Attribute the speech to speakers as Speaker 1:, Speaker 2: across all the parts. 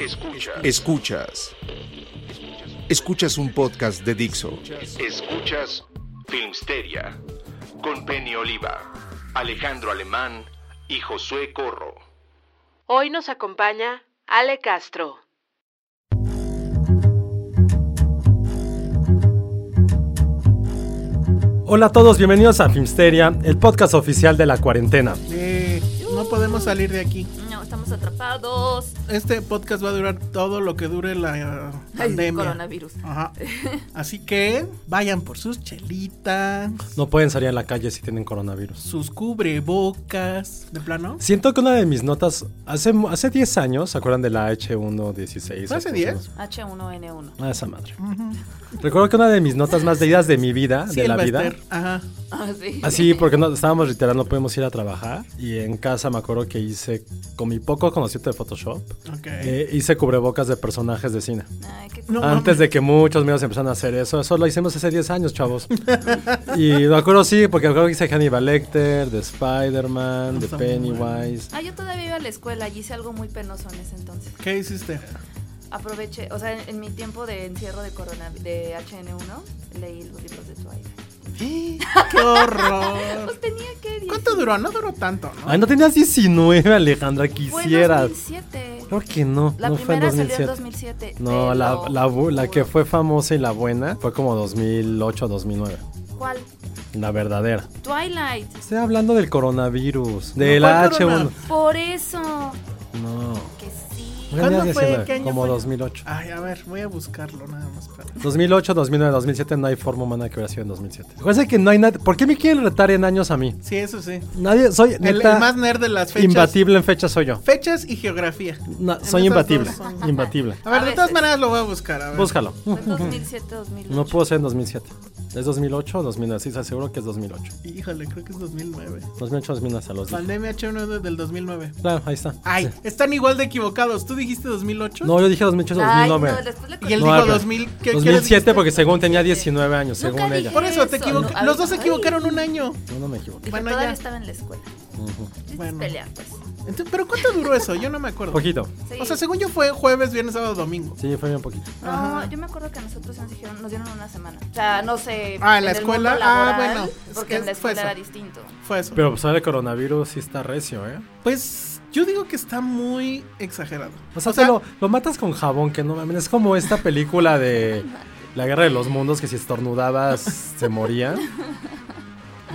Speaker 1: Escuchas,
Speaker 2: Escuchas. Escuchas un podcast de Dixo.
Speaker 1: escuchas Filmsteria con Penny Oliva, Alejandro Alemán y Josué Corro.
Speaker 3: Hoy nos acompaña Ale Castro.
Speaker 4: Hola a todos, bienvenidos a Filmsteria, el podcast oficial de la cuarentena.
Speaker 5: Eh, no podemos salir de aquí.
Speaker 6: No, estamos atrapados.
Speaker 5: Este podcast va a durar todo lo que dure la eh,
Speaker 6: Ay,
Speaker 5: pandemia.
Speaker 6: coronavirus.
Speaker 5: Ajá. Así que vayan por sus chelitas,
Speaker 4: No pueden salir a la calle si tienen coronavirus.
Speaker 5: sus cubrebocas, de plano.
Speaker 4: Siento que una de mis notas hace, hace 10 años, ¿se acuerdan de la H116?
Speaker 5: ¿Fue hace
Speaker 4: ¿Cómo se llama?
Speaker 5: 10?
Speaker 6: H1N1.
Speaker 4: Ah, esa madre. Recuerdo que una de mis notas más leídas de mi vida,
Speaker 5: Sí,
Speaker 4: de
Speaker 5: el
Speaker 4: la vida.
Speaker 5: Bester. Ajá.
Speaker 6: Ah, sí.
Speaker 4: Así, porque no, estábamos literal, no podemos ir a trabajar. Y en casa me acuerdo que hice, con mi poco conocimiento de Photoshop,
Speaker 5: Ok.
Speaker 4: eh, hice cubrebocas de personajes de cine.
Speaker 6: Ay, qué
Speaker 5: No,
Speaker 4: Antes de que muchos medios empezaran a hacer eso, eso lo hicimos hace 10 años, chavos. y me acuerdo, sí, porque me acuerdo que hice Hannibal Lecter, de Spider-Man, de Pennywise.
Speaker 6: Ah, yo todavía iba a la escuela y hice algo muy penoso en ese entonces.
Speaker 5: ¿Qué hiciste?
Speaker 6: Aproveché, o sea, en, en mi tiempo de encierro de corona de HN1, leí los libros de Twilight.
Speaker 5: ¡Ah! ¡Qué horror!
Speaker 6: Pues tenía que
Speaker 5: Ah. ¿Cuánto duró? No duró tanto, ¿no?
Speaker 4: Ay, Ah, no tenías 19, Alejandra,
Speaker 6: Fue en
Speaker 4: quisieras.
Speaker 6: 2007.
Speaker 4: Creo que no,
Speaker 6: La
Speaker 4: no fue en
Speaker 6: primera
Speaker 4: 2007.
Speaker 6: salió en 2007.
Speaker 4: No,
Speaker 6: te
Speaker 4: la,
Speaker 6: lo
Speaker 4: la bu- la
Speaker 6: juro.
Speaker 4: que fue famosa y la buena fue como 2008, 2009.
Speaker 6: ¿Cuál?
Speaker 4: La verdadera.
Speaker 6: Twilight.
Speaker 4: Estoy hablando del coronavirus, de la
Speaker 5: ¿cuál
Speaker 4: H1.
Speaker 5: corona?
Speaker 6: Por eso.
Speaker 4: No,
Speaker 6: Que sí.
Speaker 4: no tenías
Speaker 5: ¿Cuándo fue?
Speaker 4: 19,
Speaker 5: ¿Qué año
Speaker 4: como
Speaker 5: fue?
Speaker 4: 2008.
Speaker 5: Ay, a ver, voy a buscarlo nada más. para-
Speaker 4: 2008, 2009, 2007 no hay forma humana que hubiera sido en 2007. Acuérdense que no hay nadie. ¿Por qué me quieren retar en años a mí?
Speaker 5: Sí, eso sí.
Speaker 4: Nadie, soy
Speaker 5: El,
Speaker 4: neta,
Speaker 5: el más nerd de las fechas.
Speaker 4: imbatible en fecha soy yo.
Speaker 5: Fechas y geografía.
Speaker 4: No,
Speaker 5: En
Speaker 4: soy
Speaker 5: esas
Speaker 4: imbatible,
Speaker 5: dos son-
Speaker 4: imbatible.
Speaker 5: A ver,
Speaker 6: A
Speaker 5: de todas
Speaker 6: veces.
Speaker 5: maneras lo voy a buscar. A ver.
Speaker 4: Búscalo.
Speaker 6: Fue 2007, 2008.
Speaker 4: No pudo ser en 2007. ¿Es 2008 o 2009? Sí, seguro que es 2008.
Speaker 5: Híjole, creo que es 2009.
Speaker 4: 2008 2009 hasta los dije.
Speaker 5: Pandemia H1 del 2009.
Speaker 4: Claro, ahí está.
Speaker 5: Ay,
Speaker 4: Sí.
Speaker 5: están igual de equivocados. ¿Tú dijiste 2008?
Speaker 4: No, yo dije 2008
Speaker 6: Ay,
Speaker 4: 2009.
Speaker 6: no, después le
Speaker 5: Y él
Speaker 4: No,
Speaker 5: dijo
Speaker 4: pero-
Speaker 5: 2000. ¿qué- ¿qué, le
Speaker 4: 2007
Speaker 5: dijiste?
Speaker 4: porque según tenía 19 años,
Speaker 6: Nunca
Speaker 4: según
Speaker 6: dije.
Speaker 4: ella.
Speaker 5: Por eso te
Speaker 6: Eso,
Speaker 5: equivoca-
Speaker 6: no, a
Speaker 5: Los
Speaker 6: ver,
Speaker 5: dos se
Speaker 6: ay.
Speaker 5: equivocaron un año.
Speaker 4: No, no me equivoqué.
Speaker 6: Dije,
Speaker 5: Bueno,
Speaker 6: todavía
Speaker 5: ya.
Speaker 6: estaba en la escuela. Chistes
Speaker 5: Bueno.
Speaker 6: pelear, pues.
Speaker 5: Entonces, ¿Pero cuánto duró eso? Yo no me acuerdo.
Speaker 4: Poquito.
Speaker 6: Sí.
Speaker 5: O sea, según yo fue jueves, viernes, sábado, domingo.
Speaker 4: Sí, fue bien poquito.
Speaker 6: No, yo me acuerdo que a nosotros nos dijeron, nos dieron una semana. O sea, no sé.
Speaker 5: Ah, ¿en la
Speaker 6: el
Speaker 5: escuela?
Speaker 6: mundo
Speaker 5: Ah,
Speaker 6: laboral,
Speaker 5: bueno, es
Speaker 6: Porque
Speaker 5: que
Speaker 6: en la
Speaker 5: fue
Speaker 6: escuela
Speaker 5: eso.
Speaker 6: era distinto.
Speaker 5: Fue eso.
Speaker 4: Pero pues ahora el coronavirus sí está recio, ¿eh?
Speaker 5: Pues yo digo que está muy exagerado.
Speaker 4: O sea, te lo, lo matas con jabón, que no mames. Es como esta película de La Guerra de los Mundos, que si estornudabas se moría.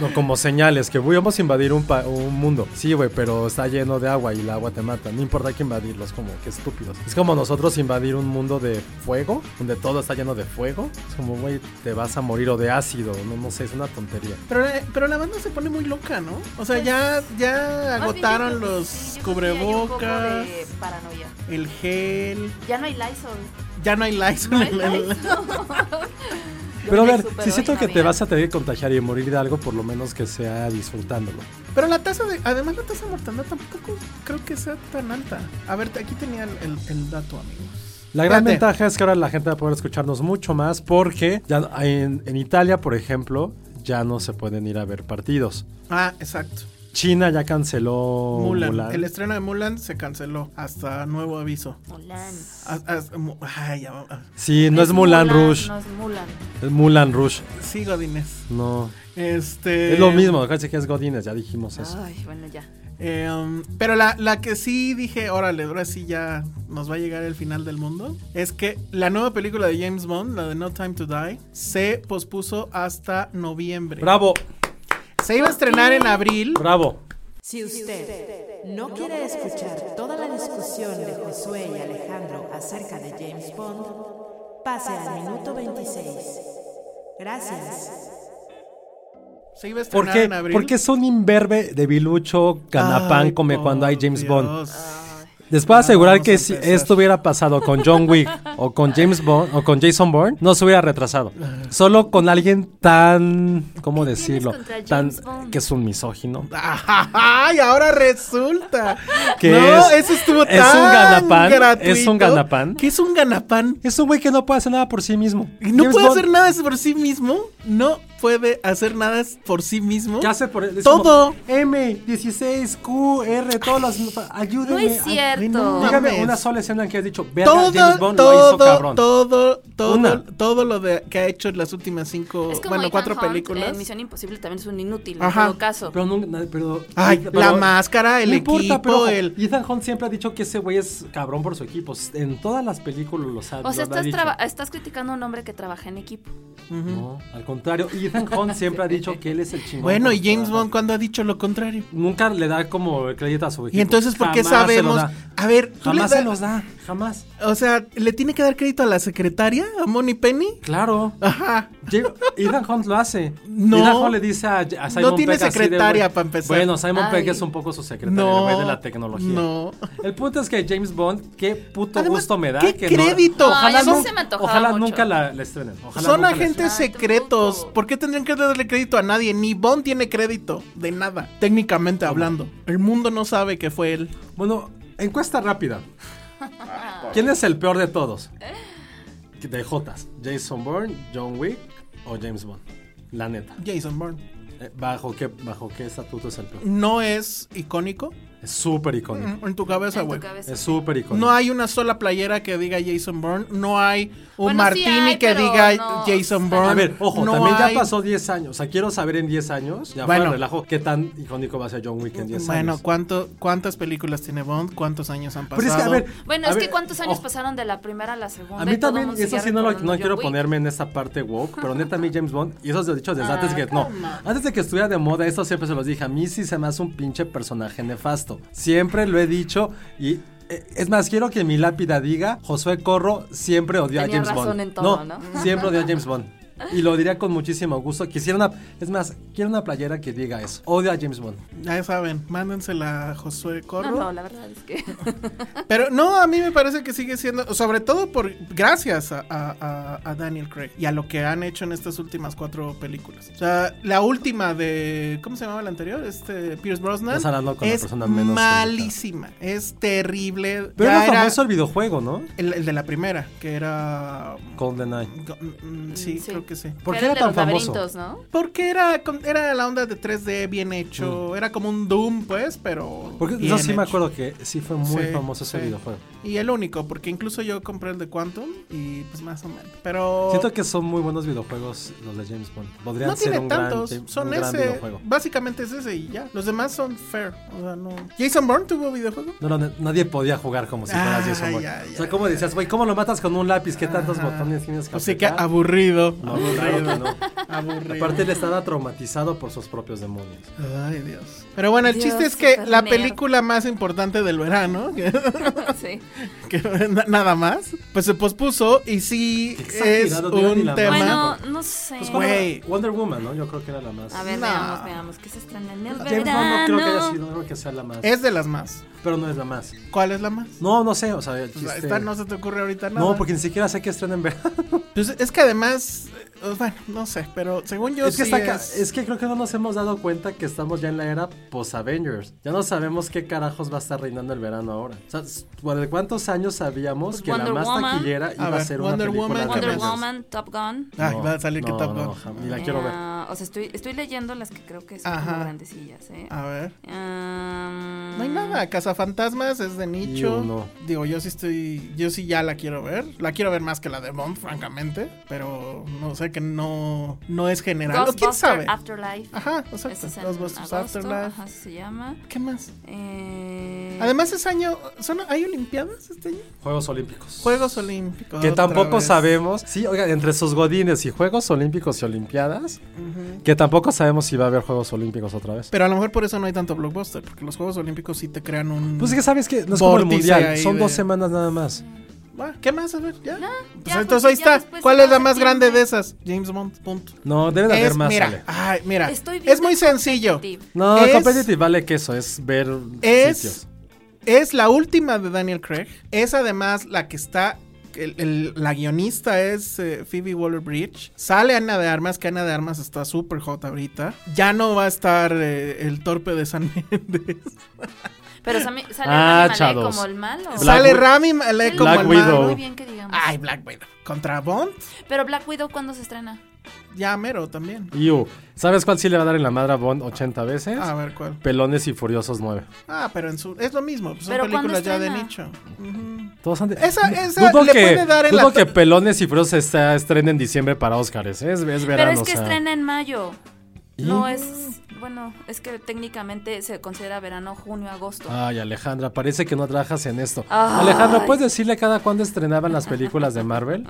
Speaker 4: No, como señales, que güey, vamos a invadir un, pa- un mundo. Sí, güey, pero está lleno de agua y el agua te mata. No importa que invadirlos, como que estúpidos. Es como nosotros invadir un mundo de fuego, donde todo está lleno de fuego. Es como, güey, te vas a morir o de ácido. No, no sé, es una tontería.
Speaker 5: pero, la- pero la banda se pone muy loca, ¿no? O sea, ya, ya
Speaker 6: Pues, Más bien, yo
Speaker 5: agotaron
Speaker 6: creo que
Speaker 5: los
Speaker 6: sí, yo creo que hay un poco
Speaker 5: cubrebocas,
Speaker 6: de paranoia.
Speaker 5: el gel.
Speaker 6: Ya no hay Lysol.
Speaker 5: Ya no hay likes.
Speaker 6: No hay Lysol.
Speaker 4: Pero a
Speaker 6: me
Speaker 4: ver,
Speaker 6: superheroína
Speaker 4: si siento que te
Speaker 6: mía.
Speaker 4: vas a tener que contagiar y morir de algo, por lo menos que sea disfrutándolo.
Speaker 5: Pero la tasa de. Además, la tasa de mortandad tampoco creo que sea tan alta. A ver, aquí tenía el, el- el dato, amigos.
Speaker 4: La gran
Speaker 5: Espérate.
Speaker 4: ventaja es que ahora la gente va a poder escucharnos mucho más porque ya en, en Italia, por ejemplo, ya no se pueden ir a ver partidos.
Speaker 5: Ah, exacto.
Speaker 4: China ya canceló
Speaker 5: Mulan.
Speaker 4: Oh, Mulan.
Speaker 5: El estreno de Mulan se canceló hasta nuevo aviso.
Speaker 6: Mulan.
Speaker 5: As- as- mu- ay, ya va- ah,
Speaker 4: Sí, no es, Mulan, Rush,
Speaker 6: No es Mulan.
Speaker 4: es Mulan Rush.
Speaker 5: sí, Godínez.
Speaker 4: No.
Speaker 5: Este,
Speaker 4: es lo mismo, casi que es Godines, ya dijimos eso.
Speaker 6: Ay, bueno, ya.
Speaker 5: eh, um, pero la, la que sí dije, órale, ahora sí ya nos va a llegar el final del mundo, es que la nueva película de James Bond, la de No Time to Die, se pospuso hasta noviembre.
Speaker 4: Bravo,
Speaker 5: Se iba a estrenar en abril.
Speaker 4: bravo.
Speaker 7: Si usted no quiere escuchar toda la discusión de Josué y Alejandro acerca de James Bond, pase al minuto 26. Gracias.
Speaker 5: Se iba a estrenar
Speaker 4: ¿Por qué?
Speaker 5: en abril.
Speaker 4: Porque son imberbe de bilucho, canapán,
Speaker 5: Ay,
Speaker 4: come
Speaker 5: por
Speaker 4: cuando hay James Bond.
Speaker 5: Dios.
Speaker 4: Les puedo asegurar
Speaker 5: Ah, vamos a
Speaker 4: que si
Speaker 5: empezar.
Speaker 4: esto hubiera pasado con John Wick o con James Bond o con Jason Bourne, no se hubiera retrasado. Solo con alguien tan, ¿cómo decirlo?
Speaker 6: contra
Speaker 4: Tan
Speaker 6: James Bond?
Speaker 4: que es un misógino.
Speaker 5: Ay, ahora resulta.
Speaker 4: Que
Speaker 5: no,
Speaker 4: es-
Speaker 5: eso estuvo tan
Speaker 4: es un ganapán,
Speaker 5: gratuito.
Speaker 4: es un ganapán.
Speaker 5: ¿Qué es un ganapán?
Speaker 4: Es un güey que no puede hacer nada por sí mismo.
Speaker 5: No
Speaker 4: James
Speaker 5: puede
Speaker 4: Bond,
Speaker 5: hacer nada por sí mismo. No puede hacer nada por sí mismo.
Speaker 4: ¿Qué hace por es
Speaker 5: Todo.
Speaker 4: como M, 16, Q, R, todos los. Ayúdenme.
Speaker 6: No es
Speaker 4: a-
Speaker 5: Ay, no
Speaker 6: cierto.
Speaker 5: mames.
Speaker 4: Dígame una sola escena en que has dicho, verga,
Speaker 5: Todo,
Speaker 4: James Bond lo
Speaker 5: todo,
Speaker 4: hizo cabrón.
Speaker 5: todo, todo,
Speaker 4: Una.
Speaker 5: todo lo de, que ha hecho en las últimas cinco,
Speaker 6: Es como
Speaker 5: bueno,
Speaker 6: Ethan
Speaker 5: cuatro
Speaker 6: Hunt
Speaker 5: películas.
Speaker 6: En Misión Imposible también es un inútil,
Speaker 5: Ajá.
Speaker 6: en todo caso.
Speaker 4: Pero nunca- na- pero-
Speaker 5: Ay,
Speaker 4: pero-
Speaker 5: la máscara, el
Speaker 4: no importa,
Speaker 5: equipo,
Speaker 4: pero ojo,
Speaker 5: el...
Speaker 4: Ethan Hunt siempre ha dicho que ese güey es cabrón por su equipo. En todas las películas lo sabe.
Speaker 6: o sea, estás, traba- estás criticando a un hombre que trabaja en equipo.
Speaker 4: No, al contrario, Ethan Hunt siempre ha dicho que él es el chingón.
Speaker 5: Bueno,
Speaker 4: por
Speaker 5: y James
Speaker 4: trabajar.
Speaker 5: Bond cuando ha dicho lo contrario.
Speaker 4: Nunca le da como crédito a su equipo.
Speaker 5: Y entonces, ¿por qué
Speaker 4: Jamás se lo
Speaker 5: sabemos?
Speaker 4: da.
Speaker 5: A ver, tú le
Speaker 4: Jamás se
Speaker 5: das-
Speaker 4: los da, jamás.
Speaker 5: O sea, ¿le tiene que dar crédito a la secretaria, a Moni Penny?
Speaker 4: Claro.
Speaker 5: Ajá.
Speaker 4: Llega- Ethan Hunt lo hace.
Speaker 5: No.
Speaker 4: Ethan Hunt le dice a, a Simon
Speaker 5: No tiene
Speaker 4: Pegg así de,
Speaker 5: secretaria,
Speaker 4: güey,
Speaker 5: pa' empezar.
Speaker 4: Bueno, Simon
Speaker 6: Ay.
Speaker 4: Pegg es un poco su secretario, el
Speaker 5: No.
Speaker 4: güey de la tecnología.
Speaker 5: No.
Speaker 4: El punto es que James Bond, qué puto
Speaker 5: Además,
Speaker 4: gusto me da.
Speaker 5: ¿qué
Speaker 4: que
Speaker 5: crédito?
Speaker 6: No,
Speaker 4: ojalá
Speaker 6: a mí
Speaker 4: nun-
Speaker 6: se me antojaba
Speaker 4: ojalá
Speaker 6: mucho.
Speaker 4: nunca la, la estrenen. Ojalá
Speaker 5: Son
Speaker 4: nunca la
Speaker 5: agentes
Speaker 6: Ay, tampoco.
Speaker 5: secretos. ¿Por qué tendrían que darle crédito a nadie? Ni Bond tiene crédito de nada, técnicamente hablando. El mundo no sabe que fue él.
Speaker 4: estrenen. Bueno, encuesta rápida. ¿Quién es el peor de todos? De Jotas. Jason Bourne, John Wick o James Bond. La neta.
Speaker 5: Jason Bourne.
Speaker 4: Eh, ¿Bajo qué, bajo qué estatuto es el peor?
Speaker 5: No es icónico.
Speaker 4: Es súper icónico.
Speaker 5: Mm, En tu cabeza,
Speaker 6: en tu
Speaker 5: güey.
Speaker 6: cabeza.
Speaker 4: Es súper icónico.
Speaker 5: No hay una sola playera que diga Jason Bourne. No hay un
Speaker 6: Bueno, sí
Speaker 5: martini
Speaker 6: hay,
Speaker 5: que
Speaker 6: pero
Speaker 5: diga
Speaker 6: no.
Speaker 5: Jason Bourne.
Speaker 4: A ver, ojo,
Speaker 5: No
Speaker 4: también
Speaker 5: hay-
Speaker 4: ya pasó 10 años. O sea, quiero saber en 10 años, ya
Speaker 5: Bueno.
Speaker 4: fuera de relajo, qué tan icónico va a ser John Wick en 10
Speaker 5: Bueno,
Speaker 4: años.
Speaker 5: ¿cuánto, ¿cuántas películas tiene Bond? ¿Cuántos años han pasado?
Speaker 4: Pero es que, a ver.
Speaker 6: Bueno,
Speaker 4: a
Speaker 6: es
Speaker 4: ver,
Speaker 6: que cuántos años
Speaker 4: ojo,
Speaker 6: pasaron de la primera a la segunda.
Speaker 4: A
Speaker 6: y
Speaker 4: mí
Speaker 6: todo
Speaker 4: también,
Speaker 6: mundo
Speaker 4: eso
Speaker 6: sigue
Speaker 4: sí no, lo-
Speaker 6: recordando
Speaker 4: no
Speaker 6: John
Speaker 4: quiero
Speaker 6: Wick.
Speaker 4: ponerme en esta parte woke, pero neta a mí James Bond, y eso se lo he dicho
Speaker 6: Ah,
Speaker 4: desde antes que, no, antes de que estuviera de moda, eso siempre se los dije, a mí sí se me hace un pinche personaje nefasto, siempre lo he dicho, y eh, es más, quiero que mi lápida diga, Josué Corro siempre odió
Speaker 6: Tenía
Speaker 4: a James
Speaker 6: razón
Speaker 4: Bond.
Speaker 6: en todo, ¿no?
Speaker 4: siempre odió a James Bond. Y lo diría con muchísimo gusto. Quisiera una, es más, quiero una playera que diga eso. Odio a James Bond.
Speaker 5: Ya saben, mándensela a Josué Corro.
Speaker 6: No, no, la verdad es que.
Speaker 5: Pero no, a mí me parece que sigue siendo, sobre todo por gracias a, a- a- a Daniel Craig y a lo que han hecho en estas últimas cuatro películas. O sea, la última de, ¿cómo se llamaba la anterior? Este, Pierce Brosnan.
Speaker 4: Estás hablando con la
Speaker 5: es
Speaker 4: persona menos
Speaker 5: malísima, es terrible.
Speaker 4: Pero
Speaker 5: Ya
Speaker 4: era
Speaker 5: era
Speaker 4: famoso el videojuego, ¿no?
Speaker 5: el, el de la primera, que era...
Speaker 4: GoldenEye.
Speaker 5: mm, mm, sí,
Speaker 6: Sí.
Speaker 5: creo que sí.
Speaker 4: ¿Por
Speaker 6: que
Speaker 4: qué era
Speaker 6: el de
Speaker 4: tan
Speaker 6: los
Speaker 4: famoso?
Speaker 6: laberintos, ¿no?
Speaker 5: Porque era, con- era la onda de 3D bien hecho, era como un Doom, pues, pero...
Speaker 4: Mm. Porque
Speaker 5: bien
Speaker 4: yo sí me
Speaker 5: hecho.
Speaker 4: acuerdo que sí fue muy
Speaker 5: Sí,
Speaker 4: famoso ese
Speaker 5: sí.
Speaker 4: videojuego.
Speaker 5: Y el único, porque incluso yo compré el de Quantum y pues más o menos. Pero
Speaker 4: Siento que son muy buenos videojuegos los de James Bond. Podrían
Speaker 5: no
Speaker 4: ser
Speaker 5: tiene
Speaker 4: un
Speaker 5: tantos.
Speaker 4: gran,
Speaker 5: son
Speaker 4: un gran
Speaker 5: ese.
Speaker 4: videojuego.
Speaker 5: Básicamente es ese y ya. Los demás son fair. O sea, no. Jason Bourne tuvo videojuego.
Speaker 4: No, no, nadie podía jugar como si
Speaker 5: Ah,
Speaker 4: fueras Jason Bourne.
Speaker 5: ya,
Speaker 4: o
Speaker 5: ya,
Speaker 4: sea, como decías, güey, ¿cómo lo matas con un lápiz? ¿Qué tantos botones tienes que
Speaker 5: O sea que
Speaker 4: apretar?
Speaker 5: Pues aburrido.
Speaker 4: No,
Speaker 5: aburrido.
Speaker 4: claro que no.
Speaker 5: Aburrido.
Speaker 4: Aparte él estaba traumatizado por sus propios demonios.
Speaker 5: Ay, Dios. Pero bueno, el
Speaker 6: Dios,
Speaker 5: chiste es que
Speaker 6: súper
Speaker 5: la
Speaker 6: nerd.
Speaker 5: película más importante del verano, que,
Speaker 6: sí.
Speaker 5: que na- nada más, pues se pospuso y sí
Speaker 4: Qué
Speaker 5: es
Speaker 4: exagerado, digo, ni
Speaker 5: un
Speaker 4: la
Speaker 5: tema.
Speaker 6: Bueno, no sé.
Speaker 4: Pues, ¿cuál era?
Speaker 5: Güey.
Speaker 4: Wonder Woman, ¿no? Yo creo que era la más.
Speaker 6: a ver,
Speaker 5: no.
Speaker 6: veamos, veamos. ¿Qué se estrena en el
Speaker 5: Pues,
Speaker 4: James Bond no creo que haya
Speaker 6: verano?
Speaker 4: sido, no creo que sea la más.
Speaker 5: Es de las más.
Speaker 4: Pero no es la más.
Speaker 5: ¿Cuál es la más?
Speaker 4: No, no sé, o sea, el
Speaker 5: O sea,
Speaker 4: chiste-
Speaker 5: esta Pues no se te ocurre ahorita nada.
Speaker 4: No, porque ni siquiera sé que estrena en verano.
Speaker 5: Pues es que además, eh, bueno, no sé, pero según yo
Speaker 4: Es que,
Speaker 5: sí
Speaker 4: está ca-
Speaker 5: es-
Speaker 4: es que creo que no nos hemos dado cuenta que estamos ya en la era post-Avengers. Ya no sabemos qué carajos va a estar reinando el verano ahora. O sea, s- ¿por cuántos años sabíamos
Speaker 6: Pues
Speaker 4: que
Speaker 6: Wonder
Speaker 4: la más
Speaker 6: Woman.
Speaker 4: taquillera
Speaker 5: A
Speaker 4: iba a
Speaker 5: ver,
Speaker 4: ser
Speaker 5: Wonder
Speaker 4: una película
Speaker 5: Woman,
Speaker 4: de
Speaker 5: ¿qué
Speaker 6: Wonder
Speaker 5: más?
Speaker 4: Avengers?
Speaker 6: Woman, Top Gun.
Speaker 5: Ay, va a salir que
Speaker 4: no,
Speaker 5: Top Gun.
Speaker 4: no, jam- ni la quiero ver.
Speaker 6: Ah, No, o sea, estoy, estoy leyendo las que creo que son
Speaker 5: Ajá.
Speaker 6: como grandecillas, ¿eh?
Speaker 5: A ver.
Speaker 6: Ah,
Speaker 5: No hay nada, Cazafantasmas es de nicho.
Speaker 4: Yo no.
Speaker 5: Digo, yo sí estoy, yo sí ya la quiero ver. La quiero ver más que la de Bond, francamente, pero no sé que no no es general. ¿O ¿Quién
Speaker 6: Ghostbuster
Speaker 5: sabe?
Speaker 6: Afterlife.
Speaker 5: Ajá,
Speaker 6: ah, Ese
Speaker 5: exacto.
Speaker 6: es en
Speaker 5: Ghostbusters
Speaker 6: agosto,
Speaker 5: Afterlife.
Speaker 6: Ajá, así se llama.
Speaker 5: ¿Qué más?
Speaker 6: Eh,
Speaker 5: Además ese año son hay olimpiadas este año?
Speaker 4: Juegos Olímpicos.
Speaker 5: Juegos Olímpicos.
Speaker 4: Que
Speaker 5: otra
Speaker 4: tampoco
Speaker 5: vez.
Speaker 4: sabemos. Sí, oiga, entre sus godines y Juegos Olímpicos y Olimpiadas, que tampoco sabemos si va a haber Juegos Olímpicos otra vez.
Speaker 5: Pero a lo mejor por eso no hay tanto blockbuster, porque los Juegos Olímpicos sí te crean un
Speaker 4: Pues es que sabes que no es como el
Speaker 5: Vórtice
Speaker 4: mundial,
Speaker 5: ahí
Speaker 4: son
Speaker 5: de-
Speaker 4: dos semanas nada más.
Speaker 5: Ah, ¿Qué más? A ver, ya. Pues
Speaker 6: ya,
Speaker 5: entonces
Speaker 6: porque
Speaker 5: ahí
Speaker 6: ya
Speaker 5: está.
Speaker 6: después
Speaker 5: ¿Cuál
Speaker 6: se
Speaker 5: es la
Speaker 6: acaba
Speaker 5: más grande de
Speaker 6: septiembre.
Speaker 5: esas? James Bond, punto.
Speaker 4: No, debe de haber
Speaker 5: Es-
Speaker 4: más. Ale.
Speaker 5: mira, ay, mira,
Speaker 6: Estoy
Speaker 5: es
Speaker 6: viendo
Speaker 5: muy sencillo.
Speaker 6: Competitive.
Speaker 4: No,
Speaker 5: es-
Speaker 4: competitive vale que eso es ver
Speaker 5: Es-
Speaker 4: sitios.
Speaker 5: Es la última de Daniel Craig. Es además la que está. el- el- la guionista es eh, Phoebe Waller Bridge. Sale Ana de Armas, que Ana de Armas está súper hot ahorita. Ya no va a estar eh, el torpe de San Méndez.
Speaker 6: Pero sale, sale
Speaker 4: Ah,
Speaker 6: Rami Malek
Speaker 4: chados.
Speaker 6: como el malo.
Speaker 4: Black
Speaker 5: Sale
Speaker 4: Wi-
Speaker 5: Rami Malek
Speaker 6: Él
Speaker 5: como
Speaker 4: Black
Speaker 5: el
Speaker 4: Widow.
Speaker 6: Muy
Speaker 5: malo. Ah,
Speaker 6: bien que digamos.
Speaker 5: Ay, Black Widow. Contra Bond,
Speaker 6: Pero Black Widow, ¿cuándo se estrena?
Speaker 5: ya mero también.
Speaker 4: Iu, ¿sabes cuál sí le va a dar en la madre a Bond 80 veces?
Speaker 5: A ver cuál.
Speaker 4: Pelones y Furiosos 9.
Speaker 5: Ah, pero en su, es lo mismo. pues son
Speaker 6: Pero ¿cuándo
Speaker 5: películas ya de
Speaker 6: estrena?
Speaker 5: nicho.
Speaker 4: Todos han de-
Speaker 5: Esa-
Speaker 4: Du-
Speaker 5: esa le puede dar en
Speaker 4: dudo
Speaker 5: la to-
Speaker 4: que Pelones y Furiosos está estrena en diciembre para Óscares. ¿eh? Es, es verano.
Speaker 6: Pero es que
Speaker 4: o sea.
Speaker 6: estrena en mayo.
Speaker 4: ¿Y?
Speaker 6: No es. Bueno, es que técnicamente se considera verano, junio, agosto.
Speaker 4: Ay, Alejandra, parece que no trabajas en esto.
Speaker 6: Ay.
Speaker 4: Alejandra, ¿puedes decirle cada cuándo estrenaban las pelculas de Marvel?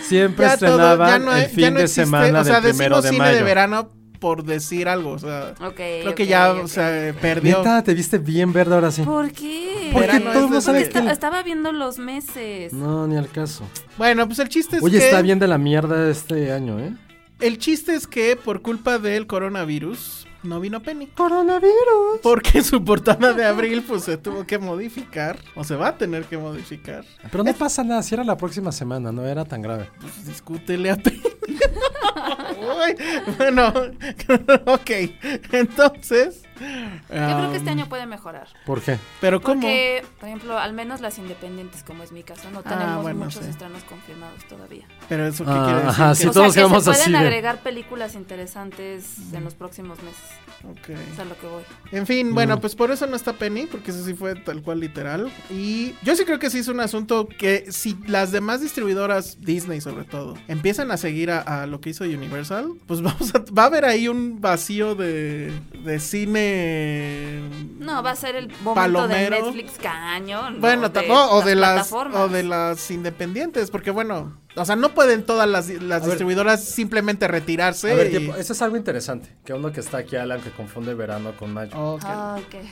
Speaker 4: Siempre
Speaker 5: Ya todo-
Speaker 4: estrenaban
Speaker 5: ya no-
Speaker 4: el
Speaker 5: ya
Speaker 4: fin
Speaker 5: no
Speaker 4: de
Speaker 5: existe,
Speaker 4: semana
Speaker 5: o sea,
Speaker 4: del primero
Speaker 5: decimos
Speaker 4: de
Speaker 5: cine
Speaker 4: mayo.
Speaker 5: de verano por decir algo. O sea,
Speaker 6: Ok,
Speaker 5: creo que
Speaker 6: ok,
Speaker 5: ya
Speaker 6: ok.
Speaker 5: o sea, eh, perdió.
Speaker 4: Neta, te viste bien verde ahora sí.
Speaker 6: ¿Por qué?
Speaker 4: Porque
Speaker 5: Verano
Speaker 4: todo el
Speaker 5: es
Speaker 4: mundo
Speaker 5: de-
Speaker 4: sabe
Speaker 6: Esta-
Speaker 4: que...
Speaker 6: Estaba viendo los meses.
Speaker 4: No, ni al caso.
Speaker 5: Bueno, pues el chiste es
Speaker 4: Oye,
Speaker 5: que
Speaker 4: está bien de la mierda este año, ¿eh?
Speaker 5: el chiste es que por culpa del coronavirus no vino Penny.
Speaker 4: Coronavirus.
Speaker 5: Porque su portada de abril pues se tuvo que modificar o se va a tener que modificar.
Speaker 4: Pero no pasa nada, si era la próxima semana, no era tan grave.
Speaker 5: Pues discútele a Penny. Uy, bueno, ok. Entonces,
Speaker 6: Yo creo que este año puede mejorar.
Speaker 4: ¿Por qué?
Speaker 5: um, pero ¿cómo?
Speaker 6: Porque, por ejemplo, al menos las independientes, como es mi caso, no
Speaker 5: Ah,
Speaker 6: tenemos
Speaker 5: bueno,
Speaker 6: muchos
Speaker 5: sí.
Speaker 6: estrenos confirmados todavía.
Speaker 5: Pero eso qué
Speaker 4: Ah,
Speaker 5: quiere decir?
Speaker 4: ajá,
Speaker 5: que-
Speaker 4: sí,
Speaker 6: o
Speaker 4: todos
Speaker 6: sea, que
Speaker 4: quedamos
Speaker 6: se pueden
Speaker 4: así de-
Speaker 6: agregar películas interesantes en
Speaker 5: Mm.
Speaker 6: los próximos meses.
Speaker 5: Ok.
Speaker 6: Es a lo que voy.
Speaker 5: En fin,
Speaker 4: Mm.
Speaker 5: bueno, pues por eso no está Penny, porque eso sí fue tal cual literal. Y yo sí creo que sí es un asunto que si las demás distribuidoras, Disney sobre todo, empiezan a seguir a, a lo que hizo Universal, pues vamos a, va a haber ahí un vacío de, de cine.
Speaker 6: No, va a ser el momento
Speaker 5: Palomero.
Speaker 6: de Netflix cañón.
Speaker 5: Bueno,
Speaker 6: o de,
Speaker 5: tampoco, o de las,
Speaker 6: plataformas.
Speaker 5: o de las independientes, porque bueno, o sea, no pueden todas las, las
Speaker 4: ver.
Speaker 5: distribuidoras simplemente retirarse.
Speaker 4: A ver,
Speaker 5: y-
Speaker 4: tiempo, eso es algo interesante. Que uno que está aquí, Alan, que confunde verano con mayo.
Speaker 5: Ok.
Speaker 6: Ah, ok.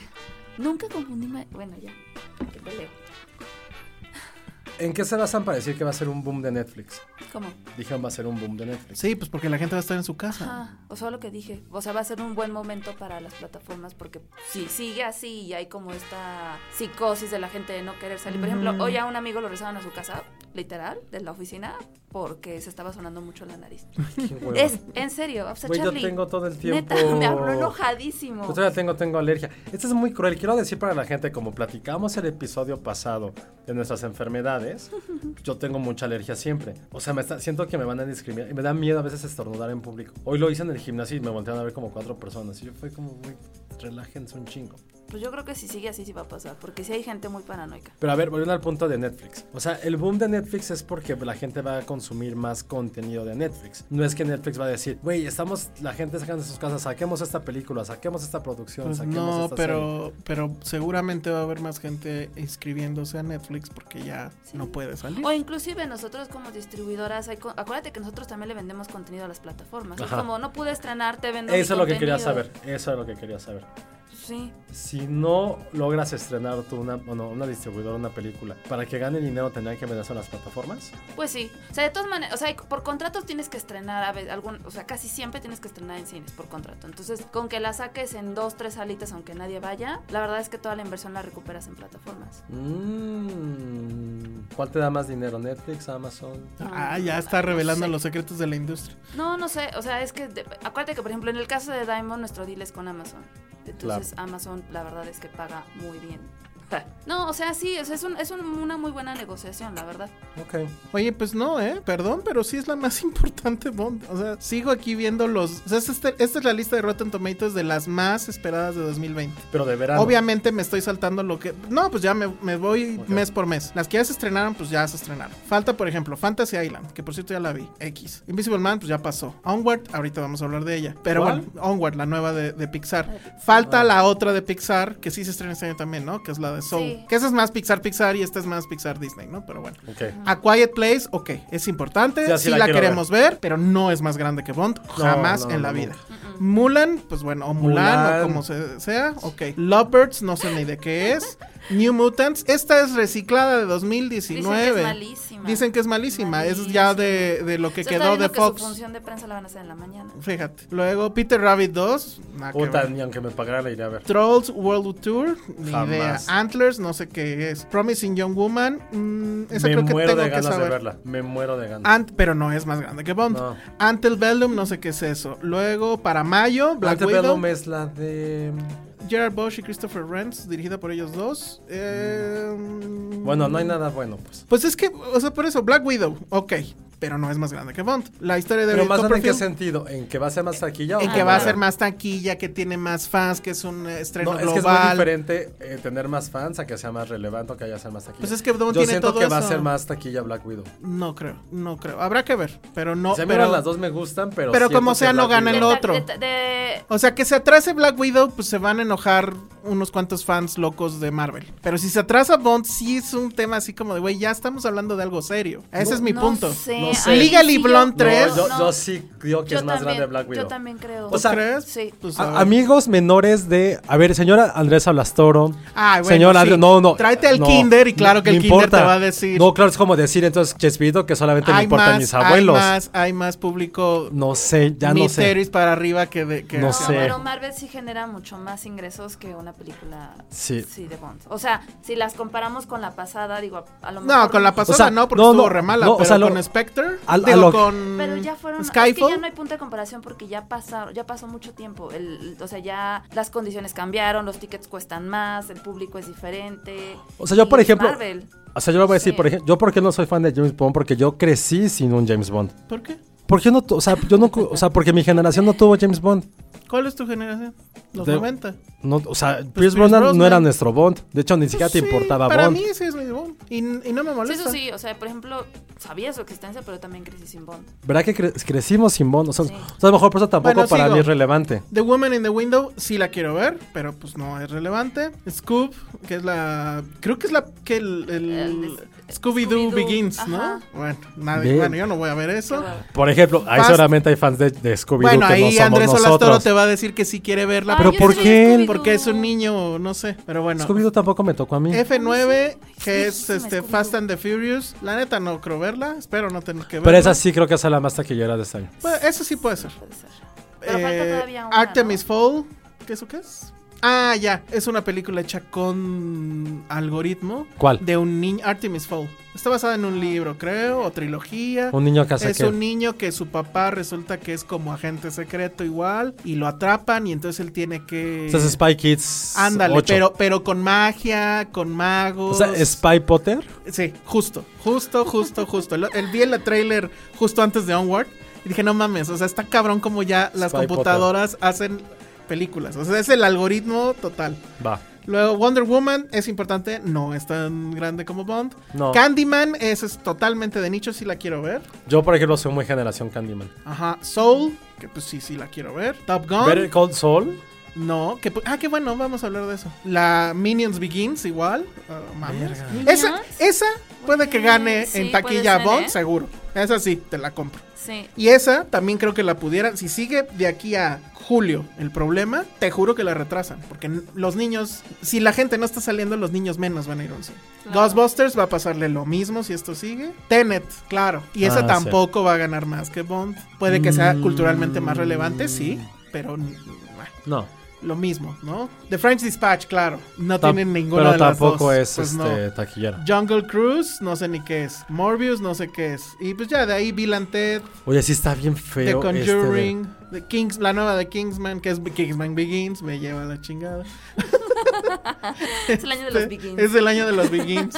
Speaker 6: Nunca confundí. ma- Bueno, ya. Que te leo.
Speaker 4: ¿En qué se basan para decir que va a ser un boom de Netflix?
Speaker 6: ¿Cómo?
Speaker 4: Dijeron va a ser un boom de Netflix.
Speaker 5: Sí, pues porque la gente va a estar en su casa.
Speaker 6: Ah, o sea, lo que dije. O sea, va a ser un buen momento para las plataformas porque si sigue así y hay como esta psicosis de la gente de no querer salir. Por ejemplo, hoy a un amigo lo regresaron a su casa, literal, de la oficina, porque se estaba sonando mucho la nariz.
Speaker 4: Qué hueva.
Speaker 6: Es, en serio, o sea,
Speaker 4: Güey, yo
Speaker 6: Charlie,
Speaker 4: tengo todo el tiempo-
Speaker 6: Neta,
Speaker 4: Pues
Speaker 6: me habló enojadísimo.
Speaker 4: Yo todavía tengo, tengo alergia. Esto es muy cruel. Quiero decir para la gente, como platicamos el episodio pasado de nuestras enfermedades, yo tengo mucha alergia siempre. O sea, me está- siento que me van a discriminar y me da miedo a veces estornudar en público. Hoy lo hice en el gimnasio y me voltearon a ver como cuatro personas. Y yo fue como, güey, relájense un chingo.
Speaker 6: Pues yo creo que si sigue así sí va a pasar, porque sí hay gente muy paranoica.
Speaker 4: Pero a ver, volviendo al punto de Netflix. O sea, el boom de Netflix es porque la gente va a consumir más contenido de Netflix. No es que Netflix va a decir, güey, estamos, la gente sacando de sus casas, saquemos esta película, saquemos esta producción,
Speaker 5: Pues
Speaker 4: saquemos
Speaker 5: no,
Speaker 4: esta serie".
Speaker 5: pero, pero seguramente va a haber más gente inscribiéndose a Netflix porque ya
Speaker 6: Sí.
Speaker 5: no puede salir.
Speaker 6: O inclusive nosotros como distribuidoras, hay co- acuérdate que nosotros también le vendemos contenido a las plataformas. Es
Speaker 4: Ajá.
Speaker 6: como no pude estrenar, te vendo mi
Speaker 4: Eso es lo que quería
Speaker 6: contenido.
Speaker 4: saber, eso es lo que quería saber.
Speaker 6: Sí.
Speaker 4: Si no logras estrenar tú una, bueno, una distribuidora, una película, para que gane dinero tendrían que venderse a las plataformas.
Speaker 6: Pues sí, o sea, de todas maneras, o sea, por contratos tienes que estrenar, a veces, algún, o sea, casi siempre tienes que estrenar en cines por contrato. Entonces, con que la saques en dos, tres salitas, aunque nadie vaya, la verdad es que toda la inversión la recuperas en plataformas.
Speaker 4: Mm, ¿Cuál te da más dinero, Netflix, Amazon?
Speaker 5: Ah, ya está revelando los secretos de la industria.
Speaker 6: No, no sé, o sea, es que, de- acuérdate que, por ejemplo, en el caso de Diamond, nuestro deal es con Amazon. Entonces, Amazon, la verdad es que paga muy bien. No, o sea, sí, o sea, es, un- es un- una muy buena negociación, la verdad.
Speaker 4: Ok.
Speaker 5: Oye, pues no, ¿eh? Perdón, pero sí es la más importante Bond. O sea, sigo aquí viendo los... O sea, es este- esta es la lista de Rotten Tomatoes de las más esperadas de 2020.
Speaker 4: Pero de verano.
Speaker 5: Obviamente me estoy saltando lo que... No, pues ya me, me voy mes por mes. Las que ya se estrenaron, pues ya se estrenaron. Falta, por ejemplo, Fantasy Island, que por cierto ya la vi. X. Invisible Man, pues ya pasó. Onward, ahorita vamos a hablar de ella. Pero
Speaker 4: ¿Cuál? Ah.
Speaker 5: bueno, Onward, la nueva de, de Pixar. Falta la otra de Pixar, que sí se estrena este año también, ¿no? Que es la de Soul.
Speaker 6: Sí.
Speaker 5: Que esa es más Pixar Pixar y esta es más Pixar Disney, ¿no? Pero bueno.
Speaker 4: Ok.
Speaker 5: A Quiet Place, ok, es importante,
Speaker 4: Ya, sí
Speaker 5: sí
Speaker 4: la
Speaker 5: la,
Speaker 4: quiero
Speaker 5: queremos ver. pero no es más grande que Bond, jamás
Speaker 4: no,
Speaker 5: en
Speaker 4: no,
Speaker 5: la
Speaker 4: no.
Speaker 5: vida. Mulan, pues bueno, o Mulan,
Speaker 4: Mulan.
Speaker 5: o como se- sea, ok. Lovebirds, no sé ni de qué es. New Mutants, esta es reciclada de 2019.
Speaker 6: Dicen que es malísima.
Speaker 5: Dicen que es malísima, es ya de, de lo que
Speaker 6: Yo estaba
Speaker 5: quedó de
Speaker 6: viendo que su
Speaker 5: Fox.
Speaker 6: función de prensa la van a hacer en la mañana.
Speaker 5: Fíjate. Luego Peter Rabbit 2, nada que
Speaker 4: Puta,
Speaker 5: ver.
Speaker 4: ni aunque me pagara la iré a ver.
Speaker 5: Trolls World Tour, ni
Speaker 4: Jamás.
Speaker 5: idea. Antlers, no sé qué es. Promising Young Woman, mm, esa
Speaker 4: me
Speaker 5: creo que
Speaker 4: muero
Speaker 5: tengo
Speaker 4: de
Speaker 5: que
Speaker 4: ganas
Speaker 5: saber.
Speaker 4: de verla. Me muero de ganas.
Speaker 5: Ant- pero no es más grande que Bond.
Speaker 4: No.
Speaker 5: Antebellum, no sé qué es eso. Luego, para mayo, Black Widow.
Speaker 4: Antebellum este es la de.
Speaker 5: Gerard Bosch y Christopher Rentz, dirigida por ellos dos. Eh,
Speaker 4: Mm. Bueno, no hay nada bueno, pues.
Speaker 5: Pues es que, o sea, por eso, Black Widow, ok. Pero no es más grande que Bond. La historia de
Speaker 4: Pero
Speaker 5: David
Speaker 4: más grande en qué
Speaker 5: Copperfield,
Speaker 4: sentido? ¿En que va a ser más taquilla? o
Speaker 5: en que
Speaker 4: no?
Speaker 5: va a ser más tanquilla, que tiene más fans, que es un eh, estreno
Speaker 4: No, es que es muy
Speaker 5: global.
Speaker 4: diferente eh, tener más fans a que sea más relevante o que haya ser más taquilla.
Speaker 5: Pues es que
Speaker 4: Yo
Speaker 5: Bond tiene
Speaker 4: siento
Speaker 5: todo
Speaker 4: que va a
Speaker 5: eso.
Speaker 4: ser más taquilla Black Widow.
Speaker 5: no creo, no creo. Habrá que ver, pero no.
Speaker 4: O sea, a mí
Speaker 5: pero,
Speaker 4: las dos me gustan, pero.
Speaker 5: pero
Speaker 4: siento
Speaker 5: como
Speaker 4: que
Speaker 5: sea, no
Speaker 4: Black
Speaker 5: gana el
Speaker 4: Widow-
Speaker 6: De-
Speaker 5: otro.
Speaker 6: de- de-
Speaker 5: O sea, que se atrase Black Widow, pues se van a enojar unos cuantos fans locos de Marvel. Pero si se atrasa Bond, sí es un tema así como de, güey, ya estamos hablando de algo serio. Ese es mi
Speaker 6: no
Speaker 5: punto.
Speaker 6: sé,
Speaker 4: No
Speaker 6: ahí
Speaker 4: sé.
Speaker 5: Legally
Speaker 6: yo-
Speaker 5: Blonde
Speaker 4: No,
Speaker 5: tres.
Speaker 4: yo,
Speaker 6: no.
Speaker 4: yo sí creo que
Speaker 6: Yo
Speaker 4: es más
Speaker 6: también-
Speaker 4: grande Black Widow.
Speaker 6: Yo también creo.
Speaker 4: O sea,
Speaker 5: ¿Tú crees?
Speaker 6: Sí.
Speaker 5: Pues,
Speaker 4: A-
Speaker 5: a ver.
Speaker 4: amigos menores de. A ver, señora Andrés Ablastoro.
Speaker 5: Ay, bueno,
Speaker 4: señora
Speaker 5: sí.
Speaker 4: Andrés- No, no.
Speaker 5: Tráete al
Speaker 4: no,
Speaker 5: kinder y claro que
Speaker 4: no
Speaker 5: el kinder te va a decir.
Speaker 4: No, claro, es como decir entonces Chespirito que solamente le
Speaker 5: hay
Speaker 4: importan
Speaker 5: más,
Speaker 4: mis abuelos.
Speaker 5: hay más, hay más público
Speaker 4: No sé, ya
Speaker 5: mid
Speaker 4: no sé.
Speaker 5: series para arriba que de que
Speaker 4: No
Speaker 6: No,
Speaker 5: hacia
Speaker 4: sé.
Speaker 6: pero Marvel sí genera mucho más ingresos que una película
Speaker 4: Sí.
Speaker 6: de Bond. O sea, si las comparamos con la pasada, digo, a- a lo mejor...
Speaker 5: No, con la pasada
Speaker 4: O sea,
Speaker 5: no, porque
Speaker 4: no,
Speaker 5: estuvo
Speaker 4: no,
Speaker 5: re mala,
Speaker 4: no, o
Speaker 5: pero
Speaker 4: sea, lo-
Speaker 5: con Spectre,
Speaker 4: a- a
Speaker 5: digo,
Speaker 4: lo-
Speaker 5: con
Speaker 6: Pero ya fueron... Es que
Speaker 5: Mm, Skyfall.
Speaker 6: ya no hay punto de comparación porque ya pasaron, ya pasó mucho tiempo. El, o sea, ya las condiciones cambiaron, los tickets cuestan más, el público es diferente.
Speaker 4: O sea, yo,
Speaker 6: y
Speaker 4: por
Speaker 6: es
Speaker 4: ejemplo-
Speaker 6: Marvel.
Speaker 4: O sea, yo lo voy a decir,
Speaker 6: Sí.
Speaker 4: por ejemplo, yo porque no soy fan de James Bond, porque yo crecí sin un James Bond.
Speaker 5: ¿Por qué?
Speaker 4: ¿Por qué no? tu- O sea, yo no, cu- o sea, porque mi generación no tuvo James Bond.
Speaker 5: ¿Cuál es tu generación? Los
Speaker 4: De-
Speaker 5: 90.
Speaker 4: No, o sea, Pierce,
Speaker 5: Pues Pierce
Speaker 4: Brosnan, no
Speaker 5: Brosnan.
Speaker 4: era nuestro Bond. De hecho, ni siquiera te
Speaker 5: Pues Sí,
Speaker 4: importaba
Speaker 5: para
Speaker 4: Bond.
Speaker 5: mí sí es mi Bond. Y, y no me
Speaker 6: Sí,
Speaker 5: molesta.
Speaker 6: eso sí, o sea, por ejemplo, sabía su existencia, pero también crecí sin Bond.
Speaker 5: Ah,
Speaker 4: ¿Verdad que cre- crecimos sin Bond? O sea,
Speaker 6: Sí.
Speaker 4: o sea, a lo mejor por eso tampoco
Speaker 5: Bueno,
Speaker 4: para
Speaker 5: sigo.
Speaker 4: mí es relevante.
Speaker 5: The Woman in the Window sí la quiero ver, pero pues no es relevante. Scoop, que es la. Creo que es la que el. el
Speaker 6: El- es-
Speaker 5: Scooby-Doo
Speaker 6: Scooby-Doo,
Speaker 5: Begins,
Speaker 6: ajá.
Speaker 5: ¿no? Bueno, nadie-
Speaker 4: Bien.
Speaker 5: bueno, yo no voy a ver eso.
Speaker 4: Por ejemplo, ahí
Speaker 5: Fast-
Speaker 4: solamente hay fans de, de Scooby-Doo
Speaker 5: Bueno,
Speaker 4: que no
Speaker 5: ahí
Speaker 4: somos
Speaker 5: Andrés Olastoro
Speaker 4: nosotros.
Speaker 5: te va a decir que sí quiere verla.
Speaker 6: Ay,
Speaker 4: Pero
Speaker 6: yo
Speaker 4: ¿por
Speaker 6: soy
Speaker 4: qué?
Speaker 6: Scooby-Doo.
Speaker 5: Porque es un niño, no sé. Pero bueno.
Speaker 4: Scooby-Doo tampoco me tocó a mí.
Speaker 5: F9,
Speaker 6: Ay,
Speaker 5: que es
Speaker 6: sí,
Speaker 5: este
Speaker 6: Scooby-Doo.
Speaker 5: Fast and the Furious. La neta no creo verla. Espero no tener que verla.
Speaker 4: Pero esa sí creo que es la más taquillera de este año.
Speaker 5: Bueno, eso sí puede ser.
Speaker 6: Puede ser. Pero falta
Speaker 5: Eh,
Speaker 6: todavía una,
Speaker 5: Artemis
Speaker 6: ¿no?
Speaker 5: Fowl. ¿Qué eso qué es? Ah, ya. Es una película hecha con algoritmo.
Speaker 4: ¿Cuál?
Speaker 5: De un niño. Artemis Fowl. Está basada
Speaker 6: Ah.
Speaker 5: en un libro, creo, o trilogía.
Speaker 4: Un niño que hace
Speaker 5: es
Speaker 4: que-
Speaker 5: un niño que su papá resulta que es como agente secreto igual. Y lo atrapan y entonces él tiene que.
Speaker 4: O sea, es Spy Kids
Speaker 5: Ándale,
Speaker 4: 8.
Speaker 5: pero, pero con magia, con magos.
Speaker 4: O sea, Spy Potter.
Speaker 5: Sí, justo, justo, justo, justo. El, el- vi el trailer justo antes de Onward y dije, no mames, o sea, está cabrón como ya las
Speaker 4: Spy
Speaker 5: computadoras hacen películas. O sea, es el algoritmo total.
Speaker 4: Va.
Speaker 5: Luego, Wonder Woman es importante, no es tan grande como Bond.
Speaker 4: No.
Speaker 5: Candyman, ese es totalmente de nicho, sí la quiero ver.
Speaker 4: Yo, por ejemplo, soy muy generación Candyman.
Speaker 5: Ajá, Soul, que pues sí, sí la quiero ver. Top Gun,
Speaker 4: Better Cold Soul.
Speaker 5: no, que pu- ah, qué bueno, vamos a hablar de eso. La Minions Begins, igual. ah, mames.
Speaker 4: Verga.
Speaker 5: Esa, esa puede que gane
Speaker 6: Sí,
Speaker 5: en
Speaker 6: puede
Speaker 5: taquilla
Speaker 6: ser,
Speaker 5: Bond,
Speaker 6: ¿eh?
Speaker 5: seguro. Esa sí, te la compro.
Speaker 6: Sí.
Speaker 5: Y esa también creo que la pudieran. Si sigue de aquí a julio el problema, te juro que la retrasan. Porque n- los niños, si la gente no está saliendo, los niños menos van a ir a un cine.
Speaker 6: Claro.
Speaker 5: Ghostbusters va a pasarle lo mismo si esto sigue. Tenet, claro. Y esa
Speaker 4: Ah, sí. Mm.
Speaker 5: tampoco va a ganar más que Bond. Puede que sea culturalmente más relevante, sí, pero. n- bueno
Speaker 4: No.
Speaker 5: lo mismo, ¿no? The French Dispatch, claro. No
Speaker 4: Tam-
Speaker 5: tienen ninguna
Speaker 4: pero
Speaker 5: de las
Speaker 4: tampoco
Speaker 5: dos.
Speaker 4: es
Speaker 5: Pues no.
Speaker 4: este, taquillera.
Speaker 5: Jungle Cruise, no sé ni qué es. Morbius, no sé qué es. Y pues ya, de ahí Bill and Ted,
Speaker 4: Oye, sí está bien
Speaker 5: The
Speaker 4: feo. este de-
Speaker 5: Conjuring, The Kings, la nueva de Kingsman, que es Kingsman Begins, me lleva la chingada. Este,
Speaker 6: es el año de los Begins.
Speaker 5: Es el año de los Begins.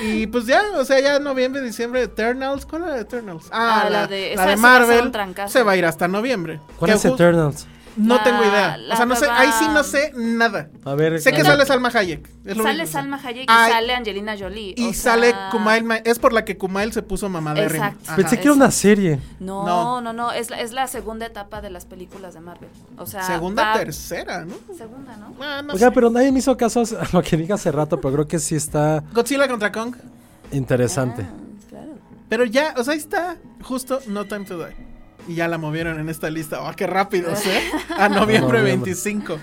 Speaker 5: Y pues ya, o sea, ya noviembre, diciembre, Eternals. ¿Cuál era Eternals? Ah,
Speaker 6: Ah,
Speaker 5: la,
Speaker 6: la
Speaker 5: la
Speaker 6: de-
Speaker 5: de,
Speaker 6: esa- esa va a ser un
Speaker 5: Marvel.
Speaker 6: trancazo.
Speaker 5: Se va a ir hasta noviembre.
Speaker 4: ¿Cuál
Speaker 5: Que
Speaker 4: es
Speaker 5: ju-
Speaker 4: Eternals?
Speaker 5: No
Speaker 6: La-
Speaker 5: tengo idea.
Speaker 6: la
Speaker 5: O sea, no sé, ahí sí
Speaker 6: nueva-
Speaker 5: no sé nada.
Speaker 4: A ver.
Speaker 5: Sé que
Speaker 4: ¿cuál?
Speaker 5: sale Salma Hayek. es lo único
Speaker 6: Sale
Speaker 5: que sé.
Speaker 6: Salma Hayek y
Speaker 5: Ay,
Speaker 6: sale Angelina Jolie.
Speaker 5: Y
Speaker 6: o sea-
Speaker 5: sale Kumail. Ma- Es por la que Kumail se puso mamadérrimo.
Speaker 6: Exacto.
Speaker 5: Ajá.
Speaker 4: Pensé que era una serie.
Speaker 6: No, no,
Speaker 5: No.
Speaker 6: no, es, la, es la segunda etapa de las películas de Marvel. O sea,
Speaker 5: Segunda,
Speaker 6: va-
Speaker 5: tercera, ¿no?
Speaker 6: Segunda, ¿no?
Speaker 5: Ah, no
Speaker 4: Oiga,
Speaker 5: sé.
Speaker 4: pero nadie me hizo caso a lo que dije hace rato, pero creo que sí está
Speaker 5: Godzilla contra Kong.
Speaker 4: interesante.
Speaker 6: Ah, Claro.
Speaker 5: Pero ya, o sea, ahí está justo No Time to Die. Y ya la movieron en esta lista. ¡Ah, qué rápido, ¿eh? A noviembre
Speaker 4: Noviembre.
Speaker 5: 25.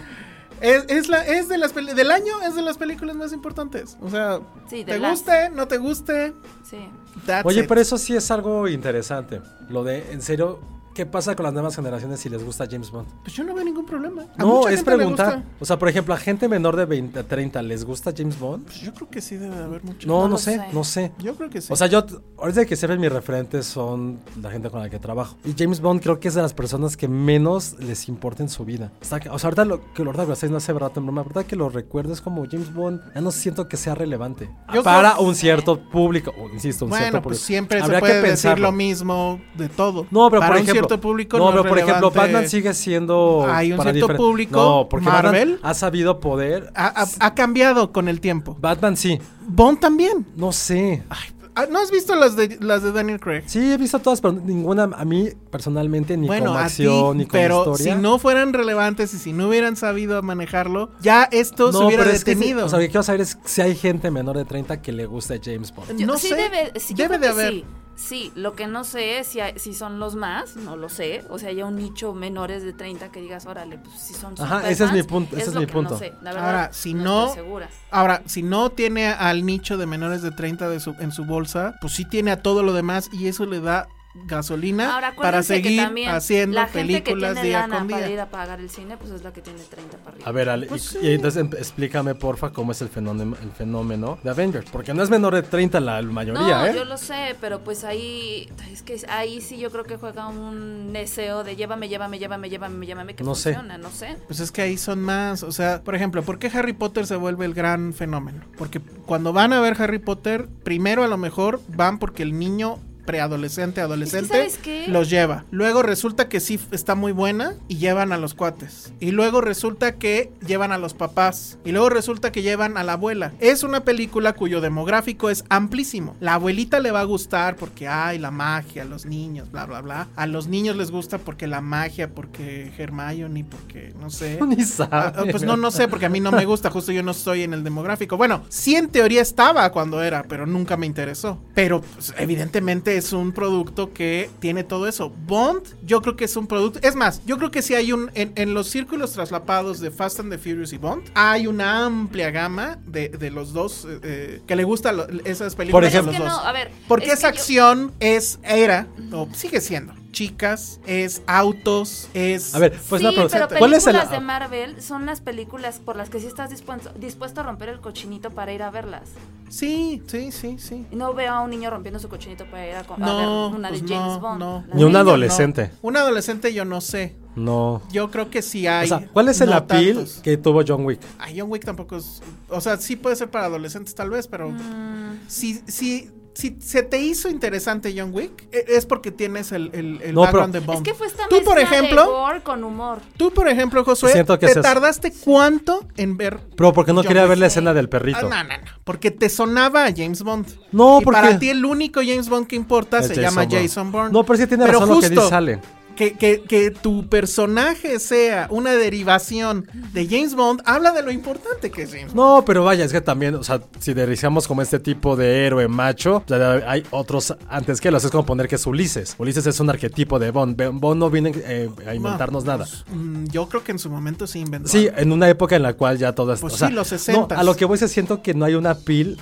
Speaker 5: Es, es la, es de las peli- del año es de las películas más importantes. O sea,
Speaker 6: Sí, de
Speaker 5: te
Speaker 6: las-
Speaker 5: guste, no te guste.
Speaker 6: Sí.
Speaker 5: that's
Speaker 4: Oye,
Speaker 5: it.
Speaker 4: pero eso sí es algo interesante. Lo de, en serio, ¿qué pasa con las nuevas generaciones si les gusta James Bond?
Speaker 5: Pues yo no veo ningún problema. A
Speaker 4: No,
Speaker 5: mucha
Speaker 4: es
Speaker 5: gente le
Speaker 4: preguntar.
Speaker 5: gusta.
Speaker 4: O sea, por ejemplo, a gente menor de 20 a 30, ¿les gusta James Bond?
Speaker 5: Pues yo creo que sí debe de haber mucho.
Speaker 4: No, no,
Speaker 6: lo
Speaker 4: sé,
Speaker 6: sé.
Speaker 4: no sé.
Speaker 5: Yo creo que sí.
Speaker 4: O sea, yo, ahorita que siempre mis referentes son la gente con la que trabajo. Y James Bond creo que es de las personas que menos les importa en su vida. O sea, que- o sea, ahorita lo que lo recordáis no hace rato en broma, ¿verdad? Que lo recuerdes como James Bond, ya no siento que sea relevante.
Speaker 5: Yo
Speaker 4: para
Speaker 5: creo-
Speaker 4: un cierto público, o, insisto, un cierto
Speaker 5: bueno,
Speaker 4: público.
Speaker 5: pues siempre
Speaker 4: Habría
Speaker 5: se puede decir
Speaker 4: pensarlo.
Speaker 5: lo mismo de todo.
Speaker 4: No, pero
Speaker 5: Para
Speaker 4: por
Speaker 5: un
Speaker 4: ejemplo,
Speaker 5: cierto público.
Speaker 4: no,
Speaker 5: No,
Speaker 4: pero por ejemplo,
Speaker 5: relevante.
Speaker 4: Batman sigue siendo.
Speaker 5: Hay un
Speaker 4: para
Speaker 5: cierto
Speaker 4: diferen-
Speaker 5: público,
Speaker 4: No, porque Batman
Speaker 5: Marvel. Ah.
Speaker 4: ha sabido poder.
Speaker 5: Ha, ha- ha cambiado con el tiempo.
Speaker 4: Batman sí,
Speaker 5: Bond también.
Speaker 4: no sé.
Speaker 5: Ah, ¿No has visto las de, las de Daniel Craig?
Speaker 4: Sí, he visto todas, pero ninguna a mí personalmente ni
Speaker 5: bueno,
Speaker 4: como
Speaker 5: a
Speaker 4: acción
Speaker 5: ti,
Speaker 4: ni como
Speaker 5: pero
Speaker 4: historia.
Speaker 5: si no fueran relevantes y si no hubieran sabido manejarlo, ya esto se
Speaker 4: No,
Speaker 5: hubiera
Speaker 4: pero es que sí,
Speaker 5: detenido.
Speaker 4: o sea, lo que quiero saber es si hay gente menor de 30 que le gusta James Bond.
Speaker 6: Yo-
Speaker 5: no
Speaker 6: sí
Speaker 5: sé,
Speaker 6: debe, sí, yo
Speaker 5: debe
Speaker 6: creo
Speaker 5: de
Speaker 6: que
Speaker 5: haber.
Speaker 6: Sí. Sí, lo que no sé es si, hay- si son los más, no lo sé. O sea, ya un nicho menores de 30 que digas, órale, pues si son
Speaker 4: Ajá,
Speaker 6: superfans,
Speaker 4: ese es mi punto, ese es
Speaker 6: lo
Speaker 4: mi
Speaker 6: que
Speaker 4: punto.
Speaker 6: No sé, la verdad,
Speaker 5: Ahora, si
Speaker 6: no
Speaker 5: no,
Speaker 6: estoy segura.
Speaker 5: ahora, si no tiene al nicho de menores de 30 de su- en su bolsa, pues sí tiene a todo lo demás y eso le da gasolina
Speaker 6: Ahora,
Speaker 5: para
Speaker 6: acuérdense que
Speaker 5: seguir
Speaker 6: también
Speaker 5: haciendo
Speaker 6: la gente
Speaker 5: películas
Speaker 6: que tiene
Speaker 5: día
Speaker 6: lana
Speaker 5: con
Speaker 6: para ir
Speaker 5: día.
Speaker 6: a pagar el cine, pues es la que tiene 30 para arriba.
Speaker 4: A ver, Ale, y-
Speaker 5: Pues
Speaker 4: y, entonces em- explícame porfa cómo es el fenómeno, el fenómeno de Avengers, porque no es menor de 30 la mayoría,
Speaker 6: no,
Speaker 4: ¿eh?
Speaker 6: yo lo sé, pero pues ahí es que ahí sí yo creo que juega un deseo de llévame, llévame, llévame, llévame, llévame que
Speaker 4: No sé.
Speaker 6: funciona, no sé.
Speaker 5: Pues es que ahí son más, o sea, por ejemplo, ¿por qué Harry Potter se vuelve el gran fenómeno? Porque cuando van a ver Harry Potter, primero a lo mejor van porque el niño preadolescente, adolescente,
Speaker 6: ¿sabes qué?
Speaker 5: los lleva. Luego resulta que sí f- está muy buena y llevan a los cuates. Y luego resulta que llevan a los papás. Y luego resulta que llevan a la abuela. Es una película cuyo demográfico es amplísimo. La abuelita le va a gustar porque hay la magia, los niños, bla, bla, bla. A los niños les gusta porque la magia, porque Hermione, porque no sé.
Speaker 4: Ni
Speaker 5: Ah,
Speaker 4: sabe.
Speaker 5: ah, pues no, no sé, porque a mí no me gusta, justo yo no estoy en el demográfico. Bueno, sí en teoría estaba cuando era, pero nunca me interesó. Pero pues, evidentemente es un producto que tiene todo eso. Bond, yo creo que es un producto... Es más, yo creo que sí hay un... En, en los círculos traslapados de Fast and the Furious y Bond, hay una amplia gama de, de los dos eh, eh, que le gustan lo- esas películas.
Speaker 4: Por
Speaker 6: Pero es
Speaker 4: ejemplo,
Speaker 6: que
Speaker 5: a los
Speaker 6: no,
Speaker 5: dos.
Speaker 6: a ver,
Speaker 5: Porque
Speaker 6: es
Speaker 5: esa
Speaker 6: que yo-
Speaker 5: acción es, era, o sigue siendo, chicas, es autos, es...
Speaker 4: A ver, pues
Speaker 6: sí,
Speaker 4: no, pero,
Speaker 6: pero
Speaker 4: ¿cuál es el
Speaker 6: películas de Marvel son las películas por las que sí estás dispuesto, dispuesto a romper el cochinito para ir a verlas.
Speaker 5: Sí, sí, sí, sí.
Speaker 6: No veo a un niño rompiendo su cochinito para ir a, co- a
Speaker 5: No,
Speaker 6: ver una de
Speaker 5: pues
Speaker 6: James
Speaker 5: no,
Speaker 6: Bond.
Speaker 5: no.
Speaker 6: la
Speaker 4: Ni
Speaker 6: de-
Speaker 4: un
Speaker 5: No,
Speaker 4: adolescente.
Speaker 5: no. Un adolescente yo no sé.
Speaker 4: No.
Speaker 5: Yo creo que sí hay.
Speaker 4: O sea, ¿cuál es el
Speaker 5: no
Speaker 4: appeal
Speaker 5: tantos.
Speaker 4: que tuvo John Wick?
Speaker 5: Ay, John Wick tampoco es. O sea, sí puede ser para adolescentes tal vez, pero.
Speaker 6: Mm.
Speaker 5: Si, si, si se te hizo interesante John Wick, e- es porque tienes el, el, el
Speaker 4: No, pero-
Speaker 5: background de Bond.
Speaker 6: Es que fue esta
Speaker 5: Tú, por
Speaker 6: mezcla de
Speaker 5: ejemplo.
Speaker 6: gore con humor.
Speaker 5: Tú, por ejemplo, Josué,
Speaker 4: Siento que
Speaker 5: ¿te
Speaker 4: es eso.
Speaker 5: tardaste cuánto en ver?
Speaker 4: Pero porque no
Speaker 5: John
Speaker 4: quería
Speaker 5: Wick?
Speaker 4: ver la escena del perrito.
Speaker 5: Ah, no, no, no, porque te sonaba a James Bond.
Speaker 4: No,
Speaker 5: y
Speaker 4: porque-
Speaker 5: para ti el único James Bond que importa
Speaker 4: El
Speaker 5: se
Speaker 4: Jason
Speaker 5: llama
Speaker 4: Bourne.
Speaker 5: Jason Bourne.
Speaker 4: No, pero sí tiene razón lo que dice Ale.
Speaker 5: Que, que- que tu personaje sea una derivación de James Bond habla de lo importante que es James Bond.
Speaker 4: No, pero vaya, es que también, o sea, si derrizamos como este tipo de héroe macho, o sea, hay otros antes que los, es como poner que es Ulises. Ulises es un arquetipo de Bond. Be- Bond no viene eh, a inventarnos
Speaker 5: No,
Speaker 4: nada.
Speaker 5: pues, mm, yo creo que en su momento sí inventó.
Speaker 4: Sí,
Speaker 5: algo.
Speaker 4: en una época en la cual ya todas...
Speaker 5: Pues
Speaker 4: o sea,
Speaker 5: sí, los
Speaker 4: no,
Speaker 5: 60s.
Speaker 4: a lo que voy se siento que no hay una pil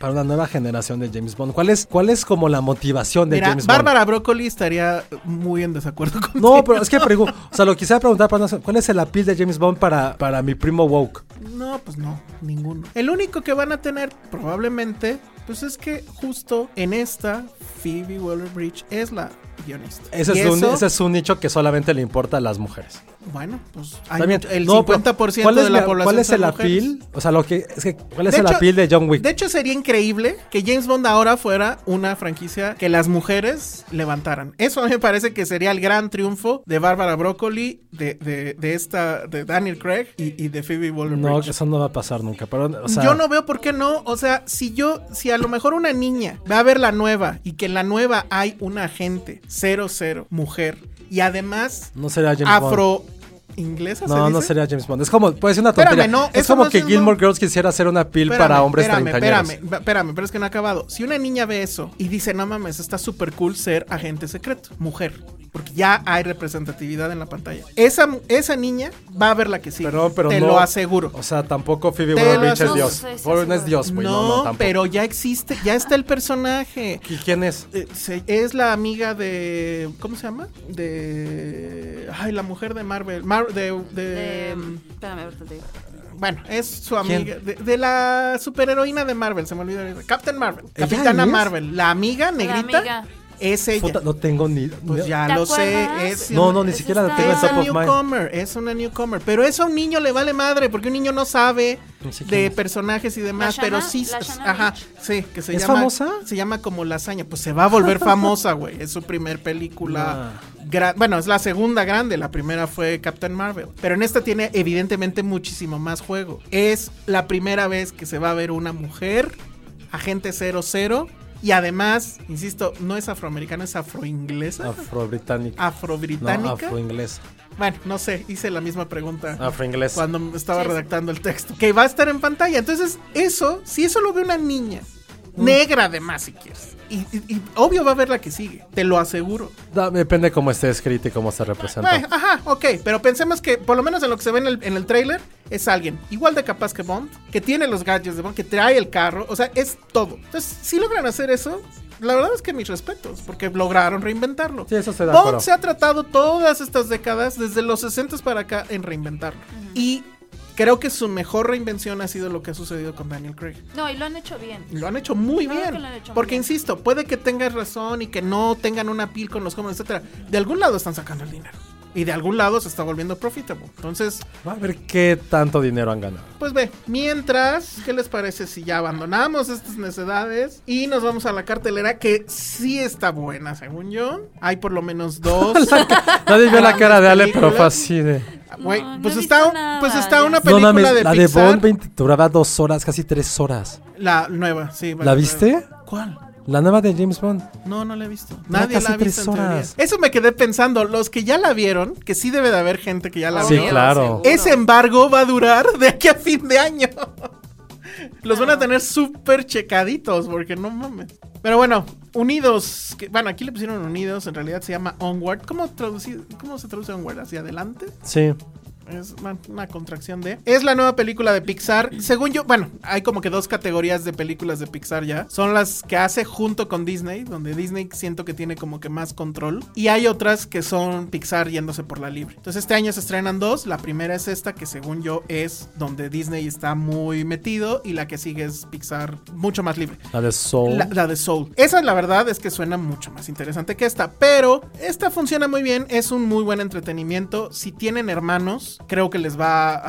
Speaker 4: para una nueva generación de James Bond. ¿Cuál es, cuál es como la motivación de
Speaker 5: Mira,
Speaker 4: James Bond?
Speaker 5: Bárbara Broccoli estaría muy en desacuerdo con
Speaker 4: No, pero es que pregunto, o sea, lo quisiera preguntar, para una- ¿cuál es el apil de James Bond para, para mi primo woke?
Speaker 5: No, pues no, ninguno. El único que van a tener probablemente, pues es que justo en esta Phoebe Waller-Bridge es la guionista.
Speaker 4: Ese
Speaker 5: Y
Speaker 4: es, un,
Speaker 5: eso-
Speaker 4: ese es un nicho que solamente le importa a las mujeres.
Speaker 5: Bueno, pues hay
Speaker 4: También.
Speaker 5: el
Speaker 4: No, pero
Speaker 5: 50%
Speaker 4: ¿cuál es
Speaker 5: de la, población
Speaker 4: ¿Cuál es
Speaker 5: son
Speaker 4: el
Speaker 5: mujeres.
Speaker 4: appeal? O sea, lo que, es que, ¿cuál es
Speaker 5: De
Speaker 4: el
Speaker 5: hecho-
Speaker 4: appeal de John Wick?
Speaker 5: De hecho, sería increíble que James Bond ahora fuera una franquicia que las mujeres levantaran. Eso a mí me parece que sería el gran triunfo de Bárbara Broccoli, de, de, de esta, de Daniel Craig y, y de Phoebe
Speaker 4: no,
Speaker 5: Waller-Bridge.
Speaker 4: eso no va a pasar nunca. Pero, o sea,
Speaker 5: yo no veo por qué no. O sea, si yo, si a lo mejor una niña va a ver la nueva y que en la nueva hay una agente 00, mujer, y además
Speaker 4: no sería James Bond.
Speaker 5: afro inglesa, ¿se
Speaker 4: No, no
Speaker 5: dice?
Speaker 4: sería James Bond. Es como, puede ser una
Speaker 5: Espérame,
Speaker 4: tontería.
Speaker 5: no,
Speaker 4: es
Speaker 5: eso
Speaker 4: como
Speaker 5: no es
Speaker 4: que
Speaker 5: James
Speaker 4: Gilmore
Speaker 5: Bond.
Speaker 4: Girls quisiera hacer una appeal para hombres treintañeros.
Speaker 5: Espérame, espérame, pero es que no ha acabado. Si una niña ve eso y dice, no mames, está súper cool ser agente secreto, mujer, porque ya hay representatividad en la pantalla. Esa, esa niña va a ver la que sí.
Speaker 4: Perdón, pero
Speaker 5: te
Speaker 4: no.
Speaker 5: lo aseguro.
Speaker 4: O sea, tampoco Phoebe
Speaker 5: Te lo
Speaker 4: Waller-Bridge es
Speaker 5: aseguro.
Speaker 4: Dios.
Speaker 6: Sí, sí, sí,
Speaker 4: Waller no
Speaker 6: sí.
Speaker 4: es Dios, güey. No, no,
Speaker 5: no,
Speaker 4: tampoco.
Speaker 5: pero ya existe, ya está el personaje.
Speaker 4: ¿Y quién es?
Speaker 5: Eh, se- es la amiga de. ¿Cómo se llama? De. Ay, la mujer de Marvel. Mar- de, de- mm,
Speaker 6: De- espérame, ahorita te digo.
Speaker 5: Bueno, es su
Speaker 4: ¿Quién?
Speaker 5: amiga. De, de la superheroína de Marvel, se me olvidó. ahorita. Captain Marvel.
Speaker 4: ¿Ella
Speaker 5: Capitana
Speaker 4: es?
Speaker 5: Marvel. La amiga negrita.
Speaker 6: amiga.
Speaker 5: Es ella.
Speaker 4: Puta, no tengo ni.
Speaker 5: Pues
Speaker 4: ni-
Speaker 5: ya
Speaker 6: ¿Te
Speaker 5: lo
Speaker 6: acuerdas?
Speaker 5: sé. Es,
Speaker 4: No, no, ni
Speaker 6: Ese
Speaker 4: siquiera la
Speaker 6: está-
Speaker 4: tengo en
Speaker 5: es
Speaker 4: top
Speaker 5: una
Speaker 4: of mind.
Speaker 5: newcomer, es una newcomer. Pero eso a un niño le vale madre, porque un niño no sabe
Speaker 4: No sé quién
Speaker 5: de
Speaker 4: es.
Speaker 5: personajes y demás.
Speaker 6: ¿La
Speaker 5: pero
Speaker 6: Shana-
Speaker 5: sí,
Speaker 6: la Shana
Speaker 5: ajá,
Speaker 6: Rich?
Speaker 5: sí, que se
Speaker 4: ¿Es
Speaker 5: llama.
Speaker 4: famosa?
Speaker 5: Se llama como lasaña. Pues se va a volver famosa, güey. Es su primer película. gran- bueno, es la segunda grande. La primera fue Captain Marvel. Pero en esta tiene evidentemente muchísimo más juego. Es la primera vez que se va a ver una mujer, agente 00. Y además, insisto, no es afroamericana, es afroinglesa
Speaker 4: Afro-británica. No,
Speaker 5: afrobritánica.
Speaker 4: afro-inglesa.
Speaker 5: bueno, no sé, hice la misma pregunta
Speaker 4: Ah, Afro-inglesa.
Speaker 5: cuando estaba
Speaker 6: Sí, sí.
Speaker 5: redactando el texto. Que va a estar en pantalla. Entonces, eso, si eso lo ve una niña, negra además, si quieres. Y, y- y obvio va a ver la que sigue, te lo aseguro.
Speaker 4: Da- Depende cómo esté escrita y cómo se representa.
Speaker 5: Bueno, ajá, ok, pero pensemos que por lo menos en lo que se ve en el, en el trailer es alguien igual de capaz que Bond, que tiene los gadgets de Bond, que trae el carro, o sea, es todo. Entonces, si logran hacer eso, la verdad es que mis respetos, porque lograron reinventarlo.
Speaker 4: Sí, eso se da.
Speaker 5: Bond se ha tratado todas estas décadas, desde los 60 para acá, en reinventarlo. Y creo que su mejor reinvención ha sido lo que ha sucedido con Daniel Craig.
Speaker 6: No, y lo han hecho bien.
Speaker 5: Lo han hecho muy
Speaker 6: Claro que
Speaker 5: bien.
Speaker 6: lo han hecho muy
Speaker 5: porque,
Speaker 6: bien.
Speaker 5: insisto, puede que tengas razón y que no tengan una pil con los jóvenes, etcétera. De algún lado están sacando el dinero. Y de algún lado se está volviendo profitable. Entonces,
Speaker 4: Va a ver qué tanto dinero han ganado.
Speaker 5: pues ve, mientras, ¿qué les parece si ya abandonamos estas necesidades y nos vamos a la cartelera que sí está buena, según yo? Hay por lo menos dos.
Speaker 4: Nadie vio la
Speaker 5: grandes
Speaker 4: cara de Ale, pero fue
Speaker 5: películas.
Speaker 4: así de.
Speaker 5: Güey,
Speaker 6: No, no
Speaker 5: pues,
Speaker 6: he
Speaker 5: está,
Speaker 6: visto
Speaker 5: un-
Speaker 6: nada,
Speaker 5: pues está
Speaker 6: ya.
Speaker 5: una
Speaker 4: No
Speaker 5: película
Speaker 4: mames,
Speaker 5: de
Speaker 4: la
Speaker 5: Pixar.
Speaker 4: de Bond 20 duraba dos horas, casi tres horas.
Speaker 5: La nueva, sí. vale,
Speaker 4: ¿La
Speaker 5: vale.
Speaker 4: viste?
Speaker 5: ¿Cuál?
Speaker 4: La nueva de James Bond.
Speaker 5: No, no la he visto.
Speaker 4: Dura
Speaker 5: Nadie la
Speaker 4: casi
Speaker 5: ha visto.
Speaker 4: tres
Speaker 5: en teoría.
Speaker 4: horas.
Speaker 5: Eso me quedé pensando. Los que ya la vieron, que sí debe de haber gente que ya la
Speaker 4: Sí,
Speaker 5: vio. Eh.
Speaker 4: claro.
Speaker 5: Ese embargo va a durar de aquí a fin de año. Los van a tener súper checaditos, porque no mames. Pero bueno, Unidos. que- bueno, aquí le pusieron Unidos, en realidad se llama Onward. ¿Cómo, traducir, cómo se traduce Onward? ¿Hacia adelante?
Speaker 4: Sí.
Speaker 5: Es una, una contracción de. Es la nueva película de Pixar. Según yo, bueno, hay como que dos categorías de películas de Pixar ya. Son las que hace junto con Disney, donde Disney siento que tiene como que más control. Y hay otras que son Pixar yéndose por la libre. Entonces este año se estrenan dos. La primera es esta, que según yo es donde Disney está muy metido. Y la que sigue es Pixar mucho más libre.
Speaker 4: La de Soul.
Speaker 5: La, la de Soul. Esa la verdad es que suena mucho más interesante que esta, pero esta funciona muy bien, es un muy buen entretenimiento. Si tienen hermanos, creo que les va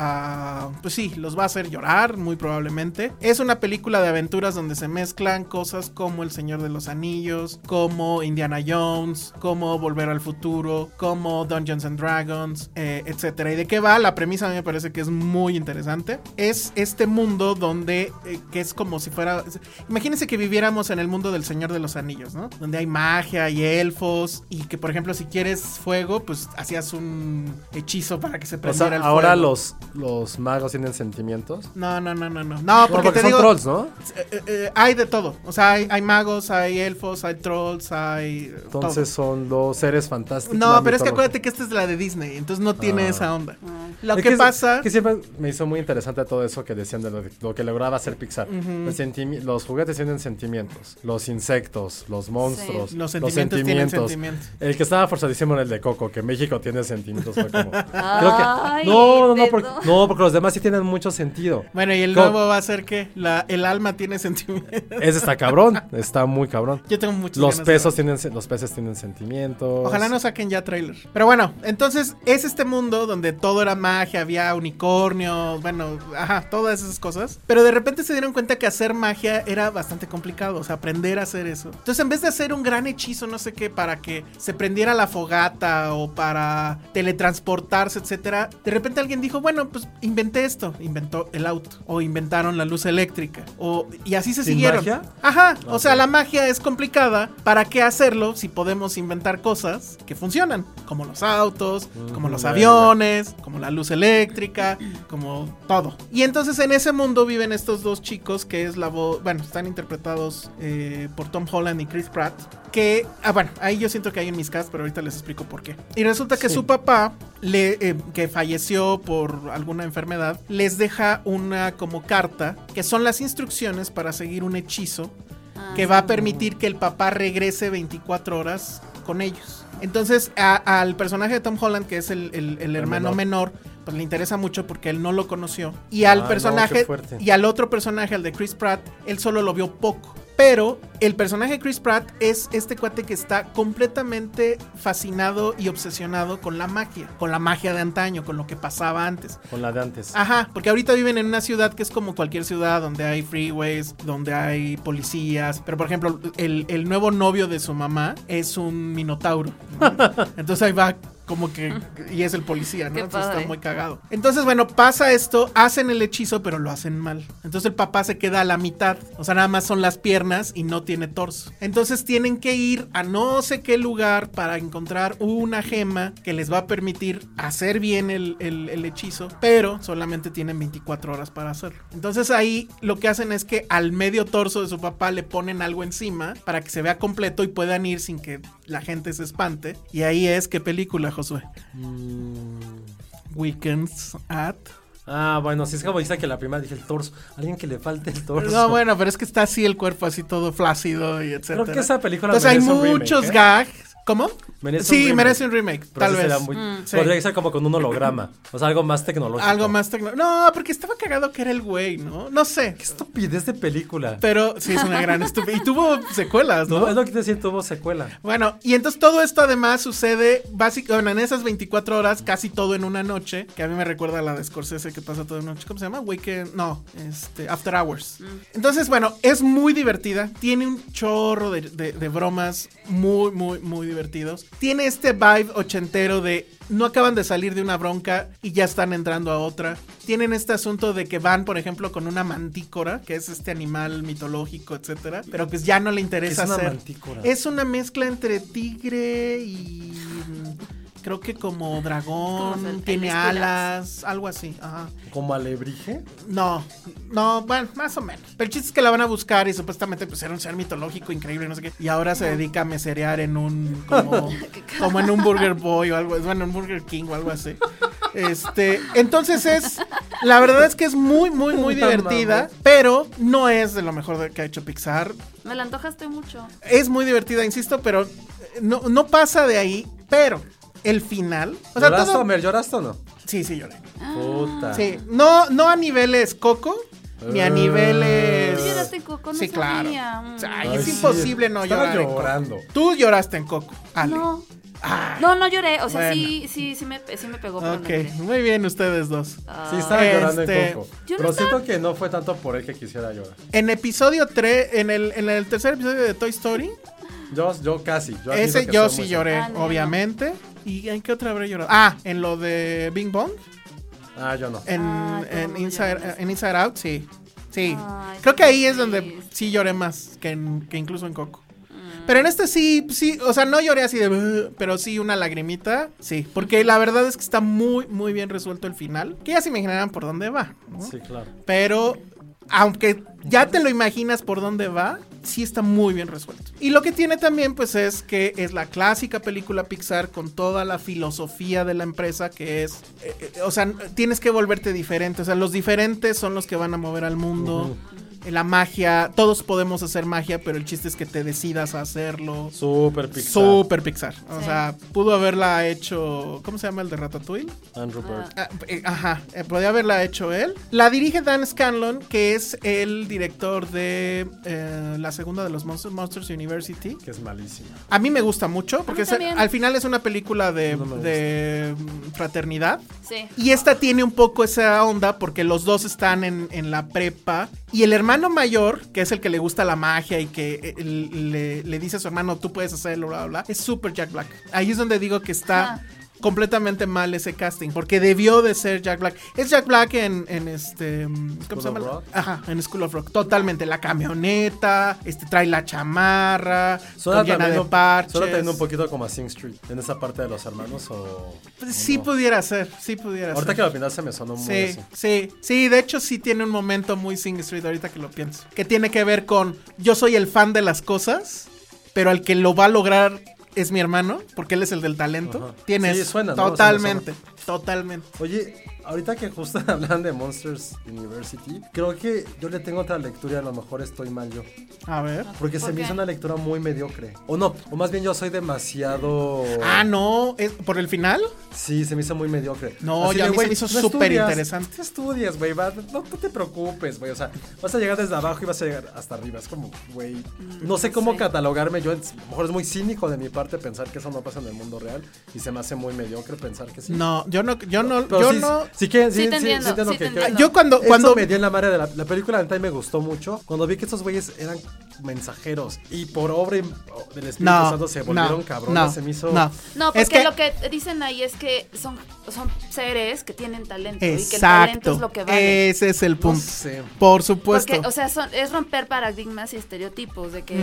Speaker 5: a... Pues sí, los va a hacer llorar, muy probablemente. Es una película de aventuras donde se mezclan cosas como El Señor de los Anillos, como Indiana Jones, como Volver al Futuro, como Dungeons and Dragons, eh, etcétera. ¿Y de qué va? La premisa a mí me parece que es muy interesante. Es este mundo donde, eh, que es como si fuera... Imagínense que viviéramos en el mundo del Señor de los Anillos, ¿no? Donde hay magia y elfos y que, por ejemplo, si quieres fuego, pues hacías un hechizo para que se
Speaker 4: O
Speaker 5: prendiera
Speaker 4: sea,
Speaker 5: el
Speaker 4: ahora
Speaker 5: fuego.
Speaker 4: los, los magos tienen sentimientos.
Speaker 5: No, no, no, no, no. No,
Speaker 4: No,
Speaker 5: porque,
Speaker 4: porque
Speaker 5: te
Speaker 4: son
Speaker 5: digo,
Speaker 4: trolls, ¿no?
Speaker 5: eh, eh, eh, hay de todo. O sea, hay, hay magos, hay elfos, hay trolls, hay... eh, todo.
Speaker 4: Entonces son los seres fantásticos.
Speaker 5: No, pero es que acuérdate que esta es la de Disney, entonces no tiene
Speaker 4: Ah.
Speaker 5: esa onda. Lo
Speaker 4: Es
Speaker 5: que,
Speaker 4: es-
Speaker 5: pasa...
Speaker 4: Que siempre me hizo muy interesante todo eso que decían de lo, lo que lograba hacer Pixar. Los sentimi- los juguetes tienen sentimientos. Los insectos, los monstruos.
Speaker 5: Los sentimientos tienen sentimientos.
Speaker 4: El que estaba forzadísimo era el de Coco, que México tiene sentimientos. fue como- creo que
Speaker 6: Ay,
Speaker 4: no, no, no,
Speaker 6: perdón.
Speaker 4: porque, no, porque los demás sí tienen mucho sentido.
Speaker 5: Bueno, y el
Speaker 4: Co-
Speaker 5: nuevo va a ser que la, el alma tiene sentimientos.
Speaker 4: Ese está cabrón, está muy cabrón.
Speaker 5: Yo tengo muchos
Speaker 4: Los pesos tienen, se- los peces tienen sentimientos.
Speaker 5: Ojalá no saquen ya trailer. Pero bueno, entonces es este mundo donde todo era magia, había unicornios, bueno, ajá, todas esas cosas. Pero de repente se dieron cuenta que hacer magia era bastante complicado, o sea, aprender a hacer eso. Entonces, en vez de hacer un gran hechizo, no sé qué, para que se prendiera la fogata o para teletransportarse, etcétera, de repente alguien dijo, bueno, pues inventé esto, inventó el auto o inventaron la luz eléctrica o y así se
Speaker 4: ¿Sin
Speaker 5: siguieron.
Speaker 4: magia?
Speaker 5: Ajá, o sea, la magia es complicada. ¿Para qué hacerlo si podemos inventar cosas que funcionan? Como los autos, como los
Speaker 4: Mm, ya, ya, ya.
Speaker 5: aviones, como la luz eléctrica, como todo. Y entonces en ese mundo viven estos dos chicos que es la voz, bueno, están interpretados eh, por Tom Holland y Chris Pratt. Que, ah, bueno, ahí yo siento que hay un miscast, pero ahorita les explico por qué. Y resulta que
Speaker 4: Sí.
Speaker 5: su papá, le, eh, que falleció por alguna enfermedad, les deja una como carta, que son las instrucciones para seguir un hechizo que va a permitir que el papá regrese 24 horas con ellos. Entonces, a- al personaje de Tom Holland, que es el, el- el hermano menor, pues le interesa mucho porque él no lo conoció. Y
Speaker 4: Ah,
Speaker 5: al
Speaker 4: no, qué
Speaker 5: personaje,
Speaker 4: fuerte.
Speaker 5: y al otro personaje, al de Chris Pratt, él solo lo vio poco. Pero el personaje de Chris Pratt es este cuate que está completamente fascinado y obsesionado con la magia, con la magia de antaño, con lo que pasaba antes.
Speaker 4: Con la de antes.
Speaker 5: Ajá, porque ahorita viven en una ciudad que es como cualquier ciudad, donde hay freeways, donde hay policías. Pero, por ejemplo, el, el nuevo novio de su mamá es un minotauro. ¿no? Entonces ahí va como que... Y es el policía, ¿no?
Speaker 6: Qué
Speaker 5: Entonces está
Speaker 6: padre.
Speaker 5: muy cagado. Entonces, bueno, pasa esto, hacen el hechizo, pero lo hacen mal. Entonces el papá se queda a la mitad. O sea, nada más son las piernas y no tiene torso. Entonces tienen que ir a no sé qué lugar para encontrar una gema que les va a permitir hacer bien el, el- el hechizo, pero solamente tienen 24 horas para hacerlo. Entonces ahí lo que hacen es que al medio torso de su papá le ponen algo encima para que se vea completo y puedan ir sin que la gente se espante. Y ahí es qué película, Josué. Weekends at.
Speaker 4: Ah, bueno, si es como dice que la primera dije el torso. Alguien que le falte el torso.
Speaker 5: No, bueno, pero es que está así el cuerpo, así todo flácido y etcétera.
Speaker 4: Creo que esa película
Speaker 5: Entonces hay
Speaker 4: merece un remake,
Speaker 5: muchos
Speaker 4: ¿eh?
Speaker 5: gags. ¿Cómo?
Speaker 4: Merece un
Speaker 5: sí,
Speaker 4: remake.
Speaker 5: merece un remake,
Speaker 4: Pero
Speaker 5: tal
Speaker 4: sí
Speaker 5: vez.
Speaker 4: será muy-
Speaker 6: Mm.
Speaker 5: sí.
Speaker 4: Podría ser como con un holograma. O sea, algo más tecnológico.
Speaker 5: Algo más tecnológico. No, porque estaba cagado que era el güey, ¿no? No sé.
Speaker 4: Qué estupidez de película.
Speaker 5: Pero sí es una gran estupidez. Y tuvo secuelas, ¿no?
Speaker 4: No, es lo que te decía, tuvo secuela.
Speaker 5: Bueno, y entonces todo esto además sucede básicamente bueno, en esas 24 horas, casi todo en una noche, que a mí me recuerda a la de Scorsese que pasa toda una noche, ¿cómo se llama? Weekend, no, este, After Hours. Entonces, bueno, es muy divertida, tiene un chorro de, de- de bromas muy, muy, muy divertidos. Tiene este vibe ochentero de no acaban de salir de una bronca y ya están entrando a otra. Tienen este asunto de que van, por ejemplo, con una mantícora, que es este animal mitológico, etcétera, pero que ya no le interesa
Speaker 4: una
Speaker 5: hacer.
Speaker 4: mantícora?
Speaker 5: Es una mezcla entre tigre y mm, creo que como dragón,
Speaker 6: Como el- el
Speaker 5: tiene
Speaker 6: Esquilax.
Speaker 5: alas, algo así. Ajá.
Speaker 4: ¿Como alebrije?
Speaker 5: No, no, bueno, más o menos. Pero el chiste es que la van a buscar y supuestamente pues era un ser mitológico increíble, no sé qué. Y ahora se dedica a meserear en un como, como en un Burger Boy o algo, bueno, un Burger King o algo así. Este, entonces es la verdad es que es muy muy muy
Speaker 4: No
Speaker 5: divertida,
Speaker 4: mames.
Speaker 5: pero no es de lo mejor de- que ha hecho Pixar.
Speaker 6: Me la antojaste mucho.
Speaker 5: Es muy divertida, insisto, pero no, no pasa de ahí, pero el final. O sea,
Speaker 4: ¿Lloraste,
Speaker 5: todo-
Speaker 4: Homer? ¿Lloraste o no?
Speaker 5: Sí, sí, lloré.
Speaker 6: Ah.
Speaker 4: Puta.
Speaker 5: Sí. No, no a niveles coco, ni a
Speaker 4: Ah.
Speaker 5: niveles.
Speaker 6: ¿Tú lloraste en Coco? No
Speaker 5: sí, claro.
Speaker 6: sabía.
Speaker 5: O sea, ay,
Speaker 4: Ay,
Speaker 5: es
Speaker 4: sí,
Speaker 5: imposible no
Speaker 4: estaba
Speaker 5: llorar. en Coco.
Speaker 4: llorando.
Speaker 5: Tú lloraste en coco, Ale.
Speaker 6: No. No, no lloré. O sea,
Speaker 5: Ah. Bueno.
Speaker 6: sí, sí, sí me, sí me pegó. pero no
Speaker 5: Ok,
Speaker 6: lloré. Ah,
Speaker 5: muy bien ustedes dos.
Speaker 4: Sí, estaba llorando
Speaker 5: Este,
Speaker 4: en Coco.
Speaker 6: yo no
Speaker 4: pero
Speaker 6: estaba-
Speaker 4: siento que no fue tanto por él que quisiera llorar.
Speaker 5: En episodio 3, en el, en el tercer episodio de Toy Story,
Speaker 4: Yo, yo casi. Yo admito
Speaker 5: ese
Speaker 4: que
Speaker 5: yo
Speaker 4: soy
Speaker 5: sí
Speaker 4: muy
Speaker 5: lloré,
Speaker 6: Ah, no, yo no.
Speaker 5: obviamente. ¿Y en qué otra habré llorado? Ah, en lo de Bing Bong.
Speaker 4: sen- Ah, yo no.
Speaker 5: En,
Speaker 6: Ah,
Speaker 5: en
Speaker 6: todo mundo llora en
Speaker 5: Inside,
Speaker 6: eso.
Speaker 5: en Inside Out, sí. Sí.
Speaker 6: Ay,
Speaker 5: Creo que
Speaker 6: qué
Speaker 5: ahí es donde
Speaker 6: triste.
Speaker 5: sí lloré más que, en- que incluso en Coco.
Speaker 6: Mm.
Speaker 5: Pero en este sí, sí, o sea, no lloré así de, "Ugh", pero sí una lagrimita, sí, porque la verdad es que está muy, muy bien resuelto el final, que ya se imaginarán por dónde va, ¿no?
Speaker 4: Sí, claro.
Speaker 5: pero aunque ya te lo imaginas por dónde va, sí está muy bien resuelto. Y lo que tiene también pues es que es la clásica película Pixar con toda la filosofía de la empresa que es, eh, eh, o sea, tienes que volverte diferente, o sea, los diferentes son los que van a mover al mundo. la magia, todos podemos hacer magia, pero el chiste es que te decidas a hacerlo.
Speaker 4: Super Pixar.
Speaker 5: Super Pixar. O sea, pudo haberla hecho, ¿cómo se llama el de Ratatouille?
Speaker 4: Andrew Bird.
Speaker 5: Ah, eh, Ajá, eh, podía haberla hecho él. La dirige Dan Scanlon, que es el director de eh, la segunda de los Monsters, Monsters University.
Speaker 4: Que es malísima.
Speaker 5: A mí me gusta mucho, porque es-
Speaker 6: también.
Speaker 5: al final es una película de,
Speaker 4: me gusta.
Speaker 5: de, mm, fraternidad.
Speaker 6: Sí.
Speaker 5: Y esta tiene un poco esa onda porque los dos están en, en la prepa. Y el hermano mayor, que es el que le gusta la magia y que eh, le, le dice a su hermano, tú puedes hacerlo, bla, bla, bla, es super Jack Black. Ahí es donde digo que está
Speaker 6: Ajá.
Speaker 5: completamente mal ese casting, porque debió de ser Jack Black. Es Jack Black en, en este... mm, ¿Cómo
Speaker 4: School
Speaker 5: se
Speaker 4: of
Speaker 5: llama?
Speaker 4: Rock.
Speaker 5: Ajá, en School of Rock. Totalmente, la camioneta, este, trae la chamarra,
Speaker 4: Suena
Speaker 5: con llena
Speaker 4: también
Speaker 5: de
Speaker 4: un-
Speaker 5: parches.
Speaker 4: suena también un poquito como a Sing Street. En esa parte de los hermanos o. o
Speaker 5: Sí pues
Speaker 4: no.
Speaker 5: pudiera ser, sí pudiera
Speaker 4: Ahorita
Speaker 5: ser.
Speaker 4: que lo final se me sonó muy
Speaker 5: Sí,
Speaker 4: así.
Speaker 5: sí, sí, de hecho sí tiene un momento muy Sing Street ahorita que lo pienso. Que tiene que ver con yo soy el fan de las cosas, pero al que lo va a lograr es mi hermano, porque él es el del talento.
Speaker 4: Ajá.
Speaker 5: Tienes
Speaker 4: Sí, suena, ¿no?
Speaker 5: totalmente, totalmente.
Speaker 4: Oye, ahorita que justo hablan de Monsters University, creo que yo le tengo otra lectura y a lo mejor estoy mal yo.
Speaker 5: A ver.
Speaker 4: Porque se
Speaker 6: ¿Por
Speaker 4: me
Speaker 6: qué?
Speaker 4: hizo una lectura muy mediocre. O no, o más bien yo soy demasiado.
Speaker 5: Ah, no, ¿es por el final.
Speaker 4: Sí, se me hizo muy mediocre.
Speaker 5: No,
Speaker 4: Así
Speaker 5: ya a
Speaker 4: de,
Speaker 5: mí se
Speaker 4: güey,
Speaker 5: me hizo
Speaker 4: no
Speaker 5: superinteresante.
Speaker 4: estudias, No estudias, güey. va, No, no te preocupes, güey. O sea, vas a llegar desde abajo y vas a llegar hasta arriba. Es como, güey.
Speaker 5: Mm,
Speaker 4: No sé cómo catalogarme. Yo, a lo mejor es muy cínico de mi parte pensar que eso no pasa en el mundo real. Y se me hace muy mediocre pensar que sí.
Speaker 5: No, yo no, yo no,
Speaker 4: Pero
Speaker 5: yo
Speaker 4: sí,
Speaker 5: no.
Speaker 4: Sí, que, sí,
Speaker 6: Sí
Speaker 4: sí,
Speaker 6: te entiendo,
Speaker 4: sí entiendo
Speaker 6: sí
Speaker 4: que-
Speaker 6: te
Speaker 4: que-
Speaker 6: entiendo.
Speaker 5: Yo cuando,
Speaker 4: Eso
Speaker 5: cuando
Speaker 4: me dio en la madre de la, la película de me gustó mucho. Cuando vi que estos güeyes eran mensajeros y por obra y- oh, del Espíritu
Speaker 5: no,
Speaker 4: Santo se
Speaker 5: no,
Speaker 4: volvieron cabrones,
Speaker 5: no,
Speaker 4: se me hizo.
Speaker 5: no.
Speaker 6: No, porque
Speaker 5: Es que-
Speaker 6: lo que dicen ahí es que son, son seres que tienen talento y que el talento
Speaker 5: Exacto.
Speaker 6: es lo que vale.
Speaker 5: Ese es el punto.
Speaker 4: sé.
Speaker 5: Por supuesto.
Speaker 6: Porque, o sea, son, es romper paradigmas y estereotipos de que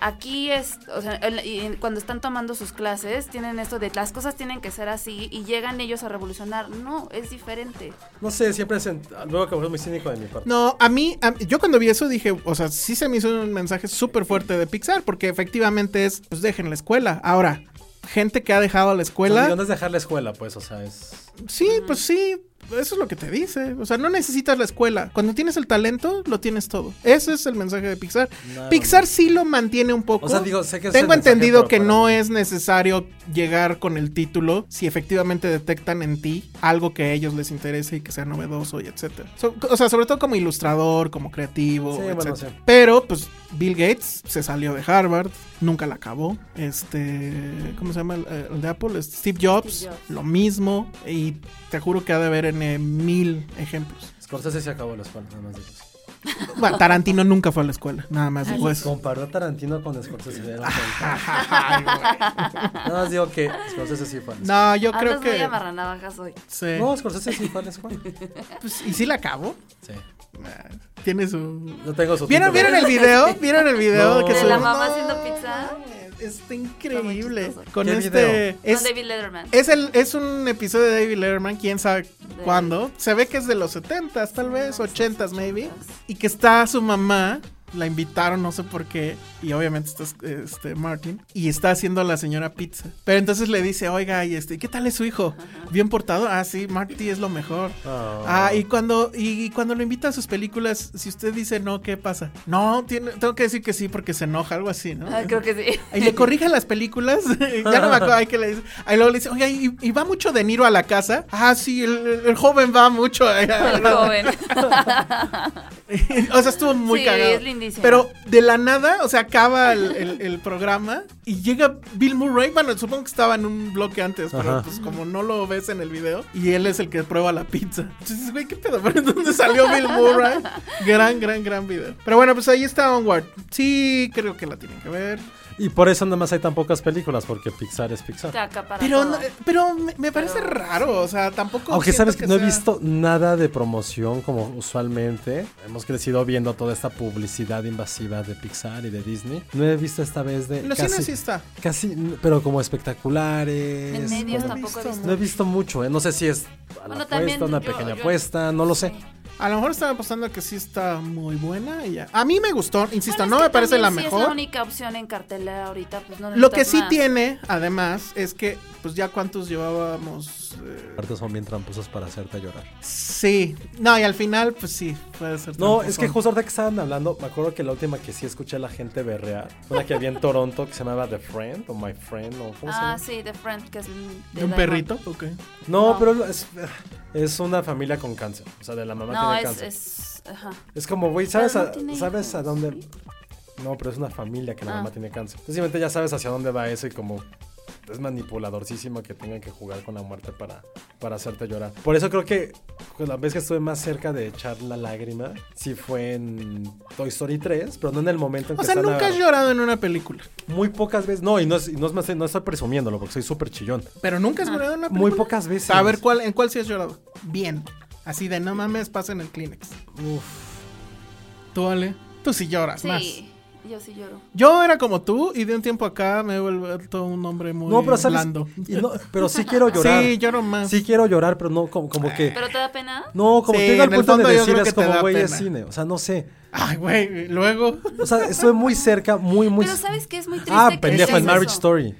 Speaker 6: aquí es, o sea, el- y en- cuando están tomando sus clases tienen esto de las cosas tienen que ser así y llegan ellos a revolucionar. No, es diferente.
Speaker 4: No sé, siempre se, luego que fue muy cínico de mi parte.
Speaker 5: No, a mí, a- yo cuando vi eso dije, o sea, sí se me hizo un mensaje súper fuerte de Pixar, porque efectivamente es, pues dejen la escuela. Ahora, gente que ha dejado la
Speaker 4: O sea,
Speaker 5: escuela,
Speaker 4: no es dejar la escuela, pues, o sea, es.
Speaker 5: sí, pues sí, eso es lo que te dice. O sea, no necesitas la escuela. Cuando tienes el talento, lo tienes todo. Ese es el mensaje de Pixar.
Speaker 4: Nada
Speaker 5: Pixar
Speaker 4: más.
Speaker 5: sí lo mantiene un poco.
Speaker 4: O sea, digo, sé que es
Speaker 5: Tengo
Speaker 4: el mensaje,
Speaker 5: entendido
Speaker 4: pero
Speaker 5: que
Speaker 4: para
Speaker 5: no
Speaker 4: mí-
Speaker 5: es necesario llegar con el título si efectivamente detectan en ti algo que a ellos les interese y que sea novedoso y etcétera. So- o sea, sobre todo como ilustrador, como creativo,
Speaker 4: Sí, bueno,
Speaker 5: etcétera.
Speaker 4: sí.
Speaker 5: Pero, pues, Bill Gates se salió de Harvard, nunca la acabó. Este, ¿cómo se llama el, eh, el de Apple? Es Steve Jobs,
Speaker 6: Steve Jobs.
Speaker 5: lo mismo. Y te juro que ha de haber en eh, mil ejemplos.
Speaker 4: Scorsese se acabó la escuela, nada más digo eso.
Speaker 5: Bueno, Tarantino nunca fue a la escuela, nada
Speaker 6: Ah,
Speaker 5: más digo eso.
Speaker 4: Comparó a Tarantino con Scorsese. era un tonto.
Speaker 5: Ay, güey.
Speaker 4: Nada más digo que Scorsese sí fue. a la escuela.
Speaker 5: No, eh. yo creo
Speaker 6: Andas muy
Speaker 5: que.
Speaker 6: amarranavajas hoy.
Speaker 5: Sí.
Speaker 4: No, Scorsese sí fue a la escuela.
Speaker 5: Pues, ¿Y si la acabó?
Speaker 4: Sí.
Speaker 5: Tiene su.
Speaker 4: No tengo su
Speaker 5: ¿Vieron,
Speaker 4: título.
Speaker 5: ¿Vieron el video? ¿Vieron el video?
Speaker 4: No.
Speaker 5: que
Speaker 6: De
Speaker 5: subimos?
Speaker 6: la mamá haciendo pizza.
Speaker 5: Está increíble.
Speaker 6: chistoso.
Speaker 5: Con
Speaker 4: ¿Qué
Speaker 5: este.
Speaker 4: video?
Speaker 5: Es,
Speaker 6: Con David Letterman.
Speaker 5: es, el, es un episodio de David Letterman, quién sabe cuándo. Se ve que es de los 70s, tal vez, 80s, maybe. Y que está su mamá. La invitaron, no sé por qué. Y obviamente está este, Martin. Y está haciendo a la señora pizza. Pero entonces le dice, oiga, y este, ¿qué tal es su hijo? ¿Bien portado? Ah, sí, Marty es lo mejor. Ah, y cuando, y, cuando lo invita a sus películas, si usted dice no, ¿qué pasa? No, tiene, tengo que decir que sí porque se enoja, algo así, ¿no?
Speaker 6: Ah, creo que sí.
Speaker 5: Y le corrige las películas. ya no me acuerdo. Ahí que le dice. Ahí luego le dice, oye, ¿y, y va mucho De Niro a la casa? Ah, sí, el, el- el joven va mucho.
Speaker 6: El joven.
Speaker 5: o sea, estuvo muy
Speaker 6: Sí,
Speaker 5: cagado.
Speaker 6: es lindísimo.
Speaker 5: Pero de la nada, o sea, acaba el, el- el programa y llega Bill Murray. Bueno, supongo que estaba en un bloque antes, pero
Speaker 4: Ajá.
Speaker 5: pues como no lo ves en el video. Y él es el que prueba la pizza. Entonces, güey, ¿qué pedo? ¿Pero dónde salió Bill Murray? gran, gran, gran video. Pero bueno, pues ahí está Onward. Sí, creo que la tienen que ver.
Speaker 4: Y por eso nada más hay tan pocas películas, porque Pixar es Pixar.
Speaker 6: Te acapara
Speaker 5: Pero,
Speaker 6: todo.
Speaker 5: no- eh, pero me, me parece raro, o sea, tampoco.
Speaker 4: Aunque
Speaker 5: siento
Speaker 4: sabes que no he
Speaker 5: sea-
Speaker 4: visto nada de promoción como usualmente. Hemos crecido viendo toda esta publicidad invasiva de Pixar y de Disney. No he visto esta vez de...
Speaker 5: En los cines sí está.
Speaker 4: Casi, pero como espectaculares.
Speaker 6: En medios
Speaker 4: como-
Speaker 6: tampoco he
Speaker 5: visto
Speaker 6: visto.
Speaker 4: No he visto mucho, ¿eh? No sé si es a la
Speaker 6: Bueno,
Speaker 4: apuesta,
Speaker 6: también
Speaker 4: una
Speaker 6: yo-
Speaker 4: pequeña
Speaker 6: yo-
Speaker 4: apuesta, no lo sé.
Speaker 5: A lo mejor están apostando que sí está muy buena y ya. A mí me gustó, insisto,
Speaker 6: Bueno, es
Speaker 5: no
Speaker 6: que
Speaker 5: me parece
Speaker 6: también
Speaker 5: la
Speaker 6: si
Speaker 5: mejor.
Speaker 6: Es la única opción en cartelera ahorita, pues no
Speaker 5: Lo que
Speaker 6: necesitas
Speaker 5: sí
Speaker 6: más.
Speaker 5: tiene, además, es que pues ya cuántos llevábamos. Eh,
Speaker 4: Aparte son bien tramposas para hacerte llorar.
Speaker 5: sí. No, y al final, pues sí, puede ser.
Speaker 4: No,
Speaker 5: tramposón.
Speaker 4: es que justo ahorita que estaban hablando, me acuerdo que la última que sí escuché a la gente berrear fue una que había en Toronto que se llamaba The Friend o My Friend o ¿cómo se
Speaker 6: Ah,
Speaker 4: llama?
Speaker 6: sí, The Friend, que es el-
Speaker 5: ¿De un
Speaker 6: la-
Speaker 5: perrito? Ok.
Speaker 4: No,
Speaker 6: No.
Speaker 4: pero es, es una familia con cáncer. O sea, de la mamá
Speaker 6: No,
Speaker 4: tiene
Speaker 6: es,
Speaker 4: cáncer.
Speaker 6: es. Ajá.
Speaker 4: Es como, güey,
Speaker 6: Pero
Speaker 4: ¿sabes,
Speaker 6: no
Speaker 4: a,
Speaker 6: tiene
Speaker 4: ¿sabes a
Speaker 6: hijos,
Speaker 4: dónde? No, pero es una familia que la
Speaker 6: Ah.
Speaker 4: mamá tiene cáncer. Sencillamente ya sabes hacia dónde va eso y como es manipuladorcísimo que tengan que jugar con la muerte para, para hacerte llorar. Por eso creo que pues, la vez que estuve más cerca de echar la lágrima, sí fue en Toy Story 3, pero no en el momento en
Speaker 5: O
Speaker 4: que
Speaker 5: sea,
Speaker 4: están
Speaker 5: nunca has
Speaker 4: a-
Speaker 5: llorado en una película.
Speaker 4: Muy pocas veces. No, y no, es, y no, es más, no estoy presumiéndolo porque soy súper chillón.
Speaker 5: Pero nunca
Speaker 6: Ah.
Speaker 5: has llorado en una película.
Speaker 4: Muy pocas veces.
Speaker 5: A ver, ¿cuál, ¿en cuál sí has llorado? Bien. Así de no mames, pasa en el Kleenex.
Speaker 4: Uf.
Speaker 5: Tú, Ale. Tú sí lloras
Speaker 6: Sí,
Speaker 5: más.
Speaker 6: yo sí lloro.
Speaker 5: Yo era como tú y de un tiempo acá me he vuelto un hombre muy
Speaker 4: No, pero sabes.
Speaker 5: blando.
Speaker 4: y no, pero sí quiero llorar.
Speaker 5: Sí, lloro más.
Speaker 4: Sí quiero llorar, pero no como, como que.
Speaker 6: ¿Pero te da pena?
Speaker 4: No, como
Speaker 5: Sí,
Speaker 4: que llega el
Speaker 5: en el
Speaker 4: punto
Speaker 5: fondo
Speaker 4: de
Speaker 5: yo
Speaker 4: decir
Speaker 5: creo
Speaker 4: es
Speaker 5: que te
Speaker 4: como
Speaker 5: da
Speaker 4: güey es
Speaker 5: pena".
Speaker 4: cine. O sea, no sé.
Speaker 5: Ay, güey, luego.
Speaker 4: O sea, estuve muy cerca, muy, muy.
Speaker 6: Pero sabes que es muy triste.
Speaker 4: ah,
Speaker 6: que
Speaker 4: pendejo,
Speaker 6: digas
Speaker 4: en Marriage
Speaker 6: eso.
Speaker 4: Story.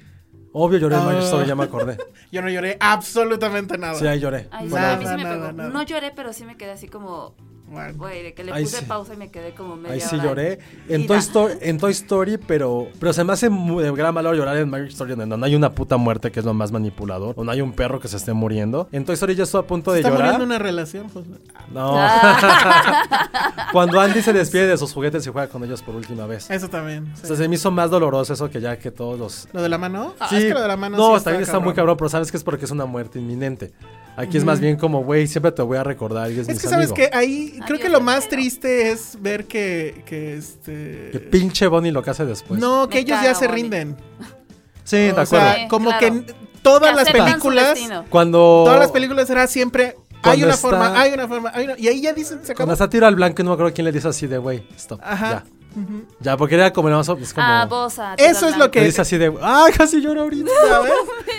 Speaker 4: Obvio lloré en Marriage
Speaker 5: Ah.
Speaker 4: Story, ya me acordé.
Speaker 5: Yo no lloré absolutamente nada.
Speaker 4: Sí, ahí lloré.
Speaker 6: Ay,
Speaker 4: Fue
Speaker 6: sí,
Speaker 4: la-
Speaker 6: a mí sí me
Speaker 5: nada,
Speaker 6: pegó.
Speaker 5: nada.
Speaker 6: No lloré, pero sí me quedé así como.
Speaker 5: Bueno.
Speaker 6: Güey, de que le
Speaker 4: Ahí
Speaker 6: puse
Speaker 4: sí.
Speaker 6: pausa y me quedé como media
Speaker 4: Ahí sí
Speaker 6: hora
Speaker 4: lloré. En
Speaker 6: ida.
Speaker 4: Toy, Story, en Toy Story, pero, pero se me hace muy de gran valor llorar en Marriage Story, donde no hay una puta muerte que es lo más manipulador, donde hay un perro que se esté muriendo. En Toy Story yo estoy a punto
Speaker 5: Se
Speaker 4: de
Speaker 5: está
Speaker 4: llorar.
Speaker 5: muriendo una relación, pues.
Speaker 4: No.
Speaker 5: Ah.
Speaker 4: Cuando Andy se despide de sus juguetes y juega con ellos por última vez.
Speaker 5: Eso también. sí.
Speaker 4: O sea, se me hizo más doloroso eso que ya que todos los,
Speaker 5: ¿Lo de la mano? Ah, es que lo de la mano
Speaker 4: no,
Speaker 5: sí
Speaker 4: está, bien, está muy cabrón, pero sabes que es porque es una muerte inminente. Aquí es más bien como, güey, siempre te voy a recordar y es,
Speaker 5: Es
Speaker 4: mis
Speaker 5: que sabes
Speaker 4: amigos.
Speaker 5: que ahí creo que lo más triste es ver que, que este...
Speaker 4: Que pinche Bonnie lo que hace después.
Speaker 5: no, que
Speaker 6: Me
Speaker 5: ellos ya
Speaker 6: caga
Speaker 5: se
Speaker 6: Bonnie.
Speaker 5: rinden.
Speaker 4: Sí, de
Speaker 5: o
Speaker 4: acuerdo.
Speaker 5: sea,
Speaker 6: Sí,
Speaker 5: como
Speaker 6: claro.
Speaker 5: que n- todas
Speaker 6: Que
Speaker 5: las
Speaker 6: aceptan su
Speaker 5: películas,
Speaker 6: destino.
Speaker 4: cuando.
Speaker 5: todas las películas era siempre hay
Speaker 4: Oh. Cuando
Speaker 5: una
Speaker 4: está-
Speaker 5: forma, hay una forma, hay una- y ahí ya dicen se acabó.
Speaker 4: Cuando está tiro al blanco, y no me acuerdo quién le dice así de, güey, stop.
Speaker 5: Ajá.
Speaker 4: Ya. Ya, porque era como, nada más, es como.
Speaker 6: Ah, Bosa.
Speaker 5: Eso es lo
Speaker 4: le
Speaker 5: que-
Speaker 4: dice así de, ah, casi lloro ahorita.
Speaker 5: ¿sabes?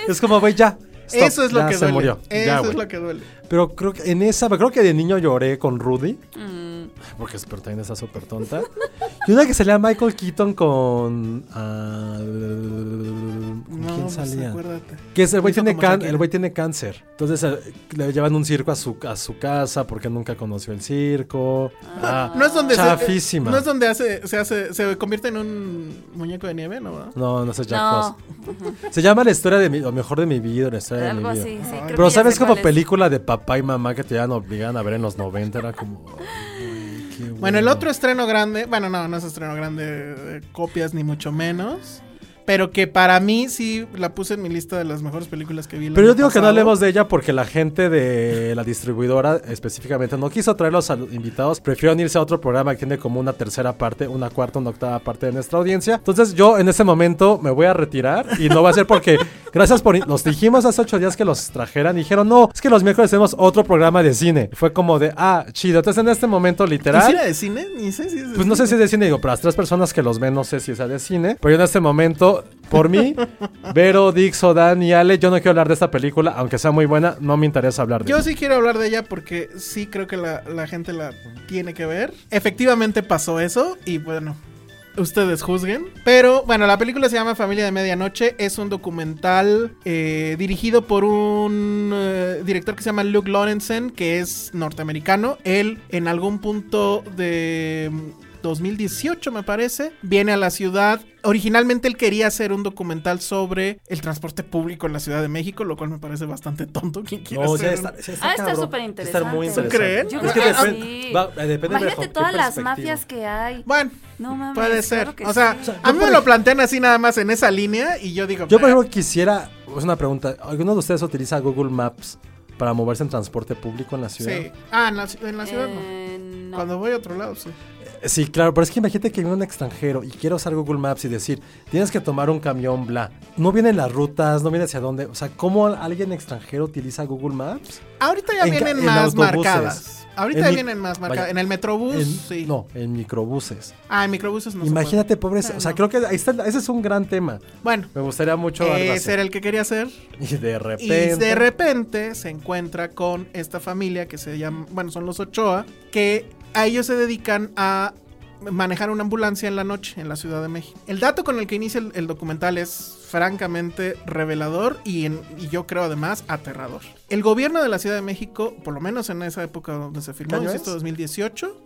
Speaker 4: Es como, güey, ya. stop,
Speaker 5: Eso es lo
Speaker 4: ya
Speaker 5: que
Speaker 4: se
Speaker 5: duele.
Speaker 4: murió.
Speaker 5: Eso
Speaker 4: ya,
Speaker 5: es
Speaker 4: güey.
Speaker 5: lo que duele.
Speaker 4: Pero creo que en esa, creo que de niño lloré con Rudy.
Speaker 6: Mm,
Speaker 4: Porque es- pero también está súper tonta. Y una que salía Michael Keaton con. ah, ¿Con
Speaker 5: No,
Speaker 4: quién
Speaker 5: pues,
Speaker 4: salía?
Speaker 5: acuérdate.
Speaker 4: que es- el güey
Speaker 5: Hizo
Speaker 4: tiene,
Speaker 5: como
Speaker 4: can-
Speaker 5: Shakira.
Speaker 4: el güey tiene cáncer. Entonces eh, le llevan un circo a su, a su casa porque nunca conoció el circo. Ah,
Speaker 5: No es donde se,
Speaker 4: Chafísima.
Speaker 5: no es donde hace, se hace, se convierte en un muñeco de nieve, ¿no? ¿verdad?
Speaker 4: No, no sé, Jack
Speaker 6: No,
Speaker 4: Frost. Se llama La historia de mi. Lo mejor de mi vida, la historia de mi
Speaker 6: algo
Speaker 4: vida.
Speaker 6: así, sí. creo que
Speaker 4: Pero
Speaker 6: ya
Speaker 4: sabes
Speaker 6: sé
Speaker 4: como
Speaker 6: cuál es.
Speaker 4: película de papá y mamá que te iban obligaban a ver en los 90 era como. ay, güey, qué
Speaker 5: Bueno, el
Speaker 4: bueno.
Speaker 5: otro estreno grande, bueno, no, no es estreno grande de copias ni mucho menos, pero que para mí sí la puse en mi lista de las mejores películas que vi. el
Speaker 4: Pero yo
Speaker 5: año
Speaker 4: digo que no
Speaker 5: pasado.
Speaker 4: hablemos de ella porque la gente de la distribuidora específicamente no quiso traer los al- invitados. Prefirieron irse a otro programa que tiene como una tercera parte, una cuarta, una octava parte de nuestra audiencia. Entonces yo en este momento me voy a retirar y no va a ser porque gracias por... Los dijimos hace ocho días que los trajeran y dijeron, no, es que los miércoles tenemos otro programa de cine. Fue como de, ah, chido. Entonces en este momento
Speaker 5: ¿Y si
Speaker 4: literal...
Speaker 5: era de cine? Ni sé si es de
Speaker 4: Pues no sé si es de cine, digo, para las tres personas que los ven, no sé si sea de cine. Pero yo en este momento, por mí, Vero, Dixo, Dan y Ale, yo no quiero hablar de esta película, aunque sea muy buena, no me interesa hablar de
Speaker 5: Yo
Speaker 4: ella.
Speaker 5: sí quiero hablar de ella porque sí creo que la, la gente la tiene que ver. Efectivamente pasó eso y bueno, ustedes juzguen. Pero bueno, la película se llama Familia de Medianoche. Es un documental eh, dirigido por un eh, director que se llama Luke Lawrenson, que es norteamericano. Él en algún punto de... mm, 2018 me parece, viene a la ciudad. Originalmente él quería hacer un documental sobre el transporte público en la Ciudad de México, lo cual me parece bastante tonto. ¿Quién quiere
Speaker 4: No,
Speaker 5: hacer
Speaker 4: sí,
Speaker 5: un-
Speaker 4: está, sí,
Speaker 6: Ah, está
Speaker 4: cabrón.
Speaker 6: súper interesante.
Speaker 4: Está muy
Speaker 6: ¿Tú
Speaker 4: interesante.
Speaker 5: crees?
Speaker 6: Yo
Speaker 4: Es
Speaker 6: creo
Speaker 4: que
Speaker 6: que
Speaker 4: depen-
Speaker 6: sí.
Speaker 4: va- eh, depende de
Speaker 6: Imagínate
Speaker 4: qué
Speaker 6: todas las
Speaker 4: perspectiva.
Speaker 6: mafias que hay.
Speaker 5: Bueno,
Speaker 6: No mames.
Speaker 5: puede
Speaker 6: claro
Speaker 5: ser.
Speaker 6: que
Speaker 5: o sea,
Speaker 6: sí.
Speaker 5: a mí me lo plantean así nada más en esa línea y yo digo.
Speaker 4: Yo, por
Speaker 5: "Bah".
Speaker 4: ejemplo, quisiera... Es una pregunta. ¿Alguno de ustedes utiliza Google Maps para moverse en transporte público en la ciudad?
Speaker 5: Sí. Ah, en la, ci- en la ciudad no.
Speaker 6: Eh, no.
Speaker 5: Cuando voy a otro lado, sí.
Speaker 4: Sí, claro, pero es que imagínate que viene un extranjero y quiere usar Google Maps y decir, tienes que tomar un camión, bla. No vienen las rutas, no viene hacia dónde. O sea, ¿cómo alguien extranjero utiliza Google Maps?
Speaker 5: Ahorita ya
Speaker 4: En ca-
Speaker 5: vienen
Speaker 4: en
Speaker 5: más
Speaker 4: autobuses.
Speaker 5: marcadas. Ahorita
Speaker 4: En
Speaker 5: ya
Speaker 4: mi-
Speaker 5: vienen más marcadas.
Speaker 4: Vaya.
Speaker 5: en el metrobús,
Speaker 4: En-
Speaker 5: sí.
Speaker 4: No, en microbuses.
Speaker 5: Ah, en microbuses no. se
Speaker 4: imagínate,
Speaker 5: puede.
Speaker 4: pobres.
Speaker 5: Ah,
Speaker 4: O sea,
Speaker 5: no.
Speaker 4: creo que ahí está, ese es un gran tema.
Speaker 5: Bueno,
Speaker 4: Me gustaría mucho algo así.
Speaker 5: ese era el que quería hacer.
Speaker 4: Y de
Speaker 5: Y
Speaker 4: repente.
Speaker 5: de repente se encuentra con esta familia que se llama, bueno, son los Ochoa, que a ellos se dedican a manejar una ambulancia en la noche en la Ciudad de México. El dato con el que inicia el, el documental es francamente revelador y, en- y yo creo además aterrador. El gobierno de la Ciudad de México, por lo menos en esa época donde se filmó,
Speaker 4: año
Speaker 5: insisto,
Speaker 4: es?
Speaker 5: 2018,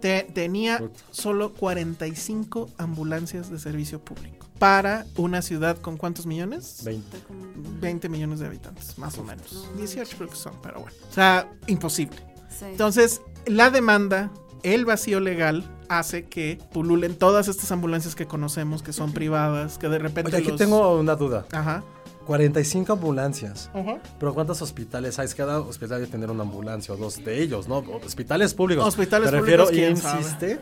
Speaker 5: te- tenía solo 45 ambulancias de servicio público. Para una ciudad con cuántos millones?
Speaker 4: 20.
Speaker 5: 20 millones de habitantes, más o menos. 18 creo que son, pero bueno. O sea, imposible.
Speaker 6: Sí.
Speaker 5: Entonces, la demanda, el vacío legal, hace que pululen todas estas ambulancias que conocemos, que son privadas, que de repente.
Speaker 4: Oye, aquí
Speaker 5: los-
Speaker 4: tengo una duda.
Speaker 5: Ajá.
Speaker 4: 45 ambulancias.
Speaker 5: Ujú.
Speaker 4: Pero ¿cuántos hospitales hay? Es que Cada hospital debe tener una ambulancia o dos de ellos, ¿no? Hospitales públicos.
Speaker 5: Hospitales
Speaker 4: Me refiero
Speaker 5: públicos, quién sabe.
Speaker 4: insiste.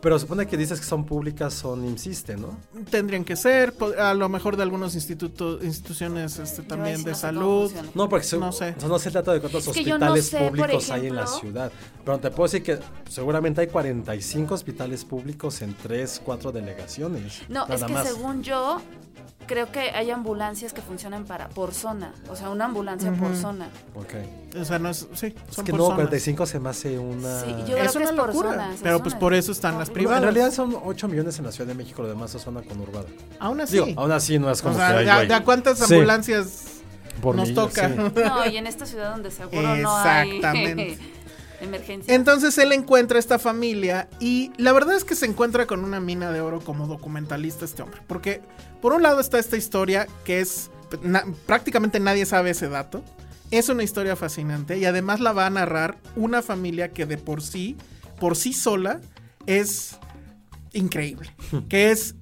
Speaker 4: Pero supone que dices que son públicas, son insiste, ¿no?
Speaker 5: Tendrían que ser, po- a lo mejor de algunos institutos, instituciones este, también
Speaker 6: sí
Speaker 5: de
Speaker 6: no sé cómo
Speaker 5: salud.
Speaker 6: funciona.
Speaker 4: No, porque se-
Speaker 5: No sé.
Speaker 4: o sea, no se trata de cuántos
Speaker 6: Es que yo no
Speaker 4: hospitales
Speaker 6: sé, por
Speaker 4: públicos hay en la
Speaker 6: ejemplo.
Speaker 4: ciudad. Pero te puedo decir que seguramente hay 45 hospitales públicos en 3, 4 delegaciones.
Speaker 6: No,
Speaker 4: nada
Speaker 6: es que
Speaker 4: más.
Speaker 6: según yo, creo que hay ambulancias que funcionan para por zona. O sea, una ambulancia por zona.
Speaker 4: Ok.
Speaker 5: O sea, no es. Sí,
Speaker 4: Es
Speaker 5: son
Speaker 4: que
Speaker 5: por
Speaker 4: no,
Speaker 5: zonas.
Speaker 4: 45 se me hace una...
Speaker 6: Sí, yo
Speaker 5: Es
Speaker 6: creo que es
Speaker 5: una
Speaker 6: por
Speaker 5: locura,
Speaker 6: zonas.
Speaker 5: pero pues por eso están las
Speaker 4: No,
Speaker 5: privadas.
Speaker 4: En realidad son 8 millones en la Ciudad de México, lo demás es zona conurbada.
Speaker 5: Aún así.
Speaker 4: Digo, aún así no es como
Speaker 5: Ah, o sea,
Speaker 4: que hay,
Speaker 5: ¿de a-
Speaker 4: güey.
Speaker 5: de a cuántas
Speaker 4: Sí,
Speaker 5: ambulancias
Speaker 4: por
Speaker 5: nos
Speaker 4: millas,
Speaker 5: toca?
Speaker 4: sí.
Speaker 6: No, y en esta ciudad donde seguro no hay.
Speaker 5: Exactamente.
Speaker 6: Emergencia.
Speaker 5: Entonces él encuentra esta familia y la verdad es que se encuentra con una mina de oro como documentalista este hombre. Porque por un lado está esta historia que es... na- prácticamente nadie sabe ese dato. Es una historia fascinante y además la va a narrar una familia que de por sí, por sí sola, es increíble. Que es.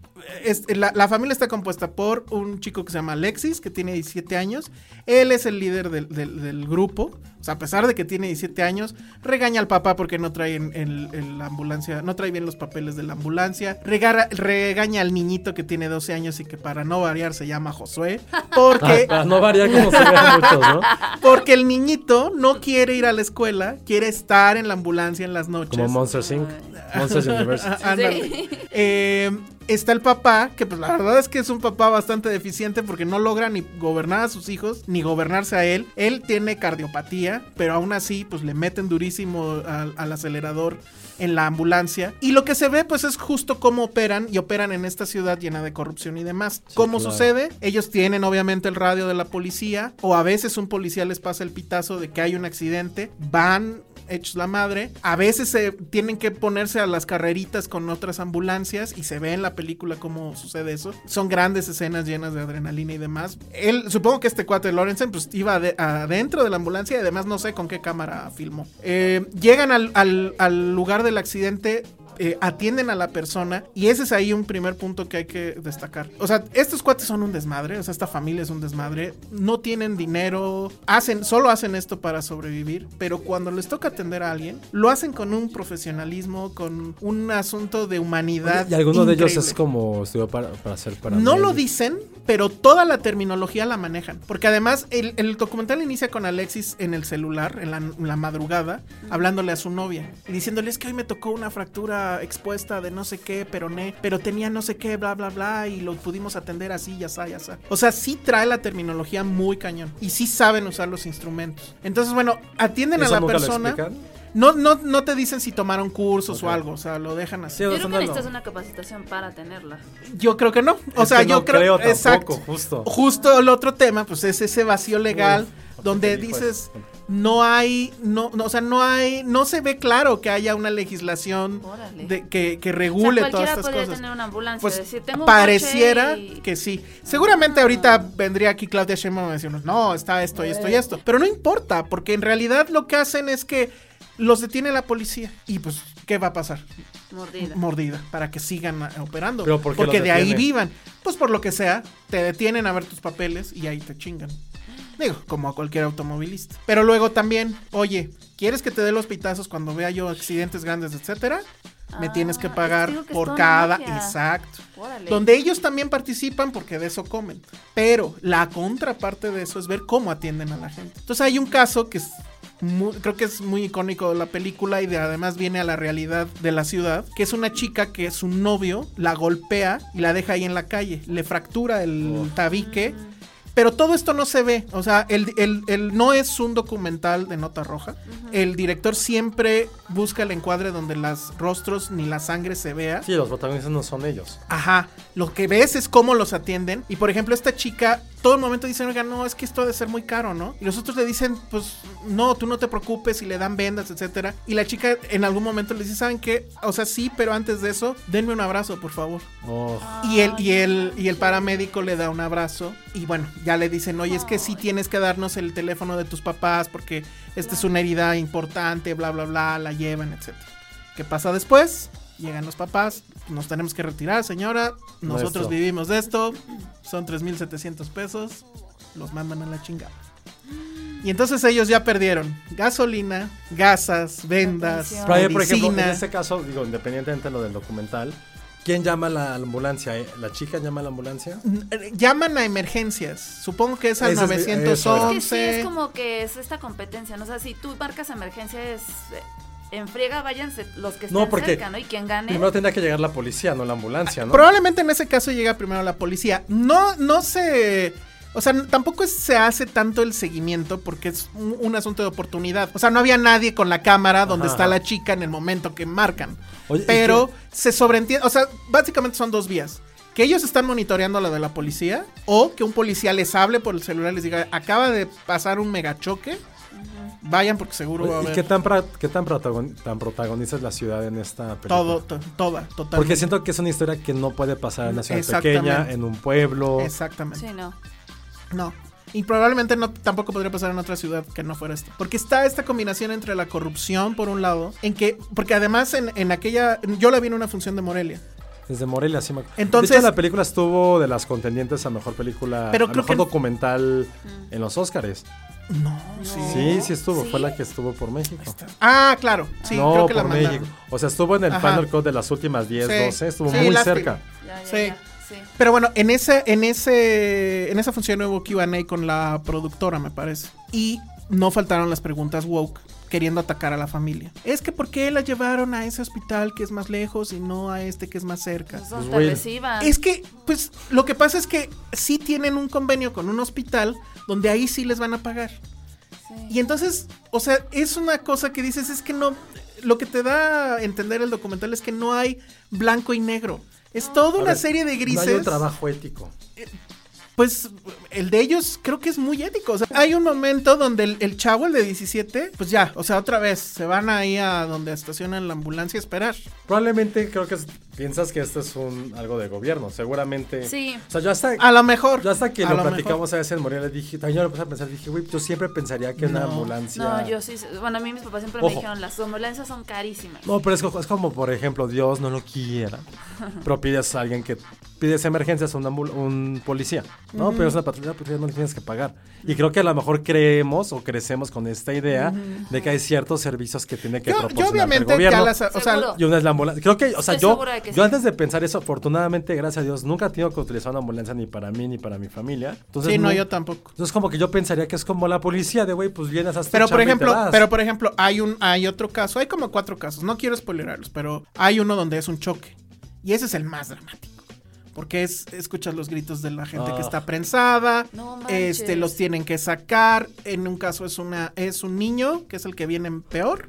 Speaker 5: es- la, la familia está compuesta por un chico que se llama Alexis, que tiene 17 años. Él es el líder del, del- del grupo. O sea, a pesar de que tiene 17 años, regaña al papá porque no trae en- el- el- la ambulancia, no trae bien los papeles de la ambulancia. Regara- regaña al niñito que tiene 12 años y que para no variar se llama Josué. Porque
Speaker 4: Para Ah, no variar como se ven muchos, ¿no?
Speaker 5: porque el niñito no quiere ir a la escuela, quiere estar en la ambulancia en las noches.
Speaker 4: Como Monsters Inc. Monsters University.
Speaker 5: Ah, ándale. Eh, está el papá, que pues la verdad es que es un papá bastante deficiente porque no logra ni gobernar a sus hijos, ni gobernarse a él. Él tiene cardiopatía, pero aún así pues le meten durísimo al, al acelerador en la ambulancia. Y lo que se ve pues es justo cómo operan y operan en esta ciudad llena de corrupción y demás. ¿Cómo
Speaker 4: claro.
Speaker 5: sucede? Ellos tienen obviamente el radio de la policía o a veces un policía les pasa el pitazo de que hay un accidente, van hechos la madre. A veces se tienen que ponerse a las carreritas con otras ambulancias y se ve en la película cómo sucede eso. Son grandes escenas llenas de adrenalina y demás. Él, supongo que este cuate Lorenzen, pues iba ade- adentro de la ambulancia y además no sé con qué cámara filmó. Eh, llegan al, al- al lugar del accidente. eh, atienden a la persona y ese es ahí un primer punto que hay que destacar. O sea, estos cuates son un desmadre, o sea, esta familia es un desmadre, no tienen dinero, hacen, solo hacen esto para sobrevivir, pero cuando les toca atender a alguien, lo hacen con un profesionalismo, con un asunto de humanidad.
Speaker 4: Y alguno de ellos
Speaker 5: increíble.
Speaker 4: es como estudió para, para hacer para
Speaker 5: No lo dicen, pero toda la terminología la manejan. Porque además el, el documental inicia con Alexis en el celular, en la, en la madrugada, hablándole a su novia y diciéndole es que hoy me tocó una fractura expuesta de no sé qué, peroné, pero tenía no sé qué, bla, bla, bla, y lo pudimos atender así, ya está, ya está. O sea, sí trae la terminología muy cañón y sí saben usar los instrumentos. Entonces, bueno, atienden a
Speaker 4: ¿Eso
Speaker 5: la
Speaker 4: nunca lo
Speaker 5: persona.
Speaker 4: explican?
Speaker 5: No, no, no te dicen si tomaron cursos o algo, o sea, lo dejan así.
Speaker 6: Yo creo que necesitas una capacitación para tenerla.
Speaker 5: Yo creo que no. O
Speaker 4: Es
Speaker 5: sea,
Speaker 4: que no
Speaker 5: yo creo.
Speaker 4: creo tampoco,
Speaker 5: exacto.
Speaker 4: justo.
Speaker 5: Justo el otro tema, pues es ese vacío legal
Speaker 4: Uf,
Speaker 5: donde
Speaker 4: ¿por qué dijo
Speaker 5: dices
Speaker 4: eso?
Speaker 5: no hay, no, no, o sea, no hay, no se ve claro que haya una legislación
Speaker 6: Órale.
Speaker 5: de, que, que
Speaker 6: O sea,
Speaker 5: regule todas
Speaker 6: cualquiera
Speaker 5: estas
Speaker 6: podría
Speaker 5: cosas.
Speaker 6: tener una ambulancia.
Speaker 5: Pues
Speaker 6: decir, tengo un
Speaker 5: pareciera
Speaker 6: coche y- Ah.
Speaker 5: que sí. Seguramente ahorita vendría aquí Claudia Sheinbaum a decirnos, no, está esto y
Speaker 6: Eh.
Speaker 5: esto y esto. Pero no importa, porque en realidad lo que hacen es que los detiene la policía. Y pues, ¿qué va a pasar?
Speaker 6: Mordida.
Speaker 5: mordida para que sigan ah, operando.
Speaker 4: ¿Pero por qué
Speaker 5: porque
Speaker 4: los
Speaker 5: de ahí
Speaker 4: detienen?
Speaker 5: vivan. Pues por lo que sea, te detienen a ver tus papeles y ahí te chingan. Digo, como a cualquier automovilista. Pero luego también, oye, ¿quieres que te dé los pitazos cuando vea yo accidentes grandes, etcétera? Me
Speaker 6: Ah,
Speaker 5: tienes que
Speaker 6: es que
Speaker 5: pagar
Speaker 6: digo que es
Speaker 5: por
Speaker 6: toda una
Speaker 5: cada.
Speaker 6: mafia.
Speaker 5: Exacto.
Speaker 6: Órale.
Speaker 5: Donde ellos también participan porque de eso comen. Pero la contraparte de eso es ver cómo atienden a la gente. Entonces hay un caso que es mu- creo que es muy icónico de la película y de- además viene a la realidad de la ciudad, que es una chica que su novio la golpea y la deja ahí en la calle. Le fractura el tabique. Pero todo esto no se ve. O sea, el, el- el- no es un documental de nota roja. El director siempre busca el encuadre donde los rostros ni la sangre se vea.
Speaker 4: Sí, los protagonistas no son ellos.
Speaker 5: Ajá, lo que ves es cómo los atienden. Y por ejemplo, esta chica, todo el momento dicen, oiga, no, es que esto ha de ser muy caro, ¿no? Y los otros le dicen, pues no, tú no te preocupes y le dan vendas, etcétera. Y la chica en algún momento le dice, ¿saben qué? O sea, sí, pero antes de eso, denme un abrazo, por favor.
Speaker 4: Oh.
Speaker 5: Y el, y, el, y el paramédico le da un abrazo. Y bueno, ya le dicen, oye, es que sí tienes que darnos el teléfono de tus papás porque esta es una herida importante, bla, bla, bla, la llevan, etcétera. ¿Qué pasa después? Llegan los papás, nos tenemos que retirar, señora. Nosotros
Speaker 4: Nuestro.
Speaker 5: vivimos de esto. Son 3.700 pesos. Los mandan a la chingada. Y entonces ellos ya perdieron gasolina, gasas, vendas,
Speaker 4: Pero ahí, por ejemplo, en
Speaker 5: medicina.
Speaker 4: este caso, digo, independientemente de lo del documental, ¿quién llama a la ambulancia? eh? ¿La chica llama a la ambulancia?
Speaker 5: Eh, Llaman a emergencias. Supongo que es al
Speaker 4: Ese es mi- eso era.
Speaker 6: Es que sí,
Speaker 5: 911.
Speaker 6: es como que es esta competencia, ¿no? O sea, si tú marcas emergencias, eh, en friega váyanse los que están
Speaker 4: No, porque
Speaker 6: cerca, ¿no? Y quien gane.
Speaker 4: Primero tendría que llegar la policía, no la ambulancia, ¿no?
Speaker 5: Probablemente en ese caso llega primero la policía. No, no se. O sea, n- tampoco es- se hace tanto el seguimiento porque es un, un asunto de oportunidad. O sea, no había nadie con la cámara donde
Speaker 4: Ajá,
Speaker 5: está
Speaker 4: ajá.
Speaker 5: la chica en el momento que marcan.
Speaker 4: Oye, ¿y
Speaker 5: Pero se sobreentiende. O sea, básicamente son dos vías. Que ellos están monitoreando la de la policía o que un policía les hable por el celular y les diga, acaba de pasar un megachoque. Vayan porque seguro va a
Speaker 4: Oye, ¿Y
Speaker 5: haber
Speaker 4: qué tan, pra- qué tan, protagon- tan protagoniza es la ciudad en esta película?
Speaker 5: todo, to- toda, totalmente.
Speaker 4: Porque siento que es una historia que no puede pasar en una ciudad pequeña,
Speaker 5: Exactamente.
Speaker 4: en un pueblo.
Speaker 5: Exactamente.
Speaker 6: Sí, no.
Speaker 5: No. Y probablemente no, tampoco podría pasar en otra ciudad que no fuera esta. Porque está esta combinación entre la corrupción, por un lado, en que. Porque además en, en aquella. Yo la vi en una función de Morelia.
Speaker 4: Desde Morelia, sí me acuerdo.
Speaker 5: Entonces-
Speaker 4: De hecho, la película estuvo de las contendientes a mejor película,
Speaker 5: Pero
Speaker 4: a
Speaker 5: creo
Speaker 4: mejor
Speaker 5: que-
Speaker 4: documental en los Óscares.
Speaker 5: No, sí.
Speaker 4: Sí, sí estuvo. Fue
Speaker 6: Sí.
Speaker 4: la que estuvo por México.
Speaker 5: Ah, claro. Sí,
Speaker 4: no,
Speaker 5: creo que la
Speaker 4: por México.
Speaker 5: mandaron.
Speaker 4: O sea, estuvo en el
Speaker 5: Ajá.
Speaker 4: panel code de las últimas 10,
Speaker 5: Sí.
Speaker 4: 12. Estuvo
Speaker 5: Sí,
Speaker 4: muy
Speaker 5: lástima.
Speaker 4: cerca.
Speaker 6: Ya, ya,
Speaker 5: Sí.
Speaker 6: ya, sí.
Speaker 5: Pero bueno, en ese, en ese, en esa función hubo QA con la productora, me parece. Y no faltaron las preguntas woke queriendo atacar a la familia. Es que ¿por qué la llevaron a ese hospital que es más lejos y no a este que es más cerca?
Speaker 6: Pues donde
Speaker 4: Pues, güey.
Speaker 6: reciban.
Speaker 5: Es que, pues, lo que pasa es que sí tienen un convenio con un hospital donde ahí sí les van a pagar.
Speaker 6: Sí.
Speaker 5: Y entonces, o sea, es una cosa que dices, es que no, lo que te da a entender el documental es que no hay blanco y negro. Es toda
Speaker 4: A
Speaker 5: una
Speaker 4: ver,
Speaker 5: serie de grises.
Speaker 4: No hay un trabajo ético.
Speaker 5: Pues el de ellos creo que es muy ético. O sea, hay un momento donde el, el chavo, el de 17, pues ya, o sea, otra vez, se van ahí a donde estacionan la ambulancia a esperar.
Speaker 4: Probablemente creo que es- piensas que esto es un algo de gobierno. Seguramente.
Speaker 6: Sí.
Speaker 4: O sea, yo hasta,
Speaker 5: A lo mejor.
Speaker 4: yo hasta que
Speaker 5: a
Speaker 4: lo,
Speaker 5: mejor.
Speaker 4: platicamos a veces en Morelia dije, también yo lo puse a pensar, dije, güey, yo siempre pensaría que una ambulancia.
Speaker 6: No, yo sí. Bueno, a mí mis papás siempre me
Speaker 4: Ojo.
Speaker 6: dijeron, las ambulancias son carísimas.
Speaker 4: No, pero es, co- es como, por ejemplo, Dios no lo quiera. Pero pides a alguien que. Pides emergencias a un, ambul- un policía. No, pero es una patrulla, pues ya no le tienes que pagar. Y creo que a lo mejor creemos o crecemos con esta idea de que hay ciertos servicios que tiene que
Speaker 5: Yo,
Speaker 4: proporcionar
Speaker 5: yo obviamente
Speaker 4: el gobierno.
Speaker 5: ya las... O sea,
Speaker 6: Seguro.
Speaker 4: Y una es la ambulancia. Creo que, o sea,
Speaker 6: Estoy
Speaker 4: yo,
Speaker 6: segura de que
Speaker 4: yo
Speaker 6: sí.
Speaker 4: antes de pensar eso, afortunadamente, gracias a Dios, nunca he tenido que utilizar una ambulancia ni para mí ni para mi familia. Entonces,
Speaker 5: sí, no, yo tampoco.
Speaker 4: Entonces, como que yo pensaría que es como la policía de, güey, pues vienes hasta
Speaker 5: Pero por
Speaker 4: chamba y te
Speaker 5: ejemplo,
Speaker 4: vas.
Speaker 5: pero por ejemplo, hay un hay otro caso, hay como cuatro casos, no quiero spoilerarlos, pero hay uno donde es un choque y ese es el más dramático. Porque es escuchas los gritos de la gente que
Speaker 4: Ah.
Speaker 5: está prensada,
Speaker 6: No manches.
Speaker 5: este los tienen que sacar, en un caso es una es un niño que es el que viene peor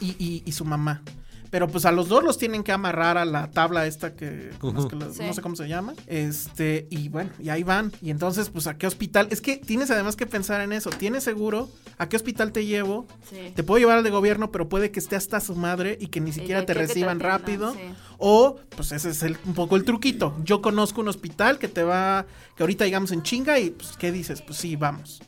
Speaker 5: y, y- y su mamá. Pero pues a los dos los tienen que amarrar a la tabla esta que, ¿cómo es que la-
Speaker 6: Sí.
Speaker 5: no sé cómo se llama. Este, y bueno, y ahí van. Y entonces, pues, ¿a qué hospital? Es que tienes además que pensar en eso. ¿Tienes seguro? ¿A qué hospital te llevo?
Speaker 6: Sí. Eh,
Speaker 5: Te puedo llevar al de gobierno, pero puede que esté hasta su madre y que ni siquiera
Speaker 6: ya
Speaker 5: te
Speaker 6: que te
Speaker 5: reciban
Speaker 6: atiendan,
Speaker 5: rápido.
Speaker 6: sí.
Speaker 5: O, pues ese es el- un poco el truquito. Yo conozco un hospital que te va, que ahorita llegamos en chinga y pues, ¿qué dices? Pues sí, vamos.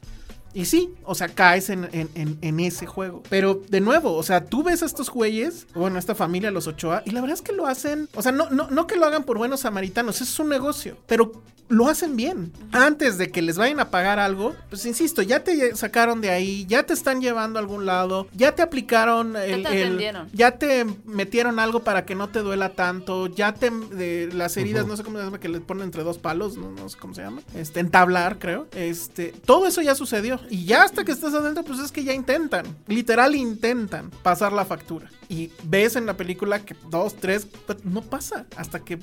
Speaker 5: Y sí, o sea, caes en, en- en- en ese juego. Pero de nuevo, o sea, tú ves a estos güeyes, bueno, esta familia, los Ochoa, y la verdad es que lo hacen, o sea, no, no, no que lo hagan por buenos samaritanos, es un negocio, pero lo hacen bien. Antes de que les vayan a pagar algo, pues insisto, ya te lle- sacaron de ahí, ya te están llevando a algún lado, ya te aplicaron el... el-
Speaker 6: atendieron.
Speaker 5: ya te metieron algo para que no te duela tanto, ya te de las heridas, no sé cómo se llama, que le ponen entre dos palos, no, no sé cómo se llama, este, entablar, creo. Este, todo eso ya sucedió. Y ya hasta que estás adentro, pues es que ya intentan, literal intentan pasar la factura. Y ves en la película que dos, tres, pues, no pasa hasta que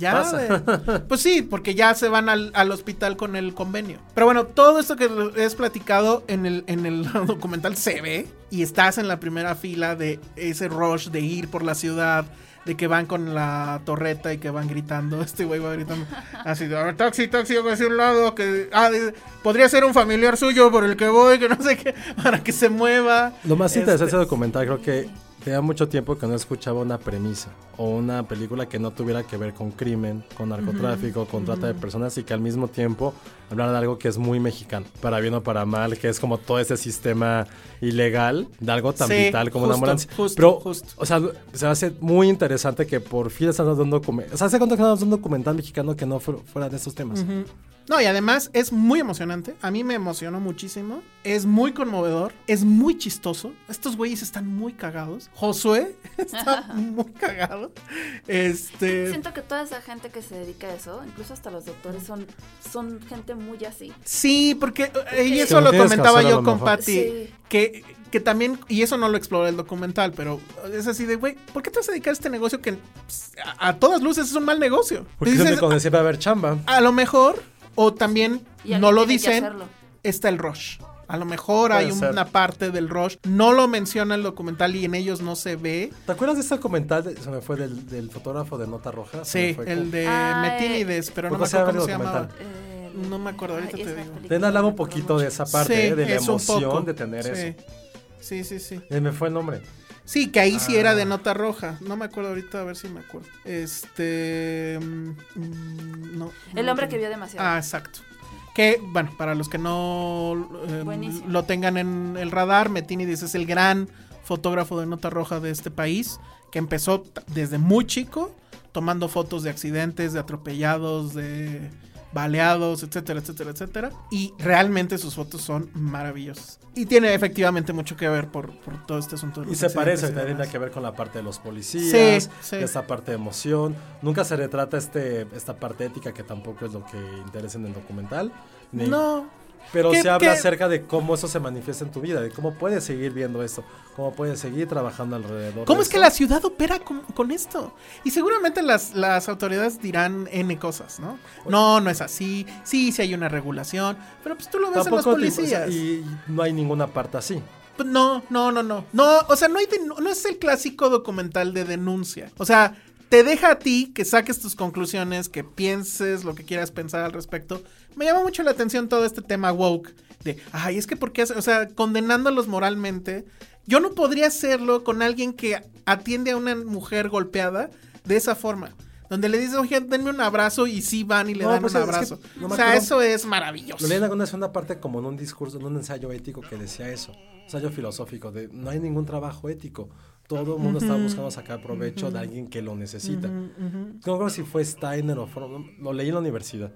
Speaker 5: Ya,
Speaker 4: Pasa.
Speaker 5: de- pues sí, porque ya se van al, al hospital con el convenio. Pero bueno, todo esto que es platicado en el, en el documental se ve y estás en la primera fila de ese rush de ir por la ciudad, de que van con la torreta y que van gritando. Este güey va gritando así: de, a ver, taxi, taxi, hacia un lado. que ah, de- Podría ser un familiar suyo por el que voy, que no sé qué, para que se mueva.
Speaker 4: Lo más
Speaker 5: Este,
Speaker 4: interesante de ese documental creo que tenía mucho tiempo que no escuchaba una premisa o una película que no tuviera que ver con crimen, con narcotráfico, con trata de personas y que al mismo tiempo hablaran de algo que es muy mexicano, para bien o para mal, que es como todo ese sistema ilegal de algo tan
Speaker 5: Sí,
Speaker 4: vital como una
Speaker 5: justo,
Speaker 4: ambulancia.
Speaker 5: justo,
Speaker 4: Pero,
Speaker 5: justo.
Speaker 4: o sea, se me hace muy interesante que por fin están dando un documental. O sea, hace cuánto que no dando un documental mexicano que no fu- fuera de estos temas.
Speaker 5: No, y además es muy emocionante. A mí me emocionó muchísimo. Es muy conmovedor. Es muy chistoso. Estos güeyes están muy cagados. Josué está muy cagado. Este.
Speaker 6: Siento que toda esa gente que se dedica a eso, incluso hasta los doctores, son, son gente muy así.
Speaker 5: Sí, porque eh, y
Speaker 6: Que
Speaker 5: eso
Speaker 4: lo
Speaker 5: lo
Speaker 4: tienes que
Speaker 5: comentaba
Speaker 4: hacer a
Speaker 5: yo
Speaker 4: lo
Speaker 5: con
Speaker 4: mejor.
Speaker 5: Patty.
Speaker 6: Sí.
Speaker 5: Que, que también, y eso no lo explora el documental, pero es así de, güey, ¿por qué te vas a dedicar a este negocio que pues, a, a todas luces es un mal negocio?
Speaker 4: Porque
Speaker 5: Dices,
Speaker 4: es donde siempre va a haber chamba.
Speaker 5: a lo mejor, o también
Speaker 6: Y
Speaker 5: no lo
Speaker 6: alguien tiene que
Speaker 5: dicen,
Speaker 6: hacerlo.
Speaker 5: está el rush. A lo mejor
Speaker 4: Puede
Speaker 5: hay
Speaker 4: ser.
Speaker 5: una parte del rush, no lo menciona el documental y en ellos no se ve.
Speaker 4: ¿Te acuerdas de este documental? de- se me fue del, del fotógrafo de Nota Roja. se me
Speaker 5: Sí,
Speaker 4: fue como-
Speaker 5: el de
Speaker 6: Ah,
Speaker 5: Metínides, pero no me
Speaker 4: ¿cómo se
Speaker 5: acuerdo cómo
Speaker 4: llama
Speaker 5: se
Speaker 4: el
Speaker 5: llamaba.
Speaker 4: documental?
Speaker 6: Eh,
Speaker 5: No me acuerdo, ahorita
Speaker 6: ay,
Speaker 5: te
Speaker 6: esa
Speaker 5: digo.
Speaker 6: película
Speaker 4: Den
Speaker 6: no me
Speaker 4: hablaba un
Speaker 6: acuerdo
Speaker 4: poquito de
Speaker 6: mucho.
Speaker 4: esa parte, ¿eh? de la
Speaker 5: es un poco.
Speaker 4: emoción de tener
Speaker 5: Sí.
Speaker 4: eso.
Speaker 5: Sí, sí, sí.
Speaker 4: Eh, me fue el nombre.
Speaker 5: Sí, que ahí sí era de nota roja. No me acuerdo ahorita, a ver si me acuerdo. Este. mm, mm, no.
Speaker 6: El
Speaker 5: no
Speaker 6: hombre
Speaker 5: tengo.
Speaker 6: que vio demasiado.
Speaker 5: Ah, exacto. Que, bueno, para los que no eh,
Speaker 6: Buenísimo.
Speaker 5: lo tengan en el radar, Metinides es el gran fotógrafo de nota roja de este país, que empezó t- desde muy chico tomando fotos de accidentes, de atropellados, de baleados, etcétera, etcétera, etcétera. Y realmente sus fotos son maravillosas. Y tiene efectivamente mucho que ver por, por todo este asunto. de
Speaker 4: Y
Speaker 5: los
Speaker 4: se
Speaker 5: accidentes
Speaker 4: parece,
Speaker 5: y
Speaker 4: también
Speaker 5: demás.
Speaker 4: tiene que ver con la parte de los policías,
Speaker 5: Sí, sí.
Speaker 4: de esa parte de emoción. Nunca se retrata este, esta parte ética que tampoco es lo que interesa en el documental. ni-
Speaker 5: No,
Speaker 4: Pero
Speaker 5: ¿Qué-
Speaker 4: se habla
Speaker 5: qué?
Speaker 4: acerca de cómo eso se manifiesta en tu vida, de cómo puedes seguir viendo esto, cómo puedes seguir trabajando alrededor.
Speaker 5: ¿Cómo
Speaker 4: de
Speaker 5: es que
Speaker 4: eso.
Speaker 5: la ciudad opera con, con esto? Y seguramente las, las autoridades dirán N cosas, ¿no? No, no es así. Sí, sí hay una regulación. Pero pues tú lo ves en los
Speaker 4: Tampoco te- o sea,
Speaker 5: policías.
Speaker 4: y no hay ninguna parte así.
Speaker 5: Pues No, no, no, no. No, o sea, no, hay denu- no es el clásico documental de denuncia. O sea, te deja a ti que saques tus conclusiones, que pienses lo que quieras pensar al respecto. Me llama mucho la atención todo este tema woke de, ay, es que porque, o sea, condenándolos moralmente. Yo no podría hacerlo con alguien que atiende a una mujer golpeada de esa forma. Donde le dices, oye, denme un abrazo y sí van y le
Speaker 4: No,
Speaker 5: dan
Speaker 4: pues
Speaker 5: un
Speaker 4: es que
Speaker 5: abrazo.
Speaker 4: no me
Speaker 5: o sea,
Speaker 4: acuerdo.
Speaker 5: eso es maravilloso.
Speaker 4: Lo leí Pues en alguna vez una parte como en un discurso, en un ensayo ético que decía eso, un ensayo filosófico de no hay ningún trabajo ético. Todo el mundo está buscando sacar provecho de alguien que lo necesita. No creo si fue Steiner o Fromm, lo leí en la universidad.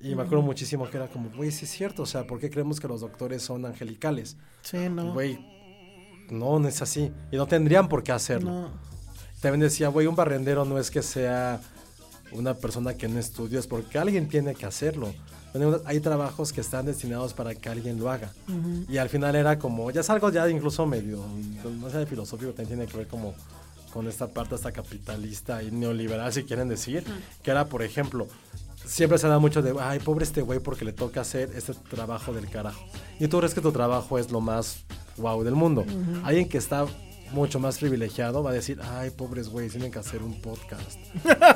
Speaker 4: Y me acuerdo muchísimo que era como, güey, sí es cierto, o sea, ¿por qué creemos que los doctores son angelicales?
Speaker 5: Sí, no.
Speaker 4: Güey, no, no es así. Y no tendrían por qué hacerlo.
Speaker 5: no.
Speaker 4: También decía, güey, un barrendero no es que sea una persona que no estudió, es porque alguien tiene que hacerlo. Tenemos- Hay trabajos que están destinados para que alguien lo haga. Y al final era como, ya es algo ya incluso medio, no sé, filosófico, también tiene que ver como con esta parte hasta capitalista y neoliberal, si quieren decir, que era, por ejemplo, siempre se da mucho de, ay, pobre este güey porque le toca hacer este trabajo del carajo. Y tú crees que tu trabajo es lo más wow del mundo. Alguien que está mucho más privilegiado va a decir, ay, pobres güeyes, tienen que hacer un podcast.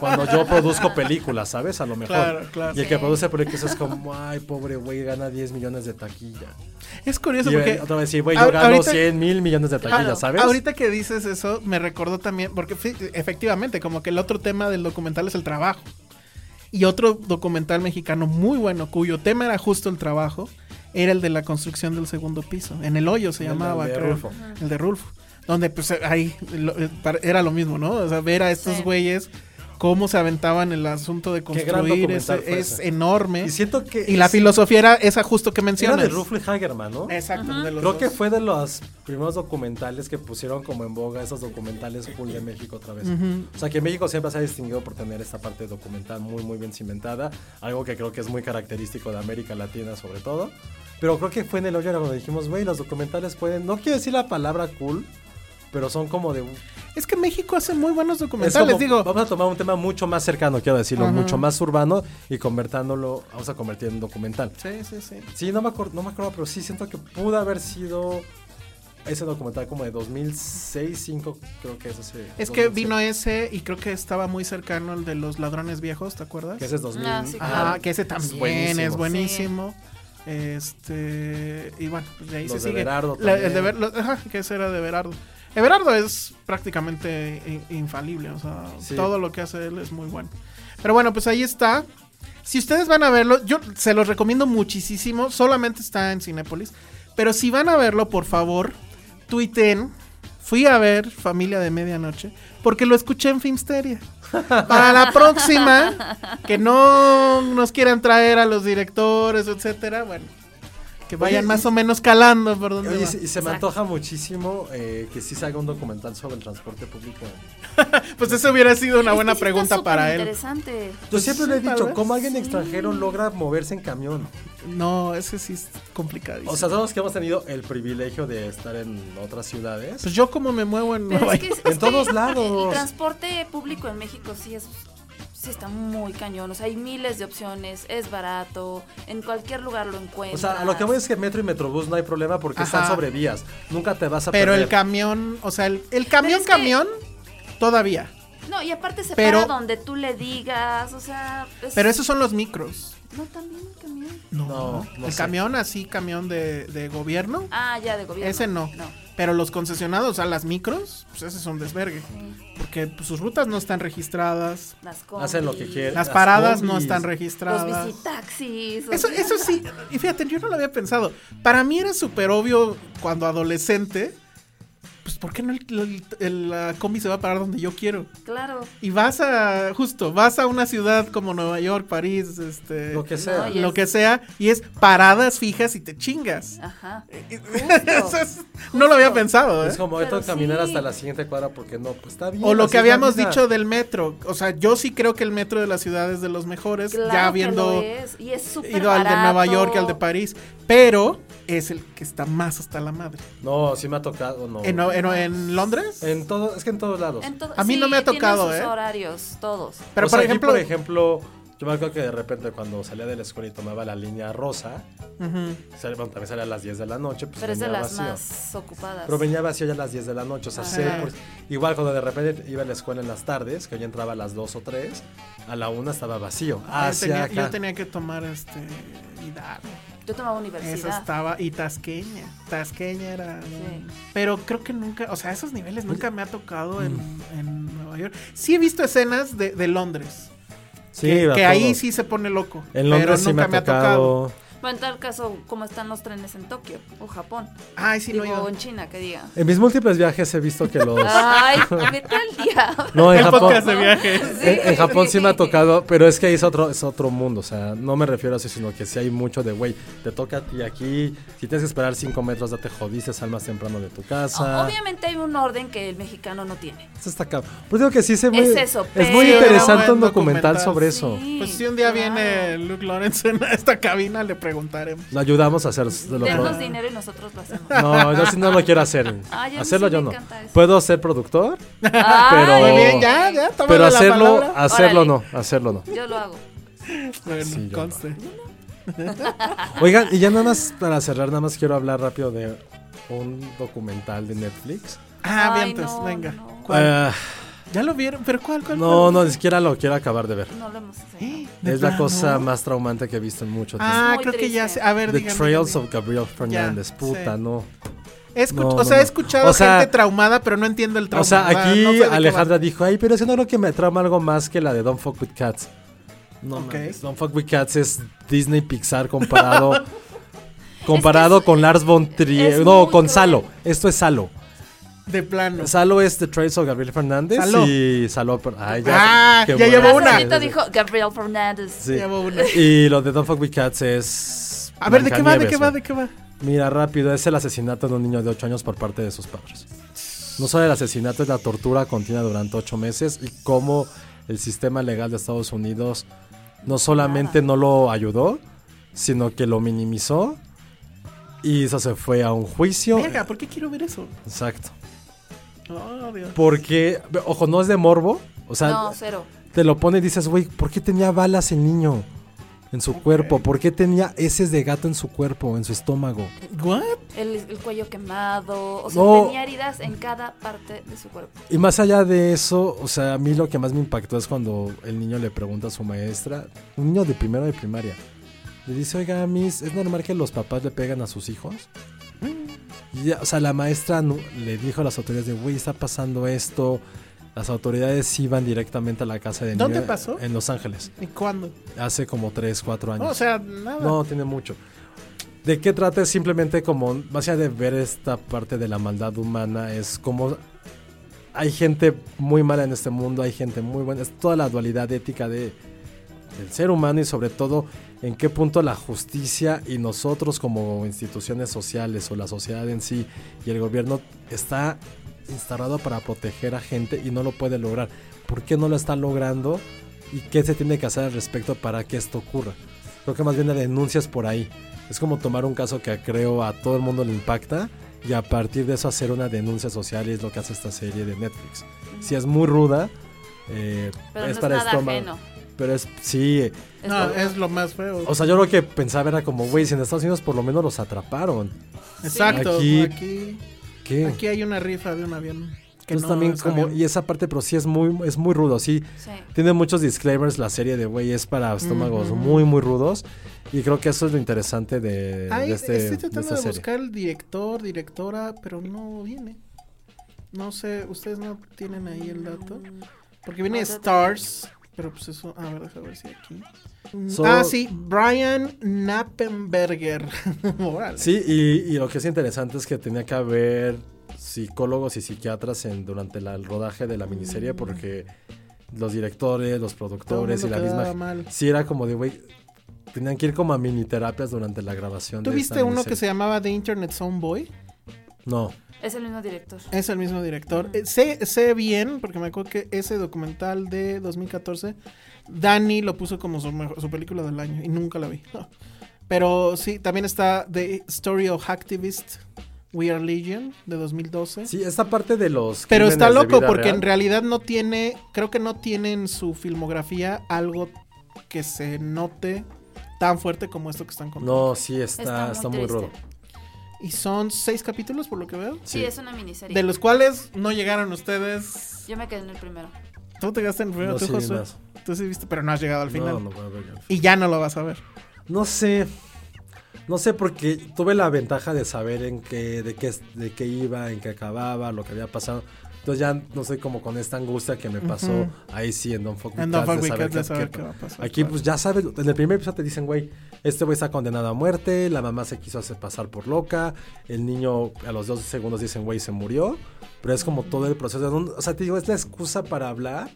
Speaker 4: Cuando yo produzco películas, ¿sabes? A lo mejor.
Speaker 5: Claro, claro.
Speaker 4: Y el que produce películas es como, ay, pobre güey, gana 10 millones de taquilla.
Speaker 5: Es curioso
Speaker 4: y
Speaker 5: porque.
Speaker 4: otra vez, sí, güey,
Speaker 5: ahor-
Speaker 4: yo gano
Speaker 5: ahorita-
Speaker 4: 100 mil millones de taquilla,
Speaker 6: Claro.
Speaker 4: ¿sabes?
Speaker 5: Ahorita que dices eso, me recordó también, porque fi- efectivamente, como que el otro tema del documental es el trabajo. Y otro documental mexicano muy bueno, cuyo tema era justo el trabajo, era el de la construcción del segundo piso. En el hoyo se
Speaker 4: El de-
Speaker 5: llamaba,
Speaker 4: el de
Speaker 5: creo.
Speaker 4: Rulfo.
Speaker 5: El de Rulfo. Donde pues ahí lo- eh, par- era lo mismo, ¿no? O sea, ver a estos
Speaker 6: Sí.
Speaker 5: güeyes cómo se aventaban el asunto de
Speaker 4: Qué gran
Speaker 5: construir
Speaker 4: documental
Speaker 5: ese-
Speaker 4: fue
Speaker 5: es,
Speaker 4: ese.
Speaker 5: enorme.
Speaker 4: Y siento que...
Speaker 5: Y la
Speaker 4: es-
Speaker 5: filosofía era esa justo que
Speaker 4: Era
Speaker 5: mencionas.
Speaker 4: de Ruffle y Hagerman, ¿no?
Speaker 5: Exacto, de los
Speaker 4: Creo que
Speaker 5: dos.
Speaker 4: fue de los primeros documentales que pusieron como en boga esos documentales cool de México otra vez. O sea, que México siempre se ha distinguido por tener esta parte documental muy, muy bien cimentada. Algo que creo que es muy característico de América Latina, sobre todo. Pero creo que fue en el hoyo era cuando dijimos, güey, los documentales pueden. No quiero decir la palabra cool, pero son como de...
Speaker 5: Es que México hace muy buenos
Speaker 4: es
Speaker 5: documentales,
Speaker 4: como-
Speaker 5: digo.
Speaker 4: Vamos a tomar un tema mucho más cercano, quiero decirlo,
Speaker 5: Ajá.
Speaker 4: mucho más urbano y convertándolo, vamos a convertir en documental.
Speaker 5: Sí, sí, sí.
Speaker 4: Sí, no me, acuerdo, no me acuerdo, pero sí siento que pudo haber sido ese documental como de 2006, 2005, creo que es ese.
Speaker 5: Es que
Speaker 4: 2006.
Speaker 5: vino ese y creo que estaba muy cercano el de los ladrones viejos, ¿te acuerdas?
Speaker 4: Que ese es 2000.
Speaker 6: Ah, sí,
Speaker 5: Ah,
Speaker 6: claro.
Speaker 5: que ese también
Speaker 4: buenísimo.
Speaker 5: es buenísimo. Este. Y bueno, pues de ahí
Speaker 4: Los
Speaker 5: se
Speaker 4: de
Speaker 5: sigue.
Speaker 4: Berardo
Speaker 5: La- el
Speaker 4: también.
Speaker 5: de Ber- los- ajá, que ese era de Berardo. Everardo es prácticamente in- infalible, o sea,
Speaker 4: Sí.
Speaker 5: todo lo que hace él es muy bueno. Pero bueno, pues ahí está. Si ustedes van a verlo, yo se los recomiendo muchísimo, solamente está en Cinépolis. Pero si van a verlo, por favor, tuiten. Fui a ver Familia de Medianoche porque lo escuché en Filmsteria. Para la próxima, que no nos quieran traer a los directores, etcétera, bueno, que vayan
Speaker 4: Oye,
Speaker 5: más
Speaker 4: y-
Speaker 5: o menos calando por donde
Speaker 4: Oye, y
Speaker 5: va.
Speaker 4: se, y se me antoja muchísimo eh, que sí se haga un documental sobre el transporte público.
Speaker 5: Pues eso hubiera sido una
Speaker 6: Es que
Speaker 5: buena
Speaker 6: sí está
Speaker 5: pregunta para él.
Speaker 6: superinteresante.
Speaker 4: Yo siempre le he
Speaker 5: sí, tal
Speaker 4: dicho,
Speaker 5: vez
Speaker 4: ¿cómo alguien
Speaker 5: sí.
Speaker 4: extranjero logra moverse en camión?
Speaker 5: No, ese sí es complicadísimo.
Speaker 4: O sea, todos los que hemos tenido el privilegio de estar en otras ciudades.
Speaker 5: pues yo como me muevo en
Speaker 6: Pero
Speaker 5: Nueva
Speaker 6: es que,
Speaker 5: York.
Speaker 6: ¿sabes
Speaker 4: En
Speaker 6: qué?
Speaker 4: todos lados.
Speaker 6: El transporte público en México sí es sí está muy cañón. O sea, hay miles de opciones, es barato, en cualquier lugar lo
Speaker 4: O
Speaker 6: encuentras.
Speaker 4: sea, a lo que voy es que metro y metrobús no hay problema porque están
Speaker 5: Ajá.
Speaker 4: sobre vías. Nunca te vas a
Speaker 5: Pero el
Speaker 4: perder.
Speaker 5: camión, o sea, el, el camión
Speaker 6: es que-
Speaker 5: camión todavía.
Speaker 6: No, y aparte se
Speaker 5: Pero-
Speaker 6: para donde tú le digas, o sea... es-
Speaker 5: Pero esos son los micros.
Speaker 6: No, también el camión.
Speaker 5: No,
Speaker 4: No, no
Speaker 5: el
Speaker 4: sé.
Speaker 5: camión así, camión de, de gobierno,
Speaker 6: Ah, ya, de gobierno.
Speaker 5: ese no. Pero los concesionados, o sea, las micros, pues ese es un desvergue.
Speaker 6: Sí.
Speaker 5: Porque pues, sus rutas no están registradas,
Speaker 6: Las
Speaker 4: Hacen lo que
Speaker 6: combis,
Speaker 4: quieren.
Speaker 5: las
Speaker 4: Las
Speaker 5: paradas no
Speaker 4: combis.
Speaker 5: están
Speaker 6: Los
Speaker 5: registradas.
Speaker 6: visitaxis. o
Speaker 5: Eso,
Speaker 6: sea,
Speaker 5: eso sí, y fíjate, yo no lo había pensado. Para mí era súper obvio cuando adolescente, pues ¿por qué no el, el- el- la combi se va a parar donde yo quiero?
Speaker 6: Claro.
Speaker 5: Y vas a, justo, vas a una ciudad como Nueva York, París, este...
Speaker 4: Lo que sea.
Speaker 6: No, y-
Speaker 5: lo que sea, y es paradas fijas y te chingas.
Speaker 6: Ajá.
Speaker 5: Eso es- no lo había pensado, ¿eh?
Speaker 4: Es como
Speaker 6: Pero
Speaker 4: esto de caminar
Speaker 6: sí.
Speaker 4: hasta la siguiente cuadra porque no, pues está bien.
Speaker 5: O lo
Speaker 4: así
Speaker 5: que
Speaker 4: es la
Speaker 5: habíamos
Speaker 4: vida.
Speaker 5: dicho del metro. O sea, yo sí creo que el metro de la ciudad es de los mejores,
Speaker 6: Claro
Speaker 5: ya
Speaker 6: que
Speaker 5: habiendo
Speaker 6: lo es, Y es súper
Speaker 5: ido al de Nueva
Speaker 6: barato.
Speaker 5: York y al de París. Pero es el que está más hasta la madre.
Speaker 4: No, sí me ha tocado, no.
Speaker 5: En, en- en Londres.
Speaker 4: Oh. En todo, es que en todos lados.
Speaker 6: En todo-
Speaker 5: A mí no me ha
Speaker 6: tienen
Speaker 5: tocado,
Speaker 6: sus
Speaker 5: ¿eh?
Speaker 6: horarios, todos.
Speaker 5: pero
Speaker 4: O sea,
Speaker 5: por
Speaker 4: aquí,
Speaker 5: ejemplo,
Speaker 4: por ejemplo, yo me acuerdo que de repente cuando salía de la escuela y tomaba la línea rosa,
Speaker 5: ujú,
Speaker 4: sal- bueno, también salía a las 10 de la noche, pues
Speaker 6: Pero es de
Speaker 4: venía
Speaker 6: las
Speaker 4: vacío.
Speaker 6: más ocupadas.
Speaker 4: Pero venía vacío ya a las 10 de la noche, o sea,
Speaker 6: Ajá.
Speaker 4: seis por- igual cuando de repente iba a la escuela en las tardes, que yo entraba a las 2 o 3, a la 1 estaba vacío.
Speaker 5: Ah, yo, tenía,
Speaker 4: Hacia
Speaker 5: yo
Speaker 4: acá.
Speaker 5: tenía que tomar este Hidalgo.
Speaker 6: Yo tomaba
Speaker 5: Esa
Speaker 6: universidad.
Speaker 5: estaba. Y Tasqueña. Tasqueña era. un-
Speaker 6: Sí.
Speaker 5: Pero creo que nunca. O sea, esos niveles nunca me ha
Speaker 4: mm.
Speaker 5: tocado en, en Nueva York. Sí he visto escenas de, de Londres.
Speaker 4: Sí,
Speaker 5: que
Speaker 4: a
Speaker 5: que ahí
Speaker 4: todos.
Speaker 5: sí se pone loco.
Speaker 4: En Londres
Speaker 5: pero
Speaker 4: sí
Speaker 5: nunca
Speaker 4: me ha tocado.
Speaker 6: Bueno, en tal caso, ¿cómo están los trenes en Tokio o Japón?
Speaker 5: Ay, sí,
Speaker 6: Digo,
Speaker 5: no he ido.
Speaker 6: o en China, que diga.
Speaker 4: En mis múltiples viajes he visto que los...
Speaker 6: Ay, vete al día.
Speaker 4: No, en
Speaker 5: El
Speaker 4: Japón.
Speaker 5: podcast de viajes.
Speaker 6: Sí.
Speaker 4: En, en Japón sí me ha tocado, pero es que es otro, es otro mundo. O sea, no me refiero a eso, sino que sí hay mucho de, güey, te toca a ti aquí. Si tienes que esperar 5 metros, ya te jodiste, sal más temprano de tu casa.
Speaker 6: Obviamente hay un orden que el mexicano no tiene.
Speaker 4: Eso está cabrón. Pues digo que sí, se ve-
Speaker 6: Es eso,
Speaker 4: es muy
Speaker 6: pero-
Speaker 4: interesante un
Speaker 5: Buen
Speaker 4: documental
Speaker 5: documental.
Speaker 4: sobre eso.
Speaker 6: Sí,
Speaker 5: Pues si un día
Speaker 6: claro.
Speaker 5: viene Luke Lawrence en esta cabina, le preguntaremos.
Speaker 4: Lo ayudamos a hacer. de lo pro-
Speaker 6: Denos dinero y nosotros lo hacemos.
Speaker 4: No, yo sí no lo quiero hacer.
Speaker 6: Ay, a mí
Speaker 4: Hacerlo
Speaker 6: sí me
Speaker 4: yo no.
Speaker 6: encanta eso.
Speaker 4: Puedo ser productor,
Speaker 6: Ay,
Speaker 4: Pero-
Speaker 5: Muy bien, ya, ya, tómame
Speaker 4: pero
Speaker 5: la
Speaker 4: hacerlo,
Speaker 5: palabra.
Speaker 4: hacerlo
Speaker 6: Órale.
Speaker 4: no, hacerlo no.
Speaker 6: Yo lo hago.
Speaker 5: Bueno,
Speaker 4: Sí, yo
Speaker 5: conste.
Speaker 4: Oigan, y ya nada más para cerrar, nada más quiero hablar rápido de un documental de Netflix.
Speaker 5: Ah,
Speaker 6: Ay,
Speaker 5: vientos,
Speaker 6: no,
Speaker 5: venga.
Speaker 6: no, no.
Speaker 5: ¿Cuál?
Speaker 4: Ah,
Speaker 5: ¿Ya lo vieron? ¿Pero cuál, cuál?
Speaker 4: no, no, ni siquiera lo quiero acabar de ver.
Speaker 6: No lo hemos hecho.
Speaker 5: ¿De
Speaker 4: Es la
Speaker 5: plano?
Speaker 4: cosa más traumante que he visto en mucho tiempo.
Speaker 5: Ah,
Speaker 6: Muy
Speaker 5: creo que ya
Speaker 6: triste.
Speaker 5: sé. A ver,
Speaker 4: The
Speaker 5: díganme,
Speaker 4: Trails
Speaker 5: díganme.
Speaker 4: of Gabriel Fernández,
Speaker 5: Ya,
Speaker 4: puta,
Speaker 5: sí.
Speaker 4: no.
Speaker 5: He escuch-
Speaker 4: No,
Speaker 5: o
Speaker 4: no,
Speaker 5: sea, he
Speaker 4: no.
Speaker 5: escuchado
Speaker 4: O sea-
Speaker 5: gente traumada, pero no entiendo el trauma.
Speaker 4: O sea, aquí
Speaker 5: no sé de qué va.
Speaker 4: Alejandra dijo, ay, pero eso no es lo que me trauma algo más que la de Don't Fuck With Cats. No,
Speaker 5: Ok.
Speaker 4: mames, Don't Fuck With Cats es Disney Pixar comparado comparado con Lars von
Speaker 6: es
Speaker 4: Trier,
Speaker 6: muy
Speaker 4: no, con
Speaker 6: cruel.
Speaker 4: Salo. Esto es Salo.
Speaker 5: De plano.
Speaker 4: Salo es The Trails of Gabriel Fernández
Speaker 5: Salo.
Speaker 4: y Salo, per- ay, ya,
Speaker 5: Ah,
Speaker 4: qué
Speaker 5: ya
Speaker 4: bueno.
Speaker 5: llevo una.
Speaker 6: Hace ratito dijo Gabriel Fernández.
Speaker 4: Sí.
Speaker 5: Llevo una.
Speaker 4: Y lo de Don't Fuck With Cats es
Speaker 5: A ver, ¿de qué va? ¿De
Speaker 4: Blancanieves,
Speaker 5: qué va?
Speaker 4: güey.
Speaker 5: ¿De qué va?
Speaker 4: Mira, rápido, es el asesinato de un niño de 8 años por parte de sus padres. No solo el asesinato, es la tortura continua durante 8 meses y cómo el sistema legal de Estados Unidos no solamente no lo ayudó, sino que lo minimizó y eso se fue a un juicio.
Speaker 5: Venga, ¿por qué quiero ver eso?
Speaker 4: Exacto.
Speaker 5: Oh, Dios.
Speaker 4: Porque, ojo, no es de morbo. O sea,
Speaker 6: no, cero.
Speaker 4: te lo pone y dices, güey, ¿por qué tenía balas el niño en su cuerpo? ¿Por qué tenía heces de gato en su cuerpo, en su estómago?
Speaker 5: ¿What?
Speaker 6: El, el cuello quemado. O sea,
Speaker 4: No.
Speaker 6: tenía heridas en cada parte de su cuerpo.
Speaker 4: Y más allá de eso, o sea, a mí lo que más me impactó es cuando el niño le pregunta a su maestra, un niño de primero de primaria, le dice, oiga, Miss, ¿es normal que los papás le pegan a sus hijos? Y ya, o sea, la maestra no- le dijo a las autoridades de, güey, está pasando esto. Las autoridades iban directamente a la casa del
Speaker 5: ¿Dónde
Speaker 4: niño
Speaker 5: pasó?
Speaker 4: En Los Ángeles,
Speaker 5: ¿Y cuándo?
Speaker 4: hace como 3, 4 años.
Speaker 5: No, o sea, nada.
Speaker 4: No, tiene mucho. ¿De qué trata? Es simplemente como, más allá de ver esta parte de la maldad humana, es como hay gente muy mala en este mundo, hay gente muy buena, es toda la dualidad ética de, del ser humano y sobre todo en qué punto la justicia y nosotros como instituciones sociales o la sociedad en sí y el gobierno está instalado para proteger a gente y no lo puede lograr. ¿Por qué no lo está logrando? ¿Y qué se tiene que hacer al respecto para que esto ocurra? Creo que más bien la denuncia es por ahí. Es como tomar un caso que creo a todo el mundo le impacta y a partir de eso hacer una denuncia social y es lo que hace esta serie de Netflix. Si es muy ruda, eh,
Speaker 6: Pero
Speaker 4: es
Speaker 6: no
Speaker 4: para
Speaker 6: es nada
Speaker 4: estómago.
Speaker 6: ajeno.
Speaker 4: Pero es, sí, eh,
Speaker 5: No, es lo más feo.
Speaker 4: o sea, yo lo que pensaba era como, güey, si en Estados Unidos por lo menos los atraparon.
Speaker 5: Exacto.
Speaker 4: Aquí-
Speaker 5: Aquí, aquí,
Speaker 4: ¿Qué?
Speaker 5: hay una rifa de un avión. Que
Speaker 4: Entonces
Speaker 5: no
Speaker 4: también
Speaker 5: es
Speaker 4: como,
Speaker 5: avión.
Speaker 4: y esa parte, pero sí es muy, es muy rudo, sí.
Speaker 6: Sí.
Speaker 4: Tiene muchos disclaimers la serie de, güey, es para estómagos
Speaker 5: Ujú.
Speaker 4: muy, muy rudos. Y creo que eso es lo interesante de,
Speaker 5: Ay,
Speaker 4: de este- de
Speaker 5: estoy tratando
Speaker 4: esta
Speaker 5: de,
Speaker 4: serie.
Speaker 5: buscar el director, directora, pero no viene. No sé, ustedes no tienen ahí el dato. Porque viene
Speaker 6: No, yo-
Speaker 5: Stars, pero pues eso. A ver, déjame ver si aquí.
Speaker 4: So-
Speaker 5: ah, sí, Brian Nappenberger. Órale.
Speaker 4: Sí, y, y lo que es interesante es que tenía que haber psicólogos y psiquiatras en, durante la- el rodaje de la miniserie porque los directores, los productores
Speaker 5: Mm.
Speaker 4: y
Speaker 5: mundo
Speaker 4: la misma...
Speaker 5: quedaba mal.
Speaker 4: Sí, era como de, güey, tenían que ir como a mini terapias durante la grabación.
Speaker 5: ¿Tú
Speaker 4: de esta
Speaker 5: viste uno que se
Speaker 4: miniserie.
Speaker 5: llamaba The Internet Soundboy?
Speaker 4: No.
Speaker 6: Es el mismo director.
Speaker 5: Es el mismo director. Eh, sé, sé bien, porque me acuerdo que ese documental de 2014, Dani lo puso como su, mejo- su película del año y nunca la vi. Pero sí, también está The Story of Activist, We Are Legion, de 2012.
Speaker 4: Sí, esta parte de los...
Speaker 5: Pero
Speaker 4: crímenes
Speaker 5: está
Speaker 4: de
Speaker 5: loco
Speaker 4: vida
Speaker 5: porque
Speaker 4: real-
Speaker 5: en realidad no tiene, creo que no tiene en su filmografía algo que se note tan fuerte como esto que están contando.
Speaker 4: No, sí, está, está, muy,
Speaker 6: triste.
Speaker 4: rudo.
Speaker 5: Y son seis capítulos por lo que veo,
Speaker 6: Sí,
Speaker 4: Sí.
Speaker 6: es una miniserie.
Speaker 5: de los cuales no llegaron ustedes.
Speaker 6: Yo me quedé en el primero.
Speaker 5: Tú te gastaste en el primero,
Speaker 4: No,
Speaker 5: tú,
Speaker 4: sí,
Speaker 5: Josué?
Speaker 4: más.
Speaker 5: Tú sí viste, pero no has llegado al final.
Speaker 4: No, no voy a ver.
Speaker 5: Y ya no lo vas a ver.
Speaker 4: No sé. No sé porque tuve la ventaja de saber en qué, de qué, de qué iba, en qué acababa, lo que había pasado. Entonces ya no sé como con esta angustia que me pasó
Speaker 5: Ujú.
Speaker 4: ahí sí en Don Fuck With
Speaker 5: En Don't
Speaker 4: Cats,
Speaker 5: Fuck
Speaker 4: de
Speaker 5: With
Speaker 4: saber
Speaker 5: Cats, de
Speaker 4: qué-
Speaker 5: saber
Speaker 4: qué-
Speaker 5: qué va a pasar,
Speaker 4: Aquí
Speaker 5: claro.
Speaker 4: pues ya sabes, en el primer episodio te dicen, güey, este güey está condenado a muerte, la mamá se quiso hacer pasar por loca, el niño a los dos segundos dicen, güey, se murió, pero es como todo el proceso. ¿no? O sea, te digo, es la excusa para hablar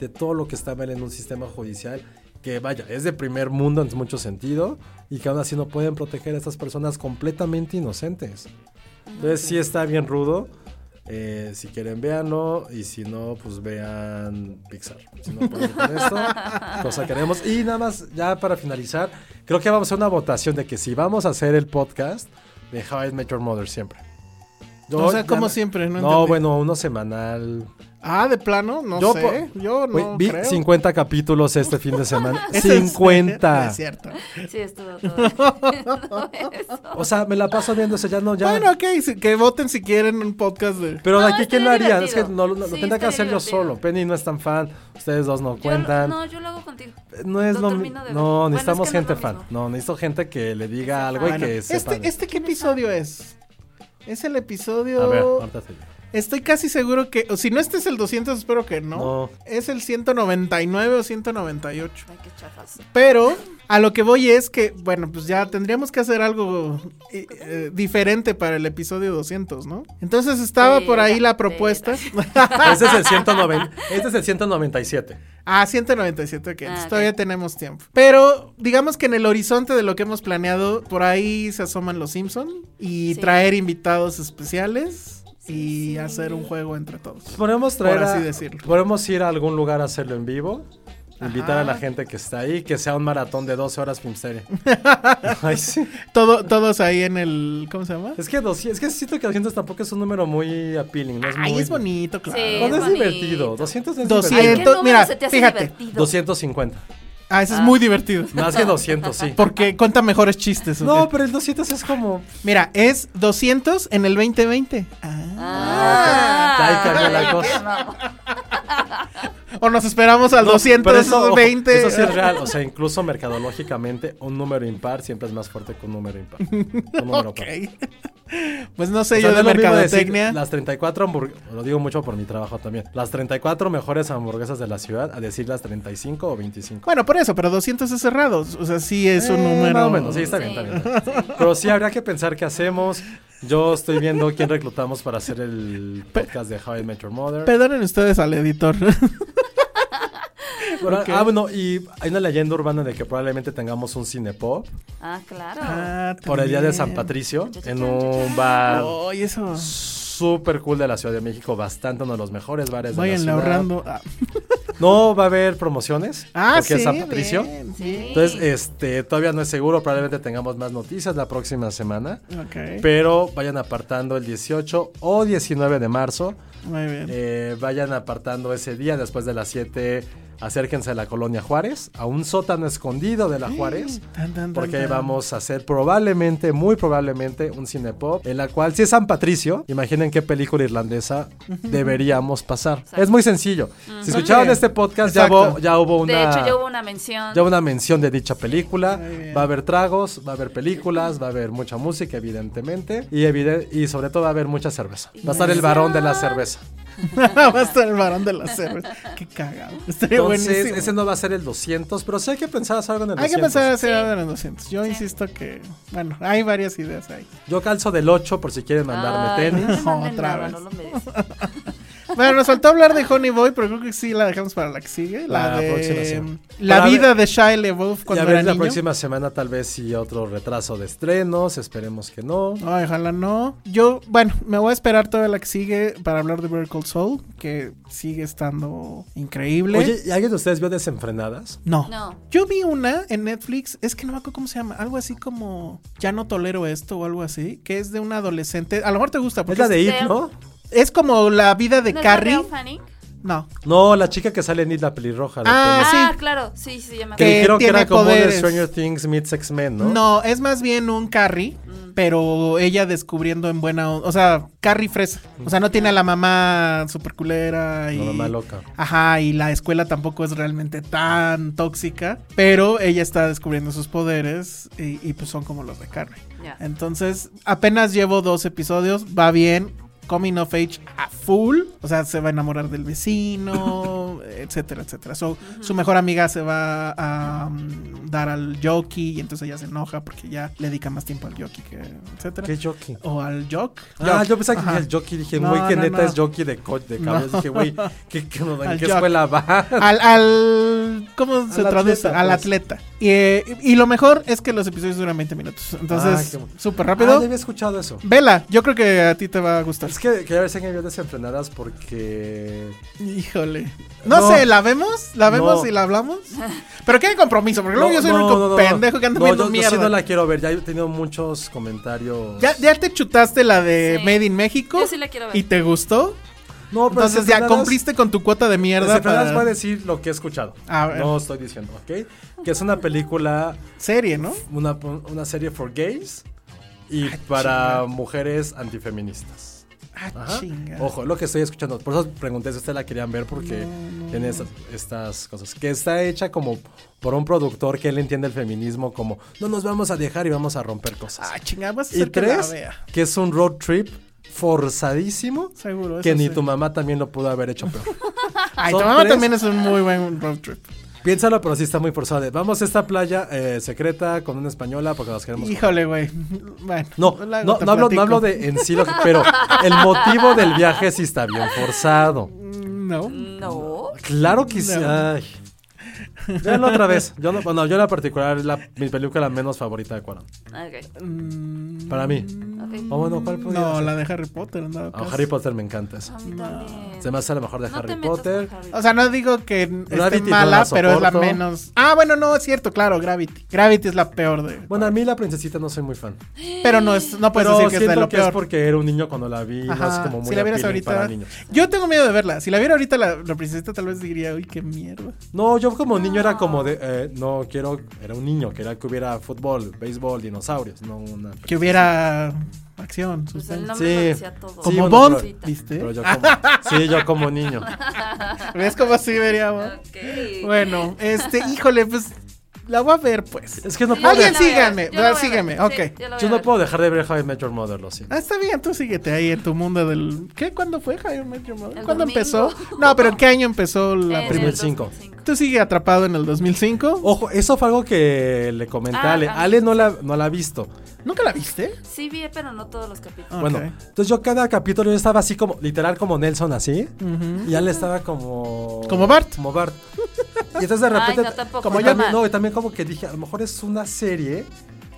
Speaker 4: de todo lo que está mal en un sistema judicial que vaya, es de primer mundo en mucho sentido y que aún así no pueden proteger a estas personas completamente inocentes. Entonces sí está bien rudo. Eh, si quieren, véanlo. Y si no, pues vean Pixar. Si no pueden con esto, lo sacaremos. Y nada más, ya para finalizar, creo que vamos a hacer una votación de que si vamos a hacer el podcast de How I Met Your Mother siempre. Yo
Speaker 5: o sea,
Speaker 4: ya
Speaker 5: como
Speaker 4: no-
Speaker 5: siempre, ¿no?
Speaker 4: No,
Speaker 5: entendí.
Speaker 4: bueno, uno semanal.
Speaker 5: Ah, de plano, no
Speaker 4: Yo
Speaker 5: sé.
Speaker 4: po-
Speaker 5: Yo
Speaker 4: Güey,
Speaker 5: no
Speaker 4: vi
Speaker 5: creo.
Speaker 4: 50 capítulos este fin de semana.
Speaker 5: Es en-
Speaker 4: 50.
Speaker 5: Es cierto.
Speaker 6: Sí, estuvo todo. eso.
Speaker 4: o sea, me la paso viendo, o sea, ya no, ya.
Speaker 5: Bueno, ok, si- que voten si quieren un podcast de.
Speaker 4: Pero
Speaker 6: No,
Speaker 4: de aquí, ¿quién lo
Speaker 6: estaría
Speaker 4: haría? Es
Speaker 6: divertido.
Speaker 4: que no, lo- lo
Speaker 6: Sí,
Speaker 4: tendría que
Speaker 6: estaría
Speaker 4: hacer yo
Speaker 6: divertido.
Speaker 4: solo. Penny no es tan fan. Ustedes dos no
Speaker 6: Yo lo-
Speaker 4: cuentan.
Speaker 6: no, yo lo hago contigo.
Speaker 4: No es
Speaker 6: Lo
Speaker 4: lo mismo.
Speaker 6: termino de ver.
Speaker 4: No,
Speaker 6: Bueno, es
Speaker 4: necesitamos
Speaker 6: que no es
Speaker 4: gente
Speaker 6: lo
Speaker 4: fan.
Speaker 6: mismo.
Speaker 4: No, necesito gente que le diga algo y
Speaker 6: fan.
Speaker 4: que sepa.
Speaker 5: Este,
Speaker 4: de-
Speaker 5: este ¿qué episodio es? Es el episodio.
Speaker 4: A ver, ahorita te digo.
Speaker 5: Estoy casi seguro que. o si no este es el 200, espero que no.
Speaker 4: No.
Speaker 5: Es el 199 o 198.
Speaker 6: Ay, qué chafas.
Speaker 5: Pero a lo que voy es que, bueno, pues ya tendríamos que hacer algo eh, eh, diferente para el episodio 200, ¿no? Entonces estaba por ahí la
Speaker 6: Espera,
Speaker 5: propuesta.
Speaker 4: Este es el 190 este es el 197.
Speaker 5: ah, 197, ok.
Speaker 6: Ah,
Speaker 5: entonces
Speaker 6: ok.
Speaker 5: Todavía tenemos tiempo. Pero digamos que en el horizonte de lo que hemos planeado, por ahí se asoman los Simpson y
Speaker 6: Sí.
Speaker 5: traer invitados especiales y
Speaker 6: Sí, sí.
Speaker 5: hacer un juego entre todos.
Speaker 4: Podemos traer.
Speaker 5: Por
Speaker 4: a-
Speaker 5: así decirlo.
Speaker 4: Podemos ir a algún lugar a hacerlo en vivo. Invitar a la gente que está ahí, que sea un maratón de 12 horas Filmsteria. Ay, sí.
Speaker 5: Todo, todos ahí en el. ¿Cómo se llama?
Speaker 4: Es que, 200 es que siento que 200 tampoco es un número muy appealing. No es
Speaker 5: Ay,
Speaker 4: muy-
Speaker 5: es bonito, claro.
Speaker 6: Sí.
Speaker 4: Cuando es,
Speaker 6: bonito.
Speaker 4: divertido. 200 es
Speaker 5: 200,
Speaker 4: divertido.
Speaker 6: número
Speaker 5: mira,
Speaker 6: se te hace
Speaker 5: fíjate.
Speaker 6: divertido?
Speaker 4: 250.
Speaker 5: Ah, ese es muy divertido.
Speaker 4: Más que 200, sí.
Speaker 5: Porque cuenta mejores chistes. ¿o qué?
Speaker 4: No, pero el 200 es como.
Speaker 5: Mira, es 200 en el 2020.
Speaker 6: Ah.
Speaker 5: Ah.
Speaker 4: Ahí cambió la cosa.
Speaker 5: O nos esperamos al
Speaker 4: No, pero eso-
Speaker 5: 220.
Speaker 4: Eso sí es real. O sea, incluso mercadológicamente, un número impar siempre es más fuerte que un número impar. Un número
Speaker 5: Ok.
Speaker 4: par.
Speaker 5: Pues no sé
Speaker 4: O sea,
Speaker 5: yo
Speaker 4: no
Speaker 5: de
Speaker 4: es lo mismo decir
Speaker 5: mercadotecnia.
Speaker 4: Las 34 hamburguesas, lo digo mucho por mi trabajo también, las 34 mejores hamburguesas de la ciudad, a decir las 35 o 25.
Speaker 5: Bueno, por eso, pero 200 es cerrado. O sea, sí es un
Speaker 4: Eh,
Speaker 5: número.
Speaker 4: más o menos, sí, está bien, está bien. está bien. Pero sí habría que pensar qué hacemos. Yo estoy viendo quién reclutamos para hacer el podcast de How I Met Your Mother.
Speaker 5: Perdonen ustedes al editor.
Speaker 4: Pero-
Speaker 5: ok.
Speaker 4: Ah, bueno, y hay una leyenda urbana de que probablemente tengamos un cinepop
Speaker 6: Ah, claro.
Speaker 4: por el día de San
Speaker 5: también.
Speaker 4: Patricio en un bar
Speaker 5: Ay, eso.
Speaker 4: súper cool de la Ciudad de México, bastante uno de los mejores bares de la
Speaker 5: Vayan
Speaker 4: ciudad.
Speaker 5: ahorrando. Ah,
Speaker 4: No va a haber promociones.
Speaker 5: Ah,
Speaker 4: porque es
Speaker 5: sí,
Speaker 4: San Patricio.
Speaker 5: bien,
Speaker 4: Entonces, este, todavía no es seguro. Probablemente tengamos más noticias la próxima semana.
Speaker 5: Ok.
Speaker 4: Pero vayan apartando el 18 o 19 de marzo.
Speaker 5: Muy bien.
Speaker 4: Eh, vayan apartando ese día después de las 7. Acérquense a la colonia Juárez, a un sótano escondido de la Juárez.
Speaker 5: Tan, tan, tan,
Speaker 4: Porque ahí
Speaker 5: tan.
Speaker 4: vamos a hacer probablemente, muy probablemente, un cinepop en la cual, si es San Patricio, imaginen qué película irlandesa deberíamos pasar. Es muy sencillo. Si escucharon
Speaker 5: Hombre.
Speaker 4: este podcast, ya
Speaker 5: Exacto.
Speaker 4: hubo, ya hubo una.
Speaker 6: De hecho, ya hubo una mención.
Speaker 4: ya hubo una mención de dicha película. Va a haber tragos, va a haber películas, va a haber mucha música, evidentemente. Y, evide- y sobre todo va a haber mucha cerveza. Va a estar el varón de la cerveza.
Speaker 5: Va a estar el varón de la cerveza. Qué cagado. Estaría
Speaker 4: Entonces,
Speaker 5: buenísimo.
Speaker 4: ese no va a ser el 200, pero sí hay que pensar hacer algo en el
Speaker 5: Hay que
Speaker 4: 200.
Speaker 5: pensar hacer algo en los 200. Yo insisto que, bueno, hay varias ideas ahí.
Speaker 4: Yo calzo del 8 por si quieren mandarme
Speaker 6: Ay,
Speaker 4: tenis.
Speaker 6: no me manden
Speaker 5: Otra
Speaker 6: nada,
Speaker 5: vez.
Speaker 6: no lo merecen.
Speaker 5: Bueno, nos faltó hablar de Honey Boy, pero creo que sí la dejamos para la que sigue. La,
Speaker 4: La
Speaker 5: de
Speaker 4: próxima semana.
Speaker 5: La
Speaker 4: Para
Speaker 5: vida
Speaker 4: ver-
Speaker 5: de Shia LaBeouf
Speaker 4: Y a
Speaker 5: cuando
Speaker 4: ver
Speaker 5: era
Speaker 4: si la
Speaker 5: niño.
Speaker 4: próxima semana tal vez sí otro retraso de estrenos, esperemos que no.
Speaker 5: Ay, ojalá no. Yo, bueno, me voy a esperar toda la que sigue para hablar de Better Call Soul, que sigue estando increíble.
Speaker 4: Oye, ¿y alguien de ustedes vio Desenfrenadas?
Speaker 5: no.
Speaker 6: No.
Speaker 5: Yo vi una en Netflix, es que no me acuerdo cómo se llama, algo así como Ya no tolero esto o algo así, que es de una adolescente. A lo mejor te gusta,
Speaker 4: Es
Speaker 5: porque
Speaker 4: la de It,
Speaker 6: Esther.
Speaker 4: ¿no?
Speaker 5: es como la vida de
Speaker 6: ¿No es la
Speaker 5: Carrie.
Speaker 6: Leo Fanning?
Speaker 5: No.
Speaker 4: No, la chica que sale en It, la pelirroja. la
Speaker 5: Ah,
Speaker 4: peli.
Speaker 5: sí.
Speaker 6: Ah, claro. Sí, sí, ya me
Speaker 4: que
Speaker 5: que
Speaker 4: dijeron
Speaker 6: acuerdo.
Speaker 4: que
Speaker 5: tiene
Speaker 4: era como de
Speaker 5: poderes.
Speaker 4: Stranger Things meets X-Men, ¿no?
Speaker 5: ¿No? es más bien un Carrie,
Speaker 6: Mm.
Speaker 5: pero ella descubriendo en buena on- O sea, Carrie fresa. O
Speaker 6: Mm.
Speaker 5: sea, no tiene a la mamá super culera y.
Speaker 4: La mamá loca.
Speaker 5: Ajá, y la escuela tampoco es realmente tan tóxica. Pero ella está descubriendo sus poderes y, y, pues son como los de Carrie.
Speaker 6: Ya.
Speaker 5: Entonces, apenas llevo dos episodios, va bien. Coming of age a full, o sea, se va a enamorar del vecino, etcétera, etcétera. So, Su mejor amiga se va a um, dar al jockey y entonces ella se enoja porque ya le dedica más tiempo al jockey que, etcétera.
Speaker 4: ¿Qué jockey?
Speaker 5: O al jock.
Speaker 4: Ah,
Speaker 5: Jock,
Speaker 4: yo pensaba que
Speaker 5: Oh, ajá.
Speaker 4: era el jockey. Dije,
Speaker 5: No,
Speaker 4: güey, que
Speaker 5: no,
Speaker 4: neta
Speaker 5: no.
Speaker 4: es jockey de coach de caballos.
Speaker 5: No.
Speaker 4: Dije, güey, ¿qué, qué- no, ¿en
Speaker 5: Al
Speaker 4: qué
Speaker 5: jockey. Ah,
Speaker 4: escuela va?
Speaker 5: Al, al- ¿Cómo se
Speaker 4: Al
Speaker 5: traduce?
Speaker 4: atleta,
Speaker 5: Al
Speaker 4: pues.
Speaker 5: atleta. Y, eh, y lo mejor es que los episodios duran 20 minutos.
Speaker 4: Ah,
Speaker 5: Entonces,
Speaker 4: qué bueno.
Speaker 5: súper
Speaker 4: Ah,
Speaker 5: rápido.
Speaker 4: ya había escuchado eso.
Speaker 5: Vela, yo creo que a ti te va a gustar.
Speaker 4: Es que quería ver si alguien vio Desenfrenadas porque...
Speaker 5: Híjole. No,
Speaker 4: No.
Speaker 5: sé, ¿la vemos? ¿La vemos
Speaker 4: No.
Speaker 5: y la hablamos? Pero qué hay compromiso, porque luego yo soy el único pendejo que anda
Speaker 4: no,
Speaker 5: viendo
Speaker 4: yo- yo
Speaker 5: mierda.
Speaker 4: sí no la quiero ver, ya he tenido muchos comentarios.
Speaker 5: ¿Ya, ya te chutaste la de
Speaker 6: Sí.
Speaker 5: Made in México.
Speaker 6: Yo sí la quiero ver.
Speaker 5: ¿Y te gustó?
Speaker 4: No, pero
Speaker 5: Entonces ya
Speaker 4: Desenfrenadas-
Speaker 5: cumpliste con tu cuota de mierda.
Speaker 4: Desenfrenadas
Speaker 5: Para...
Speaker 4: va a decir lo que he escuchado.
Speaker 5: A ver.
Speaker 4: No estoy diciendo, ¿ok? Que es una película,
Speaker 5: Serie, ¿no?
Speaker 4: una, una serie for gays y para mujeres antifeministas.
Speaker 5: Ah,
Speaker 4: Ajá.
Speaker 5: chinga.
Speaker 4: Ojo, lo que estoy escuchando. Por eso pregunté si ustedes la querían ver porque tiene esas- estas cosas. Que está hecha como por un productor que él entiende el feminismo como no nos vamos a dejar y vamos a romper cosas.
Speaker 5: Ah, chinga, vas a
Speaker 4: y
Speaker 5: hacer que la
Speaker 4: tres,
Speaker 5: vea.
Speaker 4: que es un road trip forzadísimo.
Speaker 5: Seguro, eso
Speaker 4: Que ni
Speaker 5: sí.
Speaker 4: tu mamá también lo pudo haber hecho peor.
Speaker 5: Ay, tu
Speaker 4: Son
Speaker 5: mamá
Speaker 4: tres.
Speaker 5: también es un muy buen road trip.
Speaker 4: Piénsalo, pero sí está muy forzado. de, Vamos a esta playa eh, secreta con una española porque nos queremos.
Speaker 5: Híjole, güey. Bueno.
Speaker 4: No, no,
Speaker 5: pues luego te
Speaker 4: no hablo, no
Speaker 5: platico.
Speaker 4: hablo de en sí, lo que- pero el motivo del viaje sí está bien forzado.
Speaker 5: No.
Speaker 6: No.
Speaker 4: Claro que sí.
Speaker 5: No.
Speaker 4: Ay. Véanlo otra vez. Yo no- bueno, yo en la particular es la, mi película menos favorita de Cuarón.
Speaker 6: Ok.
Speaker 4: Para mí.
Speaker 5: Mm.
Speaker 6: ok. ok.
Speaker 4: O bueno, ¿cuál podría
Speaker 5: No,
Speaker 4: ser?
Speaker 5: la Ah. de Harry Potter. nada
Speaker 4: Ah,
Speaker 5: más.
Speaker 4: Harry Potter me encanta esa.
Speaker 6: A mí también.
Speaker 4: Mm. Se me hace la mejor de
Speaker 6: No te
Speaker 4: Harry
Speaker 6: metas con
Speaker 4: Potter.
Speaker 6: Harry
Speaker 5: O sea, no digo que esté
Speaker 4: Gravity no
Speaker 5: mala,
Speaker 4: la
Speaker 5: pero es la
Speaker 4: soporto.
Speaker 5: menos. Ah, bueno, no, es cierto, claro, Gravity. Gravity es la peor de.
Speaker 4: Bueno, a mí la princesita no soy muy fan.
Speaker 5: Pero no es, no puedes
Speaker 4: Pero
Speaker 5: decir que es
Speaker 4: siento
Speaker 5: de lo
Speaker 4: que es
Speaker 5: peor.
Speaker 4: porque era un niño cuando la vi. no es
Speaker 5: Ajá,
Speaker 4: como muy
Speaker 5: si la vieras
Speaker 4: appealing para
Speaker 5: ahorita.
Speaker 4: niños.
Speaker 5: Yo tengo miedo de verla. Si la viera ahorita la, la princesita tal vez diría, uy, qué mierda.
Speaker 4: No, yo como niño era como de. eh, no, quiero. Era un niño, quería que hubiera fútbol, béisbol, dinosaurios. No una.
Speaker 5: Que hubiera acción.
Speaker 6: Pues el
Speaker 5: suspense.
Speaker 6: nombre
Speaker 4: Sí.
Speaker 6: lo decía todo.
Speaker 4: Sí,
Speaker 5: Como
Speaker 4: bueno,
Speaker 5: Bond,
Speaker 4: pero-
Speaker 5: ¿viste?
Speaker 4: Pero yo como, sí, yo como niño.
Speaker 5: ¿Ves cómo así veríamos?
Speaker 6: Ok.
Speaker 5: Bueno, este, híjole, pues la voy a ver, pues.
Speaker 4: Es que no
Speaker 6: Sí, yo
Speaker 4: puedo,
Speaker 6: la
Speaker 5: Alguien
Speaker 6: voy a ver,
Speaker 5: síganme,
Speaker 6: yo la voy a
Speaker 5: sígueme,
Speaker 6: ver,
Speaker 5: ok.
Speaker 6: yo la voy
Speaker 4: yo
Speaker 6: a
Speaker 4: no
Speaker 6: ver.
Speaker 4: puedo dejar de ver How I Met Your Mother, lo siento.
Speaker 5: Ah, está bien, tú síguete ahí en tu mundo del... ¿Qué? ¿Cuándo fue How I Met Your Mother?
Speaker 6: El
Speaker 5: ¿Cuándo
Speaker 6: domingo.
Speaker 5: empezó? No, pero ¿en qué año empezó la
Speaker 6: En
Speaker 4: Primer
Speaker 6: el
Speaker 5: primera?
Speaker 4: cinco.
Speaker 6: 2005.
Speaker 5: Tú sigue atrapado en el 2005.
Speaker 4: Ojo, eso fue algo que le comenté a
Speaker 6: Ah,
Speaker 4: Ale.
Speaker 6: ah.
Speaker 4: Ale no la, no la ha visto.
Speaker 5: ¿Nunca la viste?
Speaker 6: Sí vi, pero no todos los capítulos.
Speaker 5: Ok.
Speaker 4: Bueno, entonces yo cada capítulo yo estaba así como, literal como Nelson así. Y Ale estaba como...
Speaker 5: Como Bart.
Speaker 4: Como Bart. Y entonces de
Speaker 6: Ay,
Speaker 4: repente...
Speaker 6: no, tampoco,
Speaker 4: como
Speaker 6: no
Speaker 4: yo,
Speaker 6: más.
Speaker 4: no, y también como que dije, a lo mejor es una serie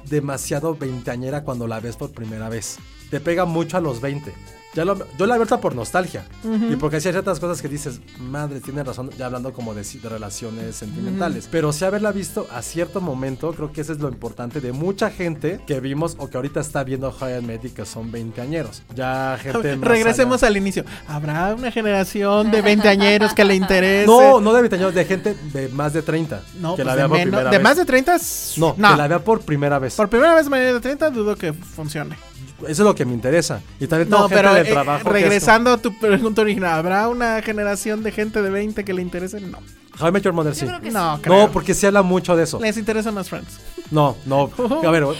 Speaker 4: demasiado veinteañera cuando la ves por primera vez. Te pega mucho a los 20. Ya lo- yo la veo ahorita por nostalgia. Y porque sí hay ciertas cosas que dices, madre, tiene razón, ya hablando como de, si- de relaciones sentimentales. Pero sí haberla visto a cierto momento, creo que eso es lo importante de mucha gente que vimos o que ahorita está viendo High and Medic, que son veinteañeros. Ya gente más
Speaker 5: Regresemos
Speaker 4: allá.
Speaker 5: al inicio. ¿Habrá una generación de veinteañeros que le interese?
Speaker 4: No, no de veinteañeros, de gente de más de 30.
Speaker 5: No,
Speaker 4: que
Speaker 5: pues
Speaker 4: la
Speaker 5: de,
Speaker 4: vea por
Speaker 5: menos-
Speaker 4: primera
Speaker 5: de
Speaker 4: vez.
Speaker 5: más de 30 es-
Speaker 4: No, que la vea por primera vez.
Speaker 5: Por primera vez mañana de 30 dudo que funcione.
Speaker 4: Eso es lo que me interesa. Y también tengo
Speaker 5: No,
Speaker 4: gente
Speaker 5: pero
Speaker 4: del
Speaker 5: eh,
Speaker 4: trabajo. que es
Speaker 5: regresando a tu pregunta original, ¿habrá una generación de gente de 20 que le interese? No.
Speaker 4: como, How I Met Your Mother, sí.
Speaker 6: Yo creo que
Speaker 5: No,
Speaker 6: sí.
Speaker 5: creo.
Speaker 4: No, porque se habla mucho de eso.
Speaker 5: Les interesa más Friends.
Speaker 4: No, no. A ver, no.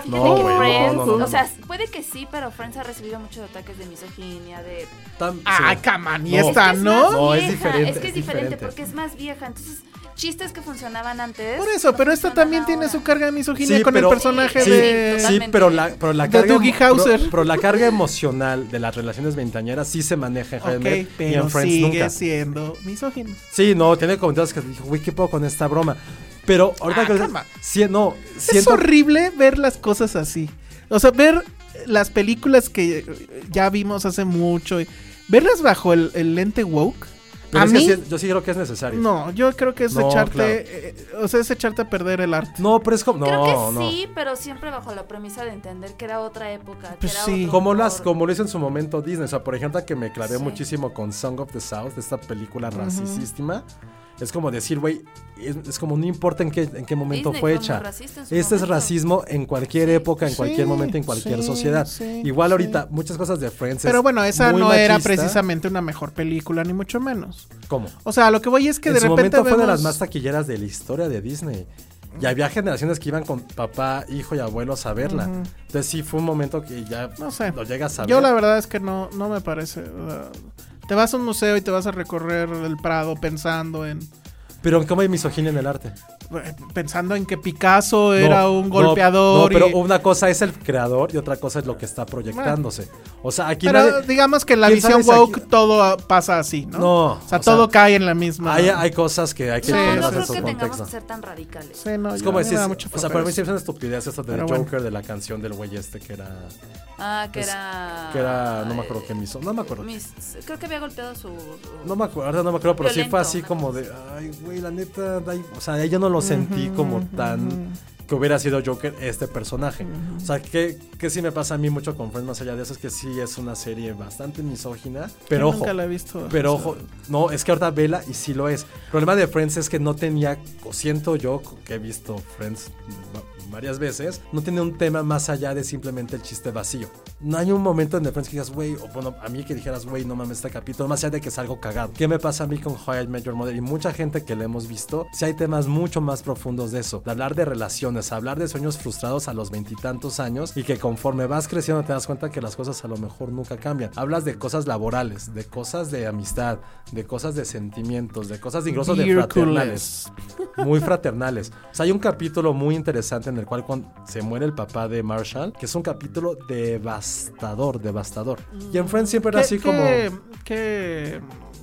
Speaker 4: No,
Speaker 6: fíjate
Speaker 4: no,
Speaker 6: que
Speaker 4: güey,
Speaker 6: Friends,
Speaker 4: no, no, no,
Speaker 6: o sea,
Speaker 4: no.
Speaker 6: puede que sí, pero Friends ha recibido muchos ataques de misoginia, de...
Speaker 4: Tan-
Speaker 5: Ah,
Speaker 4: sí.
Speaker 5: caman, y
Speaker 4: No.
Speaker 5: esta,
Speaker 6: Es
Speaker 5: ¿no?
Speaker 6: más
Speaker 4: No, es
Speaker 6: vieja,
Speaker 4: diferente,
Speaker 6: Es que es
Speaker 4: es
Speaker 6: diferente
Speaker 4: diferente.
Speaker 6: porque es más vieja, entonces chistes que funcionaban antes.
Speaker 5: Por eso,
Speaker 6: no
Speaker 5: pero esta
Speaker 6: funcionan
Speaker 5: también tiene
Speaker 6: ahora.
Speaker 5: su carga de misoginia
Speaker 4: Sí,
Speaker 5: con el
Speaker 4: pero-
Speaker 5: personaje
Speaker 4: sí,
Speaker 5: de.
Speaker 4: Sí,
Speaker 6: Totalmente.
Speaker 4: pero la, pero la
Speaker 5: De
Speaker 4: carga.
Speaker 5: Dougie
Speaker 4: emo-
Speaker 5: Hauser.
Speaker 4: Pero, pero la carga emocional de las relaciones veintañeras sí se maneja en How I
Speaker 5: Ok,
Speaker 4: Met y
Speaker 5: pero
Speaker 4: en Friends
Speaker 5: sigue
Speaker 4: nunca.
Speaker 5: siendo misógino.
Speaker 4: Sí, no, tiene comentarios que dijo, güey, ¿qué puedo con esta broma? Pero ahorita
Speaker 5: Ah,
Speaker 4: que lo dices,
Speaker 5: calma.
Speaker 4: sí, no,
Speaker 5: Es
Speaker 4: siento,
Speaker 5: horrible ver las cosas así. O sea, ver las películas que eh, ya vimos hace mucho, y- verlas bajo el, el lente woke.
Speaker 4: pero
Speaker 5: a
Speaker 4: es que
Speaker 5: mí,
Speaker 4: sí- yo sí creo que es necesario.
Speaker 5: no, yo creo que es
Speaker 4: No,
Speaker 5: echarte.
Speaker 4: claro.
Speaker 5: eh, o sea, es echarte a perder el arte.
Speaker 4: No, pero es como, no,
Speaker 6: Creo que
Speaker 4: no.
Speaker 6: sí, pero siempre bajo la premisa de entender que era otra época. que
Speaker 5: Pues
Speaker 6: era
Speaker 5: sí.
Speaker 6: otro
Speaker 4: Como, las,
Speaker 6: humor.
Speaker 4: como lo hizo en su momento Disney. O sea, por ejemplo, que me clavé
Speaker 6: Sí.
Speaker 4: muchísimo con Song of the South, esta película racisísima. Es como decir, güey, es, es como no importa en qué, en qué momento
Speaker 6: Disney
Speaker 4: fue
Speaker 6: fue muy
Speaker 4: hecha.
Speaker 6: racista en su
Speaker 4: Este es
Speaker 6: momento.
Speaker 4: racismo en cualquier época, en cualquier
Speaker 5: Sí,
Speaker 4: momento, en cualquier
Speaker 5: sí,
Speaker 4: sociedad.
Speaker 5: sí,
Speaker 4: Igual
Speaker 5: sí.
Speaker 4: ahorita, muchas cosas de Friends. es
Speaker 5: Pero bueno, esa
Speaker 4: muy
Speaker 5: no era
Speaker 4: machista.
Speaker 5: precisamente una mejor película, ni mucho menos.
Speaker 4: ¿Cómo?
Speaker 5: O sea, lo que voy es que
Speaker 4: en
Speaker 5: de
Speaker 4: su
Speaker 5: repente.
Speaker 4: momento fue de las
Speaker 5: vemos-
Speaker 4: más taquilleras de la historia de Disney. Y había generaciones que iban con papá, hijo y abuelos a verla. Entonces sí fue un momento que ya
Speaker 5: No sé.
Speaker 4: lo llegas a ver.
Speaker 5: Yo la verdad es que no, no me parece. o sea, te vas a un museo y te vas a recorrer el Prado pensando en
Speaker 4: Pero ¿cómo hay misoginia en el arte?
Speaker 5: pensando en que Picasso
Speaker 4: No,
Speaker 5: era un
Speaker 4: no,
Speaker 5: golpeador.
Speaker 4: No, pero
Speaker 5: y-
Speaker 4: una cosa es el creador y otra cosa es lo que está proyectándose. O sea, aquí
Speaker 5: pero
Speaker 4: nadie-
Speaker 5: digamos que en la
Speaker 4: ¿quién
Speaker 5: visión
Speaker 4: sabe si
Speaker 5: woke
Speaker 4: aquí-
Speaker 5: todo ah, pasa así, ¿no?
Speaker 4: No,
Speaker 5: O sea,
Speaker 4: o
Speaker 5: todo
Speaker 4: sea,
Speaker 5: cae en la misma.
Speaker 4: hay, hay cosas que hay que
Speaker 5: Sí,
Speaker 6: No,
Speaker 4: ponerlas
Speaker 6: no
Speaker 5: Ponerse
Speaker 4: en
Speaker 6: creo
Speaker 4: su
Speaker 6: que tengamos
Speaker 4: contexto.
Speaker 6: que ser tan radicales.
Speaker 5: Sí, no,
Speaker 4: Es
Speaker 5: yo-
Speaker 4: como
Speaker 5: a mí me
Speaker 4: decir,
Speaker 5: da mucha
Speaker 4: o sea,
Speaker 5: flojera
Speaker 4: para mí
Speaker 5: eso.
Speaker 4: siempre es una estupidez eso del
Speaker 5: Pero bueno.
Speaker 4: Joker, de la canción del güey este que era,
Speaker 6: Ah, que
Speaker 4: pues,
Speaker 6: era...
Speaker 4: que era, no me acuerdo qué hizo, no me acuerdo.
Speaker 6: Mis- creo que había golpeado su... su-
Speaker 4: No me acuerdo, ahorita no me acuerdo, pero sí fue
Speaker 6: Violento,
Speaker 4: así
Speaker 6: una
Speaker 4: como de, ay, güey, la neta, da- o sea, yo no lo sentí como tan que hubiera sido Joker este personaje. O sea, que, que sí me pasa a mí mucho con Friends, más allá de eso, es que sí es una serie bastante misógina, pero
Speaker 5: Yo
Speaker 4: ojo.
Speaker 5: nunca la he visto.
Speaker 4: Pero
Speaker 5: o sea,
Speaker 4: ojo, no, es que ahorita vela y sí lo es. El problema de Friends es que no tenía, o siento yo que he visto Friends va- varias veces, no tiene un tema más allá de simplemente el chiste vacío. No hay un momento en The Friends que digas, güey, o bueno, a mí que dijeras, güey, no mames este capítulo, más allá de que es algo cagado. ¿Qué me pasa a mí con How I Met Your Mother? Y mucha gente que le hemos visto, si hay temas mucho más profundos de eso, de hablar de relaciones, hablar de sueños frustrados a los veintitantos años y que conforme vas creciendo te das cuenta que las cosas a lo mejor nunca cambian. Hablas de cosas laborales, de cosas de amistad, de cosas de sentimientos, de cosas incluso de
Speaker 5: Beer
Speaker 4: fraternales. Muy fraternales. O sea, hay un capítulo muy interesante en el cual cuando se muere el papá de Marshall, que es un capítulo devastador, devastador. Y en Friends siempre era
Speaker 5: ¿qué-
Speaker 4: así como...
Speaker 5: qué- ¿Qué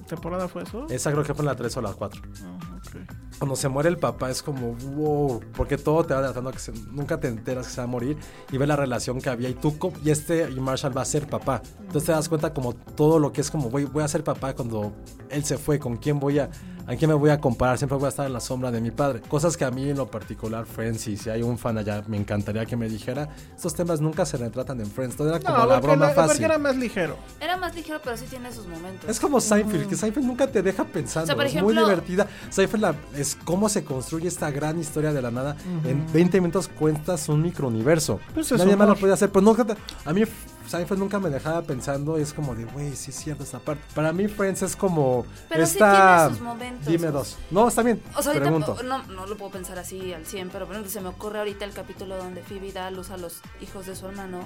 Speaker 5: temporada fue eso?
Speaker 4: Esa creo que fue en la 3 o la 4.
Speaker 5: Ah, ok.
Speaker 4: cuando se muere el papá es como wow, porque todo te va tratando que se- nunca te enteras que se va a morir y ve la relación que había y tú co- y este y Marshall va a ser papá. Entonces te das cuenta como todo lo que es como voy, voy a ser papá cuando él se fue, con quién voy a a quién me voy a comparar, siempre voy a estar en la sombra de mi padre. Cosas que a mí en lo particular Friends y si hay un fan allá me encantaría que me dijera, estos temas nunca se retratan en Friends, todo era como
Speaker 5: No,
Speaker 4: la
Speaker 5: porque,
Speaker 4: broma
Speaker 5: la- porque
Speaker 4: fácil.
Speaker 5: era más ligero.
Speaker 6: Era más ligero, pero sí tiene sus momentos.
Speaker 4: Es como Seinfeld, que Seinfeld nunca te deja pensando.
Speaker 6: O sea, por
Speaker 4: es muy
Speaker 6: ejemplo-
Speaker 4: divertida. Seinfeld la- es cómo se construye esta gran historia de la nada. En 20 minutos cuentas un microuniverso.
Speaker 5: Pues es
Speaker 4: Nadie más lo
Speaker 5: humor.
Speaker 4: podía hacer. Pero nunca te- a mí Seinfeld nunca me dejaba pensando. Es como de, güey, sí es cierto esta parte. Para mí Friends es como
Speaker 6: Pero sí
Speaker 4: esta...
Speaker 6: tiene sus momentos.
Speaker 4: Dime dos. No, está bien.
Speaker 6: O sea, ahorita
Speaker 4: Pregunto.
Speaker 6: no, no, no lo puedo pensar así al 100, pero por ejemplo, se me ocurre ahorita el capítulo donde Phoebe da a luz a los hijos de su hermano.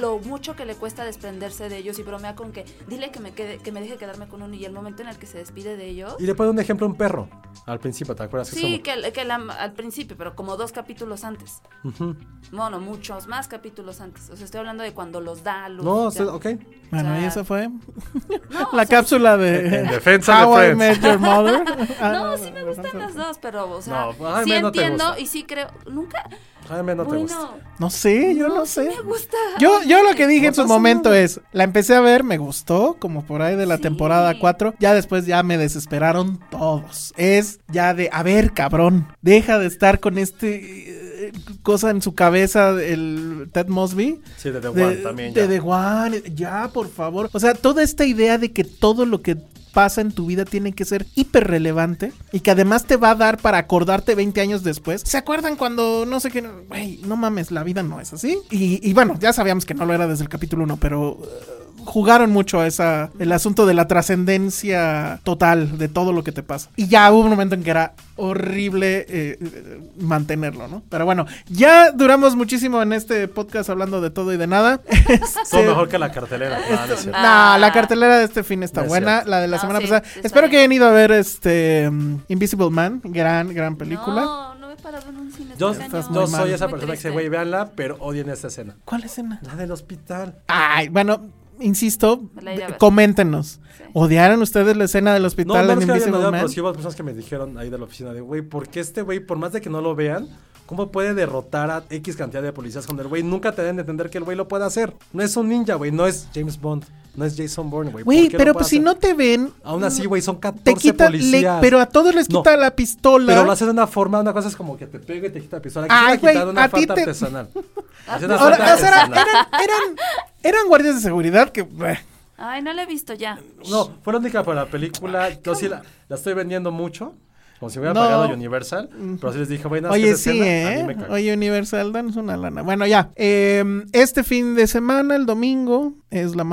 Speaker 6: Lo mucho que le cuesta desprenderse de ellos y bromea con que dile que me quede, que me deje quedarme con uno y el momento en el que se despide de ellos.
Speaker 4: Y le pone un ejemplo a un perro. Al principio, ¿te acuerdas? que es
Speaker 6: Sí, que, que la- al principio, pero como dos capítulos antes.
Speaker 4: como- Ujú.
Speaker 6: Bueno, muchos más capítulos antes. O sea, estoy hablando de cuando los da a luz.
Speaker 4: No,
Speaker 6: o sea,
Speaker 4: usted- ok.
Speaker 5: Bueno,
Speaker 6: sea,
Speaker 5: y esa fue la cápsula de
Speaker 4: En defensa de
Speaker 5: How I
Speaker 4: Friends.
Speaker 5: Met Your Mother. Ah,
Speaker 6: No, sí me gustan las dos, pero, o sea,
Speaker 4: No, Jaime
Speaker 6: sí
Speaker 4: no te
Speaker 6: entiendo
Speaker 4: gusta.
Speaker 6: y sí creo. Nunca.
Speaker 4: Jaime, no te
Speaker 6: bueno,
Speaker 4: gusta.
Speaker 5: No sé, yo no, sé.
Speaker 6: me gusta.
Speaker 5: Yo, yo lo que dije
Speaker 4: No
Speaker 5: en su
Speaker 4: pasa
Speaker 5: momento
Speaker 4: nada.
Speaker 5: es, la empecé a ver, me gustó, como por ahí de la
Speaker 6: Sí.
Speaker 5: temporada 4, ya después ya me desesperaron todos. Es ya de, a ver, cabrón, deja de estar con este eh, cosa en su cabeza, el Ted Mosby.
Speaker 4: Sí, de The
Speaker 5: De-
Speaker 4: One también.
Speaker 5: de
Speaker 4: ya.
Speaker 5: The One, ya, por favor. O sea, toda esta idea de que todo lo que pasa en tu vida tiene que ser hiper relevante y que además te va a dar para acordarte 20 años después. ¿Se acuerdan cuando no sé qué? Güey, no mames, la vida no es así. Y, y bueno, ya sabíamos que no lo era desde el capítulo 1, pero eh, jugaron mucho a esa el asunto de la trascendencia total de todo lo que te pasa. Y ya hubo un momento en que era horrible eh, eh, mantenerlo, ¿no? Pero bueno, ya duramos muchísimo en este podcast hablando de todo y de nada.
Speaker 4: Todo
Speaker 5: Este,
Speaker 4: mejor que la cartelera. Ah, no es cierto.
Speaker 5: no, la cartelera de este fin está
Speaker 4: No es
Speaker 5: buena,
Speaker 4: cierto.
Speaker 5: la de la
Speaker 6: No,
Speaker 5: semana
Speaker 6: sí,
Speaker 5: pasada.
Speaker 6: está
Speaker 5: Espero
Speaker 6: bien.
Speaker 5: que hayan ido a ver este mm, Invisible Man, gran gran película.
Speaker 6: No, no me he parado en un cine.
Speaker 4: Yo,
Speaker 6: este año.
Speaker 4: yo
Speaker 5: muy mal.
Speaker 4: soy esa persona
Speaker 6: Muy
Speaker 4: que dice,
Speaker 6: triste.
Speaker 4: güey, véanla, pero odien esta escena.
Speaker 5: ¿Cuál escena?
Speaker 4: La del hospital.
Speaker 5: Ay, bueno, insisto,
Speaker 6: La iré a
Speaker 5: d-
Speaker 6: ver.
Speaker 5: coméntenos. ¿Odiaron ustedes la escena del
Speaker 4: No,
Speaker 5: hospital
Speaker 4: no
Speaker 5: en
Speaker 4: es que hayan
Speaker 5: Invisible
Speaker 4: odiado,
Speaker 5: Man?
Speaker 4: pero sí hubo personas que me dijeron ahí de la oficina de, güey, ¿por qué este güey, por más de que no lo vean, cómo puede derrotar a X cantidad de policías cuando el güey nunca te deben de entender que el güey lo puede hacer? No es un ninja, güey, no es James Bond, no es Jason Bourne, güey. Eh, ¿por
Speaker 5: Güey,
Speaker 4: qué lo
Speaker 5: pero
Speaker 4: puede
Speaker 5: pues si
Speaker 4: hacer?
Speaker 5: no te ven,
Speaker 4: Aún así, güey, son 14
Speaker 5: te quita, le-
Speaker 4: policías.
Speaker 5: pero a todos les
Speaker 4: No,
Speaker 5: quita la pistola.
Speaker 4: Pero lo haces de una forma, una cosa es como que te pega y te quita la pistola. Aquí
Speaker 5: Ay,
Speaker 4: te la
Speaker 5: güey,
Speaker 4: quitaron una
Speaker 5: a ti
Speaker 4: falta
Speaker 5: te-
Speaker 4: artesanal. Hace una
Speaker 5: Ahora,
Speaker 4: falta
Speaker 5: o sea, eran,
Speaker 4: artesanal.
Speaker 5: eran- eran guardias de seguridad que eh, bleh,
Speaker 6: Ay, no la he visto ya.
Speaker 4: No, fue la única para la película. Yo sí la, la estoy vendiendo mucho. Como si hubiera
Speaker 5: No. Mm.
Speaker 4: pagado Universal. Pero sí les dije, bueno,
Speaker 5: Oye, sí, ¿eh?
Speaker 4: Oye,
Speaker 5: Oye, Universal, danos una lana. Bueno, ya. Eh, este fin de semana, el domingo, es la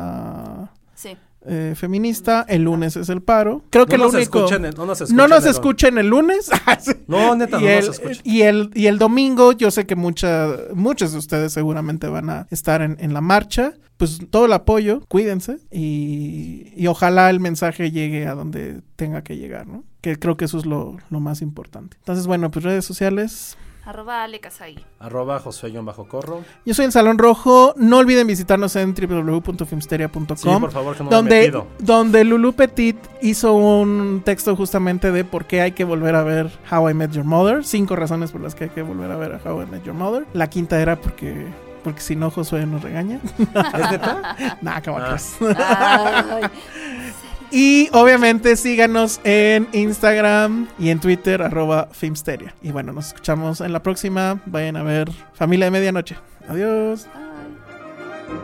Speaker 5: marcha
Speaker 6: Sí.
Speaker 5: eh, feminista. El lunes es el paro. Creo que
Speaker 4: No
Speaker 5: lo
Speaker 4: nos
Speaker 5: único.
Speaker 4: escuchen el- no nos escuchen
Speaker 5: no nos
Speaker 4: el-
Speaker 5: escuchen el lunes. Ah, Sí.
Speaker 4: No, neta,
Speaker 5: y
Speaker 4: no
Speaker 5: el, eh,
Speaker 4: nos escuchen.
Speaker 5: Y el, y el domingo, yo sé que mucha, muchos de ustedes seguramente van a estar en, en la marcha. Pues todo el apoyo, cuídense. Y, y ojalá el mensaje llegue a donde tenga que llegar, ¿no? Que creo que eso es lo, lo más importante. Entonces, bueno, pues redes sociales.
Speaker 6: Arroba Ale Casai.
Speaker 4: Arroba Josué-Corro.
Speaker 5: Yo soy el Salón Rojo. No olviden visitarnos en www.filmsteria.com.
Speaker 4: Sí, por favor, que no me he
Speaker 5: donde,
Speaker 4: metido.
Speaker 5: donde Lulu Petit hizo un texto justamente de por qué hay que volver a ver How I Met Your Mother. Cinco razones por las que hay que volver a ver a How I Met Your Mother. La quinta era porque. Porque si no, Josué nos regaña.
Speaker 4: ¿Es neta? Ah.
Speaker 5: Nah, ¿cómo crees?
Speaker 6: Ay,
Speaker 5: Y obviamente síganos en Instagram y en Twitter, arroba Filmsteria. Y bueno, nos escuchamos en la próxima. Vayan a ver Familia de Medianoche. Adiós.
Speaker 6: ay.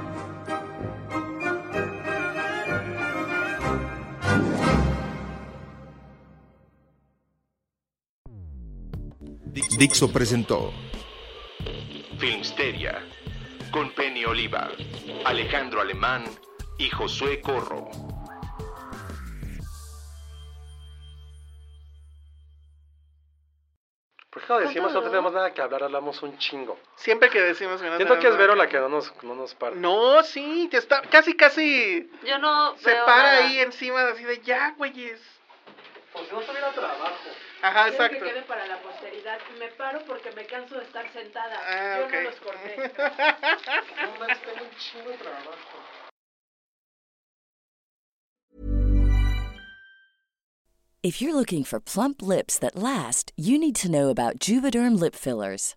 Speaker 2: Dixo presentó
Speaker 1: Filmsteria con Penny Oliva, Alejandro Alemán y Josué Corro.
Speaker 4: ¿Por qué no decimos no tenemos nada que hablar? Hablamos un chingo.
Speaker 5: Siempre que decimos que no
Speaker 4: Siento que es Vero la que no nos, no nos para.
Speaker 5: No, sí, te está casi, casi
Speaker 6: Yo no.
Speaker 5: se
Speaker 6: veo
Speaker 5: para
Speaker 6: nada.
Speaker 5: ahí encima, así de ya, güeyes.
Speaker 4: Pues no tuviera trabajo.
Speaker 5: Ajá,
Speaker 3: Quiero que
Speaker 5: exacto.
Speaker 3: quede para la posteridad. Me paro porque me canso de estar sentada.
Speaker 5: Ah,
Speaker 3: Yo
Speaker 5: ok.
Speaker 3: no los corté.
Speaker 4: No más, tengo un chingo de trabajo.
Speaker 8: If you're looking for plump lips that last, you need to know about Juvederm lip fillers.